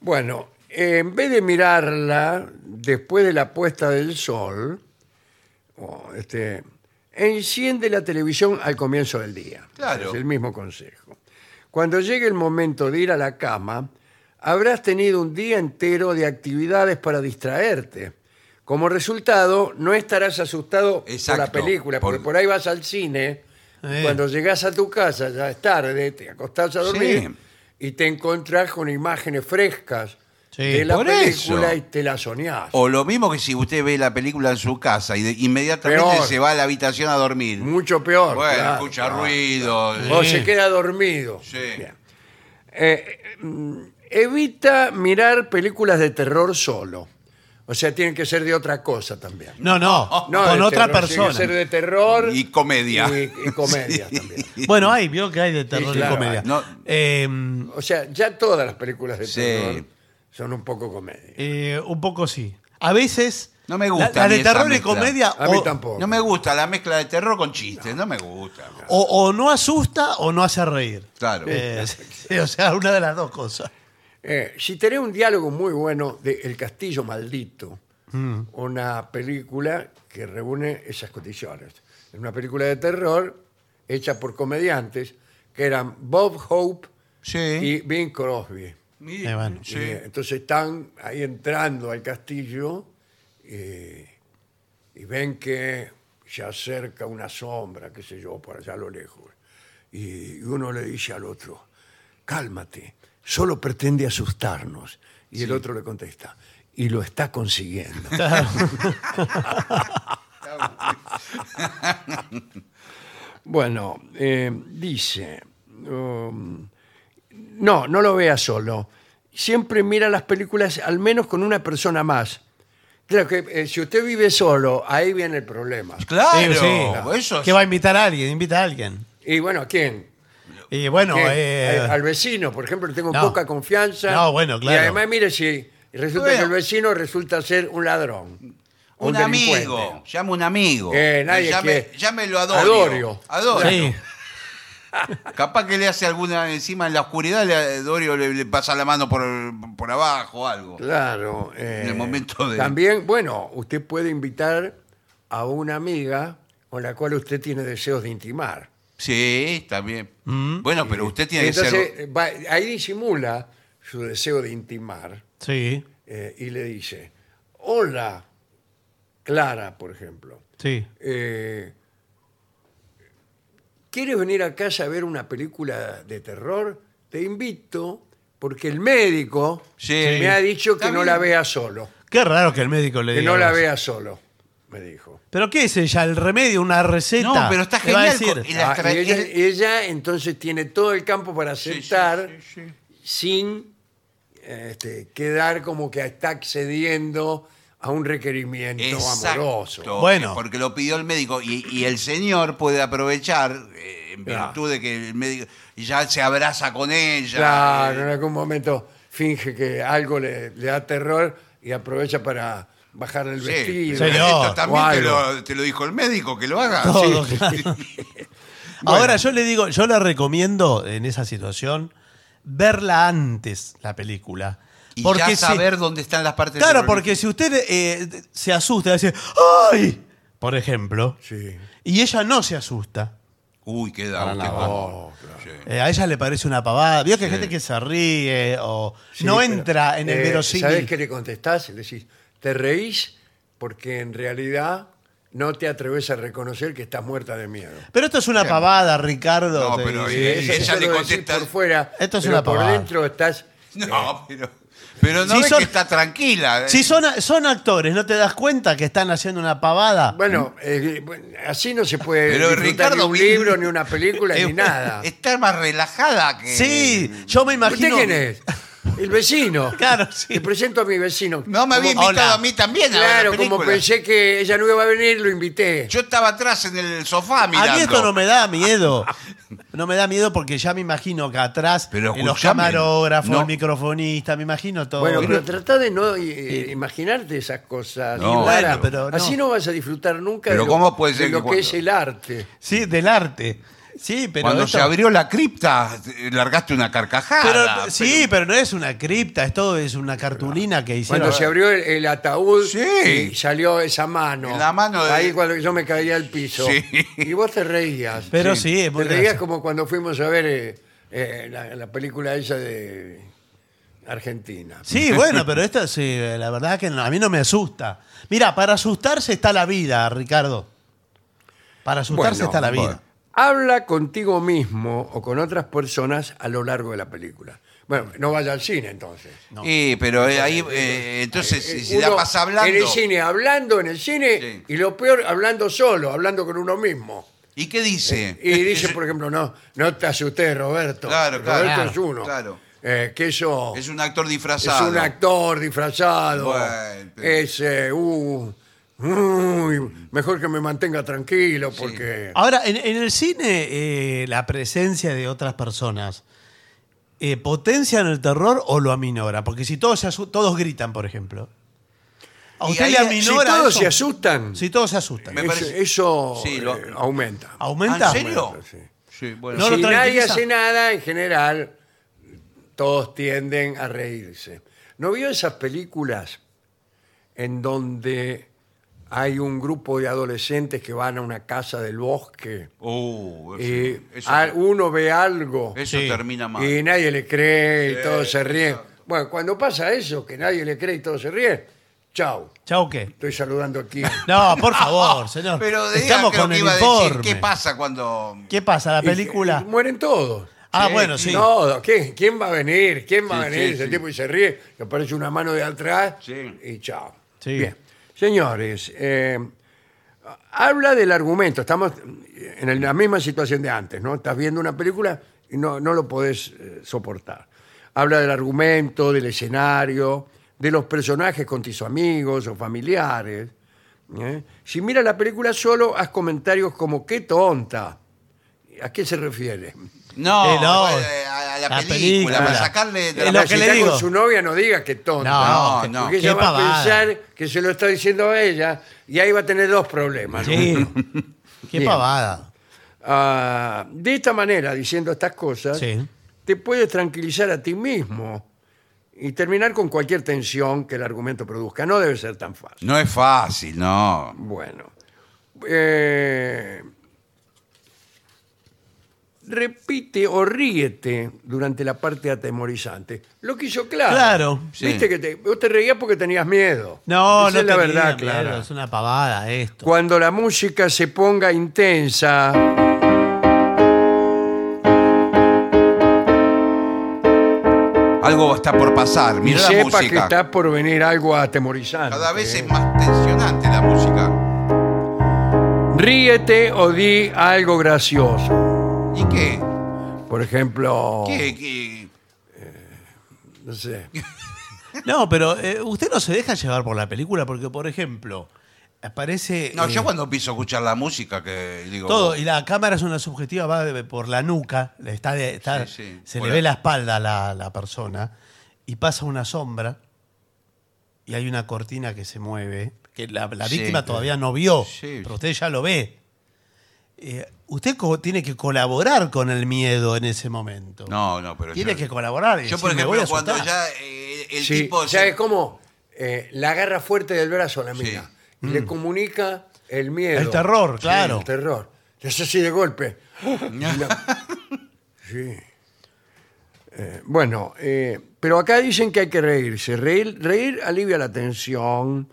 Speaker 2: Bueno, eh, en vez de mirarla después de la puesta del sol, o, este, enciende la televisión al comienzo del día.
Speaker 4: Claro.
Speaker 2: Es el mismo consejo. Cuando llegue el momento de ir a la cama, habrás tenido un día entero de actividades para distraerte. Como resultado, no estarás asustado por la
Speaker 4: Exacto,
Speaker 2: película, porque
Speaker 4: por-
Speaker 2: por ahí vas al cine,
Speaker 3: Eh.
Speaker 2: cuando llegás a tu casa, ya es tarde, te acostás a dormir
Speaker 4: Sí.
Speaker 2: y te encontrás con imágenes frescas
Speaker 3: Sí,
Speaker 2: de la
Speaker 4: por
Speaker 2: película
Speaker 4: eso.
Speaker 2: y te la soñás.
Speaker 4: O lo mismo que si usted ve la película en su casa y de- inmediatamente
Speaker 2: Peor.
Speaker 4: se va a la habitación a dormir.
Speaker 2: Mucho peor.
Speaker 4: bueno,
Speaker 2: claro,
Speaker 4: escucha
Speaker 2: claro.
Speaker 4: ruido.
Speaker 2: O
Speaker 3: Sí.
Speaker 2: se queda dormido.
Speaker 4: Sí.
Speaker 2: Eh, mm, evita mirar películas de terror solo. O sea, tienen que ser de otra cosa también.
Speaker 3: No, no,
Speaker 2: No
Speaker 3: con
Speaker 2: de terror,
Speaker 3: otra
Speaker 2: tiene que
Speaker 3: persona.
Speaker 2: ser de terror
Speaker 4: Y comedia.
Speaker 2: Y, y comedia también.
Speaker 3: Bueno, hay, vio que hay de terror
Speaker 2: claro,
Speaker 3: y comedia.
Speaker 4: no-
Speaker 3: Eh,
Speaker 2: O sea, ya todas las películas de
Speaker 4: Sí.
Speaker 2: terror son un poco comedia.
Speaker 3: eh, un poco sí. A veces...
Speaker 4: No me gusta
Speaker 3: La, la
Speaker 4: a mí
Speaker 3: de
Speaker 4: esa
Speaker 3: terror y
Speaker 4: mezcla.
Speaker 3: comedia
Speaker 2: A mí
Speaker 3: o,
Speaker 2: tampoco.
Speaker 4: No me gusta la mezcla de terror con chistes, no me gusta.
Speaker 3: o, o no asusta o no hace reír.
Speaker 4: Claro.
Speaker 3: Eh, sí, o sea, una de las dos cosas.
Speaker 2: Eh, si tenés un diálogo muy bueno de El Castillo Maldito, una película que reúne esas condiciones. Es una película de terror hecha por comediantes que eran Bob Hope
Speaker 4: Sí.
Speaker 2: y Bing Crosby.
Speaker 4: Y-
Speaker 3: Eh, bueno.
Speaker 2: Y, eh, entonces están ahí entrando al castillo eh, y ven que se acerca una sombra, qué sé yo, por allá a lo lejos. Y uno le dice al otro, cálmate, solo pretende asustarnos. Y el otro le contesta, y lo está consiguiendo. Bueno, eh, dice, um, no, no lo vea solo. Siempre mira las películas al menos con una persona más. Claro que eh, si usted vive solo, ahí viene el problema.
Speaker 4: Claro,
Speaker 3: Sí, sí.
Speaker 4: eso
Speaker 3: Que va a invitar a alguien, invita a alguien.
Speaker 2: Y bueno, ¿a quién?
Speaker 3: Y bueno,
Speaker 2: ¿Quién?
Speaker 3: eh,
Speaker 2: Al- al vecino, por ejemplo, le tengo
Speaker 3: no.
Speaker 2: poca confianza.
Speaker 3: No, bueno, claro.
Speaker 2: Y además, mire si resulta
Speaker 4: Bueno.
Speaker 2: que el vecino resulta ser un ladrón. o
Speaker 4: Un
Speaker 2: delincuente.
Speaker 4: amigo, llama un amigo.
Speaker 2: Que nadie
Speaker 4: Llame-
Speaker 2: quiere.
Speaker 4: Llámelo a Adorio.
Speaker 2: Adorio.
Speaker 4: Adorio.
Speaker 3: sí.
Speaker 4: Capaz que le hace alguna encima en la oscuridad, le- Dorio le, le pasa la mano por, por abajo o algo.
Speaker 2: Claro. eh,
Speaker 4: En el momento de-
Speaker 2: También, bueno, usted puede invitar a una amiga con la cual usted tiene deseos de intimar.
Speaker 4: Sí, también.
Speaker 3: Mm.
Speaker 4: Bueno, pero usted tiene
Speaker 2: Entonces,
Speaker 4: que ser.
Speaker 2: eh, va- ahí disimula su deseo de intimar
Speaker 3: Sí,
Speaker 2: eh, y le dice, hola, Clara, por ejemplo.
Speaker 3: sí.
Speaker 2: eh, ¿Quieres venir a casa a ver una película de terror? Te invito porque el médico
Speaker 4: Sí.
Speaker 2: me ha dicho que
Speaker 4: Está
Speaker 2: no
Speaker 4: bien.
Speaker 2: la vea solo.
Speaker 3: Qué raro que el médico le
Speaker 2: Que
Speaker 3: diga.
Speaker 2: no la
Speaker 3: eso.
Speaker 2: vea solo, me dijo.
Speaker 3: ¿Pero qué es ella? ¿El remedio? ¿Una receta?
Speaker 4: No, pero está
Speaker 3: Le va a
Speaker 4: genial
Speaker 3: decir,
Speaker 4: con- Y la
Speaker 2: Ah,
Speaker 4: estra-
Speaker 2: y ella,
Speaker 4: el-
Speaker 2: ella, entonces tiene todo el campo para
Speaker 4: Sí, sí,
Speaker 2: aceptar
Speaker 4: sí, sí.
Speaker 2: sin este, quedar como que está accediendo a un requerimiento
Speaker 4: Exacto,
Speaker 2: amoroso.
Speaker 3: Bueno.
Speaker 4: Porque lo pidió el médico y, y el señor puede aprovechar, eh, en
Speaker 2: Claro.
Speaker 4: virtud de que el médico ya se abraza con ella.
Speaker 2: Claro,
Speaker 4: eh,
Speaker 2: en algún momento finge que algo le, le da terror y aprovecha para bajar el
Speaker 4: sí,
Speaker 2: vestido.
Speaker 4: pero
Speaker 3: Señor.
Speaker 4: esto también
Speaker 2: o
Speaker 4: te
Speaker 2: algo.
Speaker 4: lo, te lo dijo el médico, que lo haga.
Speaker 3: Todo,
Speaker 4: Sí.
Speaker 3: Ahora yo le digo, yo le recomiendo en esa situación verla antes, la película.
Speaker 4: Y
Speaker 3: porque
Speaker 4: ya
Speaker 3: si-
Speaker 4: saber dónde están las partes
Speaker 3: Claro, porque
Speaker 4: terroríficas.
Speaker 3: si usted eh, se asusta, dice, ¡ay! Por ejemplo,
Speaker 2: Sí.
Speaker 3: y ella no se asusta.
Speaker 4: Uy, queda.
Speaker 2: Para
Speaker 4: usted
Speaker 2: nada.
Speaker 4: con-
Speaker 2: Oh, claro.
Speaker 4: Sí.
Speaker 3: eh, a ella le parece una pavada. Vio que hay gente que se ríe o
Speaker 2: Sí,
Speaker 3: no
Speaker 2: pero,
Speaker 3: entra en el
Speaker 2: eh,
Speaker 3: verosímil.
Speaker 2: ¿Sabes qué le contestás? Le decís, te reís porque en realidad no te atreves a reconocer que estás muerta de miedo.
Speaker 3: Pero esto es una pavada, Ricardo.
Speaker 4: No,
Speaker 3: te digo.
Speaker 4: pero eh,
Speaker 2: Eso
Speaker 4: ella
Speaker 2: se
Speaker 4: le
Speaker 2: lo decís
Speaker 4: contesta-
Speaker 2: por fuera,
Speaker 3: Esto es
Speaker 2: pero
Speaker 3: una
Speaker 2: por
Speaker 3: pavada.
Speaker 2: dentro estás
Speaker 4: No, pero, pero no
Speaker 3: Si
Speaker 4: ves
Speaker 3: son-
Speaker 4: que está tranquila. eh.
Speaker 3: Si son, son actores, ¿no te das cuenta que están haciendo una pavada?
Speaker 2: Bueno, eh, bueno, así no se puede
Speaker 4: Pero
Speaker 2: disfrutar
Speaker 4: Ricardo,
Speaker 2: ni un libro, ni una película,
Speaker 4: Eh,
Speaker 2: ni nada.
Speaker 4: Está más relajada que.
Speaker 3: sí, yo me
Speaker 2: ¿Usted
Speaker 3: imagino.
Speaker 2: quién es? El vecino.
Speaker 3: Claro, sí.
Speaker 2: Te presento a mi vecino. oh,
Speaker 4: No me había
Speaker 3: Como-
Speaker 4: invitado
Speaker 3: Hola.
Speaker 4: a mí también a ver la
Speaker 2: Claro, como
Speaker 4: película.
Speaker 2: pensé que ella no iba a venir, lo invité.
Speaker 4: Yo estaba atrás en el sofá mirando.
Speaker 3: A mí esto no me da miedo. No me da miedo porque ya me imagino que atrás,
Speaker 4: Pero
Speaker 3: en los
Speaker 4: escuchame,
Speaker 3: camarógrafos,
Speaker 4: no.
Speaker 3: el microfonista, me imagino todo.
Speaker 2: bueno, pero tratá de no eh, imaginarte esas cosas.
Speaker 4: No,
Speaker 2: Lara.
Speaker 3: bueno, pero no.
Speaker 2: Así no vas a disfrutar nunca
Speaker 4: Pero
Speaker 2: de lo,
Speaker 4: ¿cómo puede
Speaker 2: de
Speaker 4: ser
Speaker 2: lo
Speaker 4: que
Speaker 2: que
Speaker 4: cuando-
Speaker 2: es el arte.
Speaker 3: sí, del arte. Sí, pero.
Speaker 4: Cuando
Speaker 3: esto-
Speaker 4: se abrió la cripta, eh, largaste una carcajada.
Speaker 3: pero-
Speaker 4: pero-
Speaker 3: sí, pero no es una cripta, es todo, es una cartulina que hicieron.
Speaker 2: Cuando se abrió el, el ataúd
Speaker 4: Sí.
Speaker 2: y salió esa mano.
Speaker 4: La mano de-
Speaker 2: Ahí cuando yo me caía al piso.
Speaker 4: Sí.
Speaker 2: Y vos te reías.
Speaker 3: Pero sí, es
Speaker 2: Te
Speaker 3: muy
Speaker 2: reías
Speaker 3: gracioso.
Speaker 2: como cuando fuimos a ver eh, eh, la, la película esa de Argentina.
Speaker 3: Sí, bueno, pero esto sí, eh, la verdad que no, a mí no me asusta. Mira, para asustarse está la vida, Ricardo. Para asustarse
Speaker 2: Bueno,
Speaker 3: está la vida.
Speaker 4: bueno.
Speaker 2: Habla contigo mismo o con otras personas a lo largo de la película. Bueno, no vaya al cine entonces.
Speaker 4: Sí, pero eh, ahí, eh, entonces, si- si la
Speaker 2: Uno
Speaker 4: pasa hablando.
Speaker 2: En el cine, hablando en el cine
Speaker 4: Sí.
Speaker 2: y lo peor, hablando solo, hablando con uno mismo.
Speaker 4: ¿Y qué dice?
Speaker 2: eh, Y dice, por ejemplo, no, no te asustes, Roberto.
Speaker 4: Claro, claro.
Speaker 2: Roberto
Speaker 4: Claro,
Speaker 2: es uno.
Speaker 4: claro.
Speaker 2: Eh, que eso
Speaker 4: Es
Speaker 2: es,
Speaker 4: un actor disfrazado.
Speaker 2: un actor disfrazado.
Speaker 4: Bueno, pero-
Speaker 2: es, eh, uh, uy, mejor que me mantenga tranquilo porque...
Speaker 4: Ah,
Speaker 3: Ahora, en, en el cine, eh, la presencia de otras personas eh, potencian el terror o lo aminora. Porque si todos, se asu- todos gritan, por ejemplo. ¿A
Speaker 4: Y
Speaker 3: usted
Speaker 4: ahí,
Speaker 3: le
Speaker 2: Si
Speaker 3: aminora
Speaker 2: todos
Speaker 3: eso?
Speaker 2: se asustan,
Speaker 3: Si todos se asustan.
Speaker 4: Me-
Speaker 2: eso,
Speaker 4: parece-
Speaker 2: eso,
Speaker 4: Sí, lo-
Speaker 2: eh, aumenta.
Speaker 3: ¿Aumenta?
Speaker 4: ¿En serio?
Speaker 2: Aumenta, sí.
Speaker 4: Sí, bueno.
Speaker 3: No
Speaker 2: si
Speaker 3: lo
Speaker 2: nadie
Speaker 3: tranquiliza.
Speaker 2: hace nada, en general, todos tienden a reírse. ¿No vio esas películas en donde hay un grupo de adolescentes que van a una casa del bosque
Speaker 4: Uh, eso,
Speaker 2: y
Speaker 4: eso-
Speaker 2: al- uno ve algo
Speaker 4: eso
Speaker 3: Sí.
Speaker 4: termina mal.
Speaker 2: y nadie le cree y
Speaker 4: Sí,
Speaker 2: todos se ríen?
Speaker 4: exacto.
Speaker 2: Bueno, cuando pasa eso, que nadie le cree y todos se ríen, chau,
Speaker 3: ¿Chao qué?
Speaker 2: estoy saludando aquí.
Speaker 3: No, por favor, señor.
Speaker 4: Pero diga,
Speaker 3: Estamos
Speaker 4: creo
Speaker 3: con
Speaker 4: que
Speaker 3: el
Speaker 4: iba a decir,
Speaker 3: informe.
Speaker 4: ¿qué pasa cuando.?
Speaker 3: ¿Qué pasa? ¿La
Speaker 2: Y-
Speaker 3: película?
Speaker 2: y mueren todos.
Speaker 3: ah,
Speaker 4: Sí.
Speaker 3: bueno, sí.
Speaker 2: No, ¿quién, quién va a venir? ¿Quién va a
Speaker 4: Sí,
Speaker 2: venir?
Speaker 4: sí,
Speaker 2: Ese
Speaker 4: sí.
Speaker 2: tipo y se ríe, que aparece una mano de atrás
Speaker 4: Sí.
Speaker 2: y chao.
Speaker 3: Sí.
Speaker 2: Bien. Señores, eh, habla del argumento. Estamos en la misma situación de antes, ¿no? Estás viendo una película y no, no lo podés eh, soportar. Habla del argumento, del escenario, de los personajes con tus amigos o familiares. ¿eh? Si miras la película solo, haz comentarios como qué tonta. ¿A qué se refiere?
Speaker 4: No,
Speaker 3: Eh, no,
Speaker 4: eh, a, a la,
Speaker 3: la
Speaker 4: película,
Speaker 3: película.
Speaker 4: para sacarle de
Speaker 3: Es
Speaker 4: la
Speaker 3: lo que
Speaker 2: Si
Speaker 3: le
Speaker 2: está
Speaker 3: digo.
Speaker 2: con su novia no diga que tonta.
Speaker 3: No,
Speaker 4: No, no.
Speaker 2: Porque
Speaker 3: qué
Speaker 2: ella va a
Speaker 3: pavada.
Speaker 2: pensar que se lo está diciendo a ella y ahí va a tener dos problemas. ¿no?
Speaker 3: Sí. qué
Speaker 2: Bien.
Speaker 3: pavada.
Speaker 2: Ah, de esta manera, diciendo estas cosas,
Speaker 3: Sí.
Speaker 2: te puedes tranquilizar a ti mismo y terminar con cualquier tensión que el argumento produzca. No debe ser tan fácil.
Speaker 4: No es fácil, no.
Speaker 2: Bueno. Eh, repite o ríete durante la parte atemorizante. Lo que hizo Clara.
Speaker 3: Claro,
Speaker 4: sí.
Speaker 2: Viste que te, vos te reías porque tenías miedo.
Speaker 3: No,
Speaker 2: Esa
Speaker 3: no
Speaker 2: es la
Speaker 3: tenía
Speaker 2: verdad,
Speaker 3: miedo,
Speaker 2: Clara.
Speaker 3: Es una pavada esto.
Speaker 2: Cuando la música se ponga intensa.
Speaker 4: Algo está por pasar.
Speaker 2: Y
Speaker 4: Mira la
Speaker 2: sepa que
Speaker 4: música.
Speaker 2: está por venir algo atemorizante. ¿eh?
Speaker 4: Cada vez
Speaker 3: eh.
Speaker 4: es más tensionante la música.
Speaker 2: Ríete o di algo gracioso.
Speaker 4: ¿Y qué?
Speaker 2: Por ejemplo,
Speaker 3: Oh.
Speaker 4: ¿Qué? qué?
Speaker 2: no sé,
Speaker 3: No, pero eh, usted no se deja llevar por la película porque, por ejemplo, aparece
Speaker 4: No,
Speaker 3: eh,
Speaker 4: yo cuando empiezo a escuchar la música que digo.
Speaker 3: todo y la cámara es una subjetiva, va de- por la nuca, le está de- está-
Speaker 4: Sí, sí,
Speaker 3: se
Speaker 4: por
Speaker 3: le
Speaker 4: la-
Speaker 3: ve la espalda a la, la persona y pasa una sombra y hay una cortina que se mueve, que la, la
Speaker 4: Sí,
Speaker 3: víctima
Speaker 4: claro.
Speaker 3: todavía no vio,
Speaker 4: Sí.
Speaker 3: pero usted ya lo ve. Eh, usted co- tiene que colaborar con el miedo en ese momento.
Speaker 4: No, no, pero.
Speaker 3: Tiene
Speaker 4: yo-
Speaker 3: que colaborar. y
Speaker 4: Yo, por
Speaker 3: decir, "Me voy
Speaker 4: ejemplo,
Speaker 3: a
Speaker 4: cuando
Speaker 3: asustar".
Speaker 4: ya eh, el
Speaker 2: Sí,
Speaker 4: tipo.
Speaker 2: o sea,
Speaker 4: se-
Speaker 2: es como eh, la agarra fuerte del brazo a la mina
Speaker 4: Mm.
Speaker 2: y le comunica el miedo.
Speaker 3: El terror,
Speaker 2: Sí,
Speaker 3: claro.
Speaker 2: el terror. Le hace así de golpe. Y la- Sí. Eh, bueno, eh, pero acá dicen que hay que reírse. Reír, reír alivia la tensión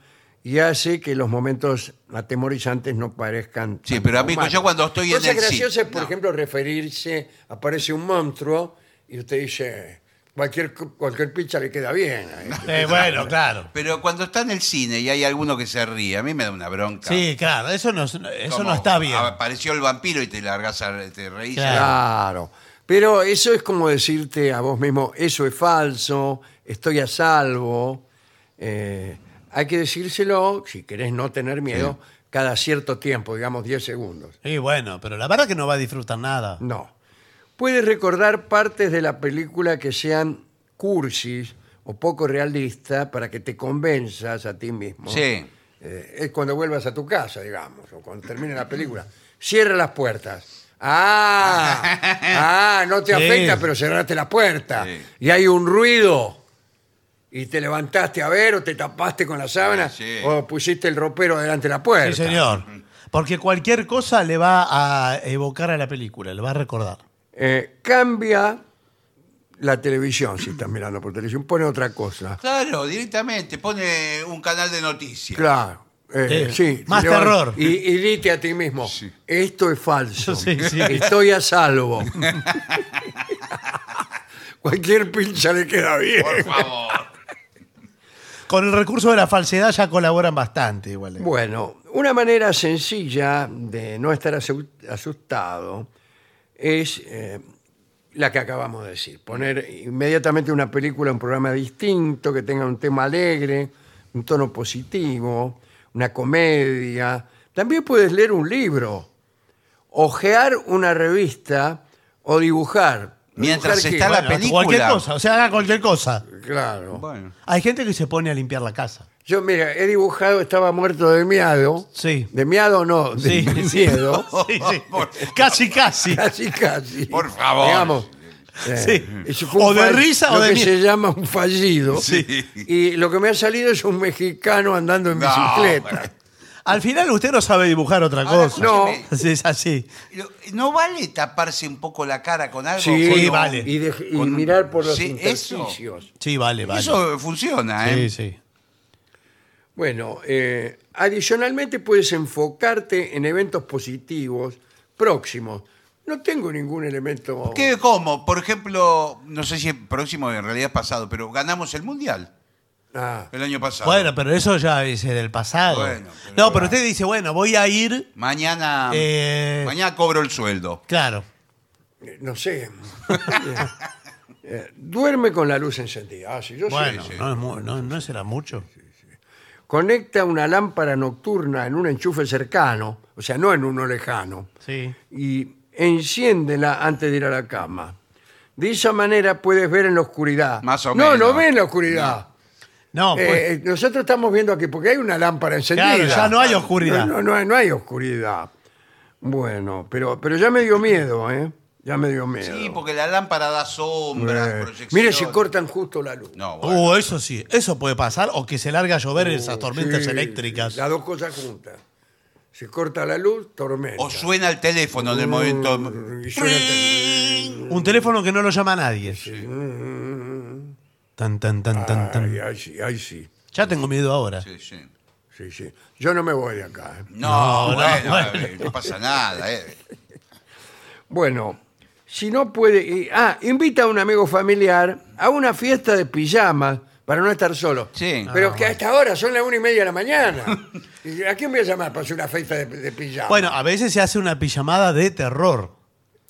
Speaker 2: y hace que los momentos atemorizantes no parezcan.
Speaker 4: Sí,
Speaker 2: tan
Speaker 4: pero amigo,
Speaker 2: humanos.
Speaker 4: yo cuando estoy en
Speaker 2: Cosa
Speaker 4: el sí-
Speaker 2: graciosa es, por
Speaker 4: no.
Speaker 2: ejemplo, referirse, aparece un monstruo y usted dice, cualquier, co- cualquier pizza le queda bien. a este.
Speaker 3: Eh, bueno, claro.
Speaker 4: Pero cuando está en el cine y hay alguno que se ríe, a mí me da una bronca.
Speaker 3: Sí, claro, eso no, eso
Speaker 4: Como
Speaker 3: no está bien.
Speaker 4: Apareció el vampiro y te largas a te reís.
Speaker 3: Claro.
Speaker 2: Claro. Pero eso es como decirte a vos mismo, eso es falso, estoy a salvo. Eh, hay que decírselo, si querés no tener miedo, cada cierto tiempo, digamos 10 segundos.
Speaker 3: Y bueno, pero la verdad que no va a disfrutar nada.
Speaker 2: No. Puedes recordar partes de la película que sean cursis o poco realista para que te convenzas a ti mismo.
Speaker 4: Sí.
Speaker 2: Eh, es cuando vuelvas a tu casa, digamos, o cuando termine la película. Cierra las puertas. Ah, ah, no te
Speaker 3: Sí.
Speaker 2: afecta, pero cerraste la puerta.
Speaker 4: Sí.
Speaker 2: Y hay un ruido. Y te levantaste a ver, o te tapaste con la sábana,
Speaker 4: Sí.
Speaker 2: o pusiste el ropero delante de la puerta.
Speaker 3: Ah, Sí, señor. Porque cualquier cosa le va a evocar a la película, le va a recordar.
Speaker 2: Eh, cambia la televisión, si estás mirando por televisión, pone otra cosa.
Speaker 4: Claro, directamente. Pone un canal de noticias.
Speaker 2: Claro. eh,
Speaker 3: Sí,
Speaker 2: sí,
Speaker 3: más
Speaker 2: León,
Speaker 3: terror.
Speaker 2: Y, y dite a ti mismo,
Speaker 4: Sí.
Speaker 2: esto es falso.
Speaker 3: Sí, sí.
Speaker 2: Estoy a salvo. Cualquier pincha le queda bien.
Speaker 4: Por favor.
Speaker 3: Con el recurso de la falsedad ya colaboran bastante, igual.
Speaker 2: Bueno, una manera sencilla de no estar asu- asustado es eh, la que acabamos de decir. Poner inmediatamente una película, un programa distinto, que tenga un tema alegre, un tono positivo, una comedia. También puedes leer un libro, ojear una revista o dibujar.
Speaker 4: Mientras
Speaker 2: Dibujar
Speaker 4: está
Speaker 2: que-
Speaker 4: la
Speaker 3: Bueno,
Speaker 4: película.
Speaker 3: Cualquier cosa, o sea, haga cualquier cosa.
Speaker 2: Claro.
Speaker 4: Bueno.
Speaker 3: Hay gente que se pone a limpiar la casa.
Speaker 2: Yo, mira, he dibujado, estaba muerto de miedo.
Speaker 3: Sí.
Speaker 2: De miedo no, de miedo.
Speaker 3: Sí, sí. Casi, casi.
Speaker 2: Casi, casi.
Speaker 4: Por favor.
Speaker 2: Digamos. eh,
Speaker 3: Sí.
Speaker 2: eso fue un
Speaker 3: O de
Speaker 2: fall-
Speaker 3: risa o
Speaker 2: lo
Speaker 3: de
Speaker 2: que
Speaker 3: mie-
Speaker 2: se llama un fallido.
Speaker 4: Sí.
Speaker 2: Y lo que me ha salido es un mexicano andando en
Speaker 4: No,
Speaker 2: bicicleta.
Speaker 3: Al final usted no sabe dibujar otra
Speaker 4: Ahora,
Speaker 3: cosa.
Speaker 2: No.
Speaker 4: escúcheme,
Speaker 3: Así Es así.
Speaker 4: Lo- ¿No vale taparse un poco la cara con algo?
Speaker 3: Sí,
Speaker 4: Con-
Speaker 3: vale.
Speaker 2: Y, dej- y
Speaker 4: Con un-
Speaker 2: mirar por los
Speaker 4: Sí, eso.
Speaker 2: intersticios.
Speaker 3: Sí, vale, vale.
Speaker 4: Eso funciona,
Speaker 3: sí,
Speaker 4: ¿eh?
Speaker 3: sí.
Speaker 2: Bueno, eh, adicionalmente puedes enfocarte en eventos positivos próximos. No tengo ningún elemento.
Speaker 4: ¿Qué, ¿Cómo? Por ejemplo, no sé si es próximo, en realidad es pasado, pero ganamos el Mundial
Speaker 2: Ah,
Speaker 4: el año pasado.
Speaker 3: Bueno, pero eso ya es del pasado.
Speaker 4: Bueno, pero-
Speaker 3: no, pero usted dice, bueno, voy a ir.
Speaker 4: Mañana,
Speaker 3: Eh.
Speaker 4: mañana cobro el sueldo.
Speaker 3: Claro.
Speaker 2: eh, no sé. Eh, duerme con la luz encendida. Ah, sí, yo sé,
Speaker 3: Bueno,
Speaker 2: sí.
Speaker 3: No, es mu- no- no será mucho.
Speaker 2: conecta una lámpara nocturna en un enchufe cercano, o sea, no en uno lejano,
Speaker 3: Sí.
Speaker 2: y enciéndela antes de ir a la cama. De esa manera puedes ver en la oscuridad.
Speaker 4: Más o
Speaker 2: no,
Speaker 4: menos.
Speaker 2: no ve en la oscuridad.
Speaker 3: No, pues,
Speaker 2: Eh, nosotros estamos viendo aquí, porque hay una lámpara encendida.
Speaker 3: claro, ya no hay oscuridad.
Speaker 2: No, no, no hay- no hay oscuridad. Bueno, pero, pero ya me dio miedo, ¿eh? Ya me dio miedo.
Speaker 4: Sí, porque la lámpara da sombras,
Speaker 2: Eh,
Speaker 4: proyecciones.
Speaker 2: mire si cortan justo la luz.
Speaker 4: No, bueno.
Speaker 3: Uh, eso sí, eso puede pasar. O que se larga a llover esas tormentas
Speaker 2: Sí,
Speaker 3: eléctricas.
Speaker 2: Las dos cosas juntas. Se corta la luz, tormenta.
Speaker 4: O suena el teléfono en el momento.
Speaker 2: Mm, Y suena el teléfono.
Speaker 3: Un teléfono que no lo llama a nadie. Tan, tan, tan, tan,
Speaker 2: Ay,
Speaker 3: tan.
Speaker 2: ay, sí, ay, sí.
Speaker 3: Ya tengo miedo ahora.
Speaker 4: Sí, sí.
Speaker 2: Sí, sí. Yo no me voy de acá. ¿eh?
Speaker 4: No,
Speaker 3: No,
Speaker 4: bueno,
Speaker 3: no,
Speaker 4: a ver, no pasa nada. eh.
Speaker 2: Bueno, si no puede... y- ah, invita a un amigo familiar a una fiesta de pijamas para no estar solo.
Speaker 4: Sí.
Speaker 2: Pero que a esta hora son las una y media de la mañana. ¿Y ¿A quién voy a llamar para hacer una fiesta de, de pijamas?
Speaker 3: Bueno, a veces se hace una pijamada de terror.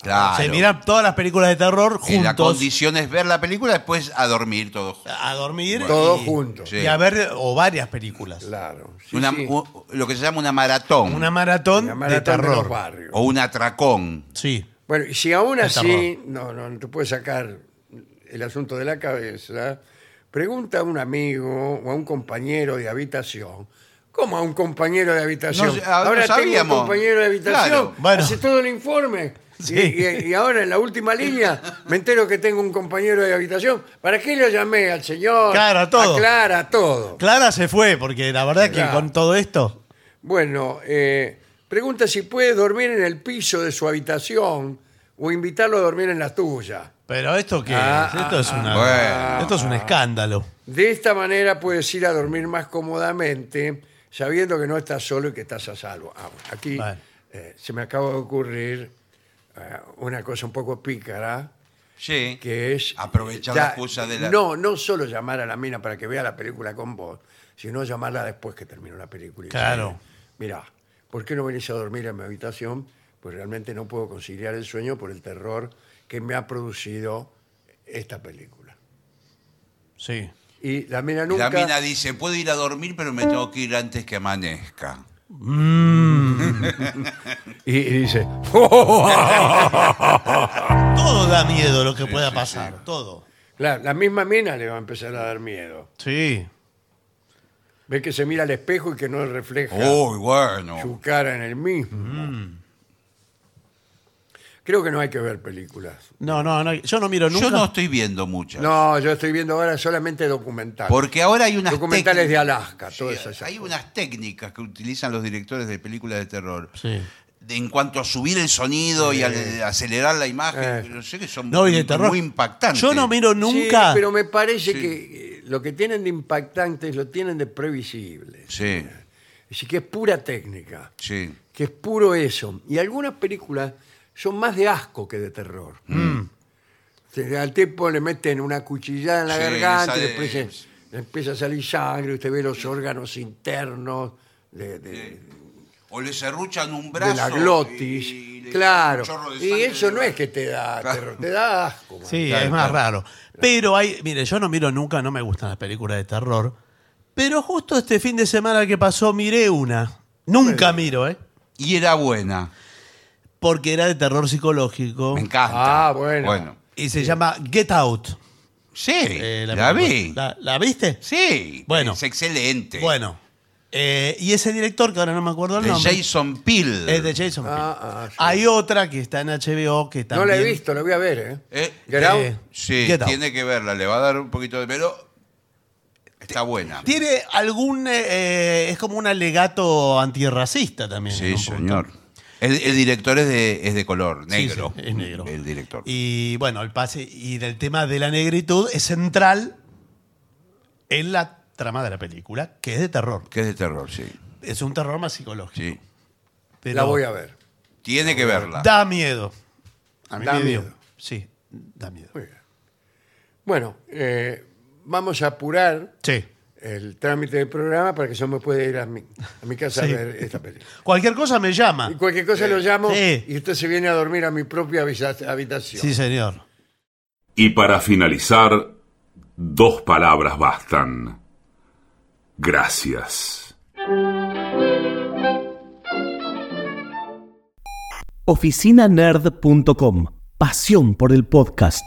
Speaker 4: Claro.
Speaker 3: Se miran todas las películas de terror
Speaker 4: Eh, la
Speaker 3: juntos
Speaker 4: condición es ver la película después a dormir todos. juntos.
Speaker 3: a dormir.
Speaker 2: Todos
Speaker 3: y-
Speaker 2: juntos.
Speaker 4: Sí.
Speaker 3: Y a ver, o varias películas.
Speaker 2: Claro. sí,
Speaker 4: Una-
Speaker 2: sí.
Speaker 4: u- lo que se llama una maratón
Speaker 3: Una maratón,
Speaker 2: La
Speaker 3: de
Speaker 2: maratón de los
Speaker 3: terror.
Speaker 2: barrios.
Speaker 4: o un atracón.
Speaker 3: sí.
Speaker 2: Bueno, y si aún
Speaker 3: El
Speaker 2: así no, no, no te puedes sacar el asunto de la cabeza, pregunta a un amigo o a un compañero de habitación. ¿Cómo a un compañero de habitación?
Speaker 4: No, ahora
Speaker 2: ahora tengo
Speaker 4: sabíamos.
Speaker 2: un compañero de habitación.
Speaker 4: Claro.
Speaker 3: Bueno.
Speaker 2: Hace todo el informe.
Speaker 3: Sí.
Speaker 2: Y, y- y ahora en la última línea me entero que tengo un compañero de habitación. ¿Para qué lo llamé al señor?
Speaker 3: Claro, a todo.
Speaker 2: Clara, a todo.
Speaker 3: Clara se fue, porque la verdad que
Speaker 2: Claro.
Speaker 3: con todo esto.
Speaker 2: Bueno, eh, pregunta si puede dormir en el piso de su habitación o invitarlo a dormir en la tuya.
Speaker 3: Pero esto que
Speaker 2: Ah,
Speaker 3: esto es una-
Speaker 4: bueno.
Speaker 3: esto es un escándalo.
Speaker 2: De esta manera puedes ir a dormir más cómodamente, sabiendo que no estás solo y que estás a salvo. Ah, bueno, aquí
Speaker 3: Vale.
Speaker 2: eh, se me acaba de ocurrir eh, una cosa un poco pícara,
Speaker 4: Sí.
Speaker 2: que es...
Speaker 4: Aprovechar
Speaker 2: ya-
Speaker 4: la excusa de la.
Speaker 2: No, no solo llamar a la mina para que vea la película con vos, sino llamarla después que termine la película. y
Speaker 3: Claro.
Speaker 2: decirle, Mirá, ¿por qué no venís a dormir en mi habitación? Pues realmente no puedo conciliar el sueño por el terror que me ha producido esta película.
Speaker 3: Sí.
Speaker 2: Y la mina nunca...
Speaker 4: La mina dice: Puedo ir a dormir, pero me tengo que ir antes que amanezca.
Speaker 2: Y, y dice, ¡Oh!
Speaker 3: Todo da miedo lo que pueda pasar. Todo.
Speaker 2: la, la misma mina le va a empezar a dar miedo.
Speaker 3: Sí.
Speaker 2: Ve que se mira al espejo y que no refleja
Speaker 4: Uy, bueno.
Speaker 2: su cara en el mismo.
Speaker 4: Mm.
Speaker 2: Creo que no hay que ver películas.
Speaker 3: No, no, no, yo no miro nunca.
Speaker 4: Yo no estoy viendo muchas.
Speaker 2: No, yo estoy viendo ahora solamente documentales.
Speaker 4: Porque ahora hay unas
Speaker 2: documentales de
Speaker 4: técnicas-
Speaker 2: Alaska, todas esas.
Speaker 4: Eh, Hay unas técnicas que utilizan los directores de películas de terror.
Speaker 3: Sí.
Speaker 4: de- en cuanto a subir el sonido y al- acelerar la imagen,
Speaker 2: Eh.
Speaker 4: yo sé que son
Speaker 3: No, y de
Speaker 4: muy-
Speaker 3: terror.
Speaker 4: muy impactantes.
Speaker 3: Yo no miro
Speaker 2: Sí,
Speaker 3: nunca.
Speaker 2: pero me parece
Speaker 4: Sí.
Speaker 2: que eh, lo que tienen de impactante lo tienen de previsible.
Speaker 4: Sí,
Speaker 2: Así que es pura técnica,
Speaker 4: sí.
Speaker 2: que es puro eso. Y algunas películas son más de asco que de terror.
Speaker 3: Mm.
Speaker 2: Se- Al tipo le meten una cuchillada en la
Speaker 4: Sí,
Speaker 2: garganta y
Speaker 4: sale-
Speaker 2: después se- le empieza a salir sangre, usted ve los órganos internos de, de-
Speaker 4: O le serruchan un brazo.
Speaker 2: de la glotis.
Speaker 4: y le-
Speaker 2: claro.
Speaker 4: un chorro de
Speaker 2: Y
Speaker 4: sangre
Speaker 2: eso
Speaker 4: del
Speaker 2: no es
Speaker 4: brazo.
Speaker 2: que te da
Speaker 4: Claro.
Speaker 2: terror, te da asco. man.
Speaker 3: Sí,
Speaker 4: Claro,
Speaker 3: es más
Speaker 4: claro.
Speaker 3: raro. Pero hay, mire, yo no miro nunca, no me gustan las películas de terror. Pero justo este fin de semana que pasó miré una. Nunca miro, ¿eh?
Speaker 4: Y era buena.
Speaker 3: Porque era de terror psicológico
Speaker 4: Me encanta.
Speaker 2: Ah, bueno.
Speaker 3: y se llama Get Out.
Speaker 4: Sí,
Speaker 3: eh,
Speaker 4: la,
Speaker 3: película.
Speaker 4: vi.
Speaker 3: ¿La, la viste?
Speaker 4: Sí.
Speaker 3: Bueno.
Speaker 4: Es excelente.
Speaker 3: Bueno. eh, y ese director, que ahora no me acuerdo el
Speaker 4: De
Speaker 3: nombre,
Speaker 4: Jason Peele.
Speaker 3: es de Jason Peele.
Speaker 2: Ah, ah, sí.
Speaker 3: Hay otra que está en HBO que
Speaker 2: No
Speaker 3: también...
Speaker 2: la he visto, la voy a ver, ¿eh?
Speaker 4: Eh,
Speaker 2: Get Out.
Speaker 3: eh,
Speaker 4: Sí,
Speaker 3: Get Out.
Speaker 4: tiene que verla. Le va a dar un poquito de pelo. Está buena.
Speaker 3: Tiene algún... eh, es como un alegato antirracista también. en
Speaker 4: Sí,
Speaker 3: un punto.
Speaker 4: señor. El, el director es de, es de color,
Speaker 3: Sí,
Speaker 4: negro.
Speaker 3: sí, es negro.
Speaker 4: El director.
Speaker 3: Y bueno, el pase y del tema de la negritud es central en la trama de la película, que es de terror.
Speaker 4: que es de terror, sí.
Speaker 3: Es un terror más psicológico.
Speaker 4: sí.
Speaker 3: pero
Speaker 2: La voy a ver.
Speaker 4: Tiene que verla.
Speaker 3: Da miedo. A mí
Speaker 2: Ah, Da
Speaker 3: me dio.
Speaker 2: miedo.
Speaker 3: Sí, da miedo.
Speaker 2: Muy bien. Bueno, eh, vamos a apurar
Speaker 3: Sí.
Speaker 2: el trámite del programa para que yo me pueda ir a mi, a mi casa
Speaker 3: Sí.
Speaker 2: a ver esta película.
Speaker 3: Cualquier cosa me llama.
Speaker 2: Y cualquier cosa lo llamo
Speaker 3: Sí.
Speaker 2: y usted se viene a dormir a mi propia habita- habitación.
Speaker 3: Sí, señor.
Speaker 5: Y para finalizar, dos palabras bastan. Gracias.
Speaker 6: oficinanerd.com. Pasión por el podcast.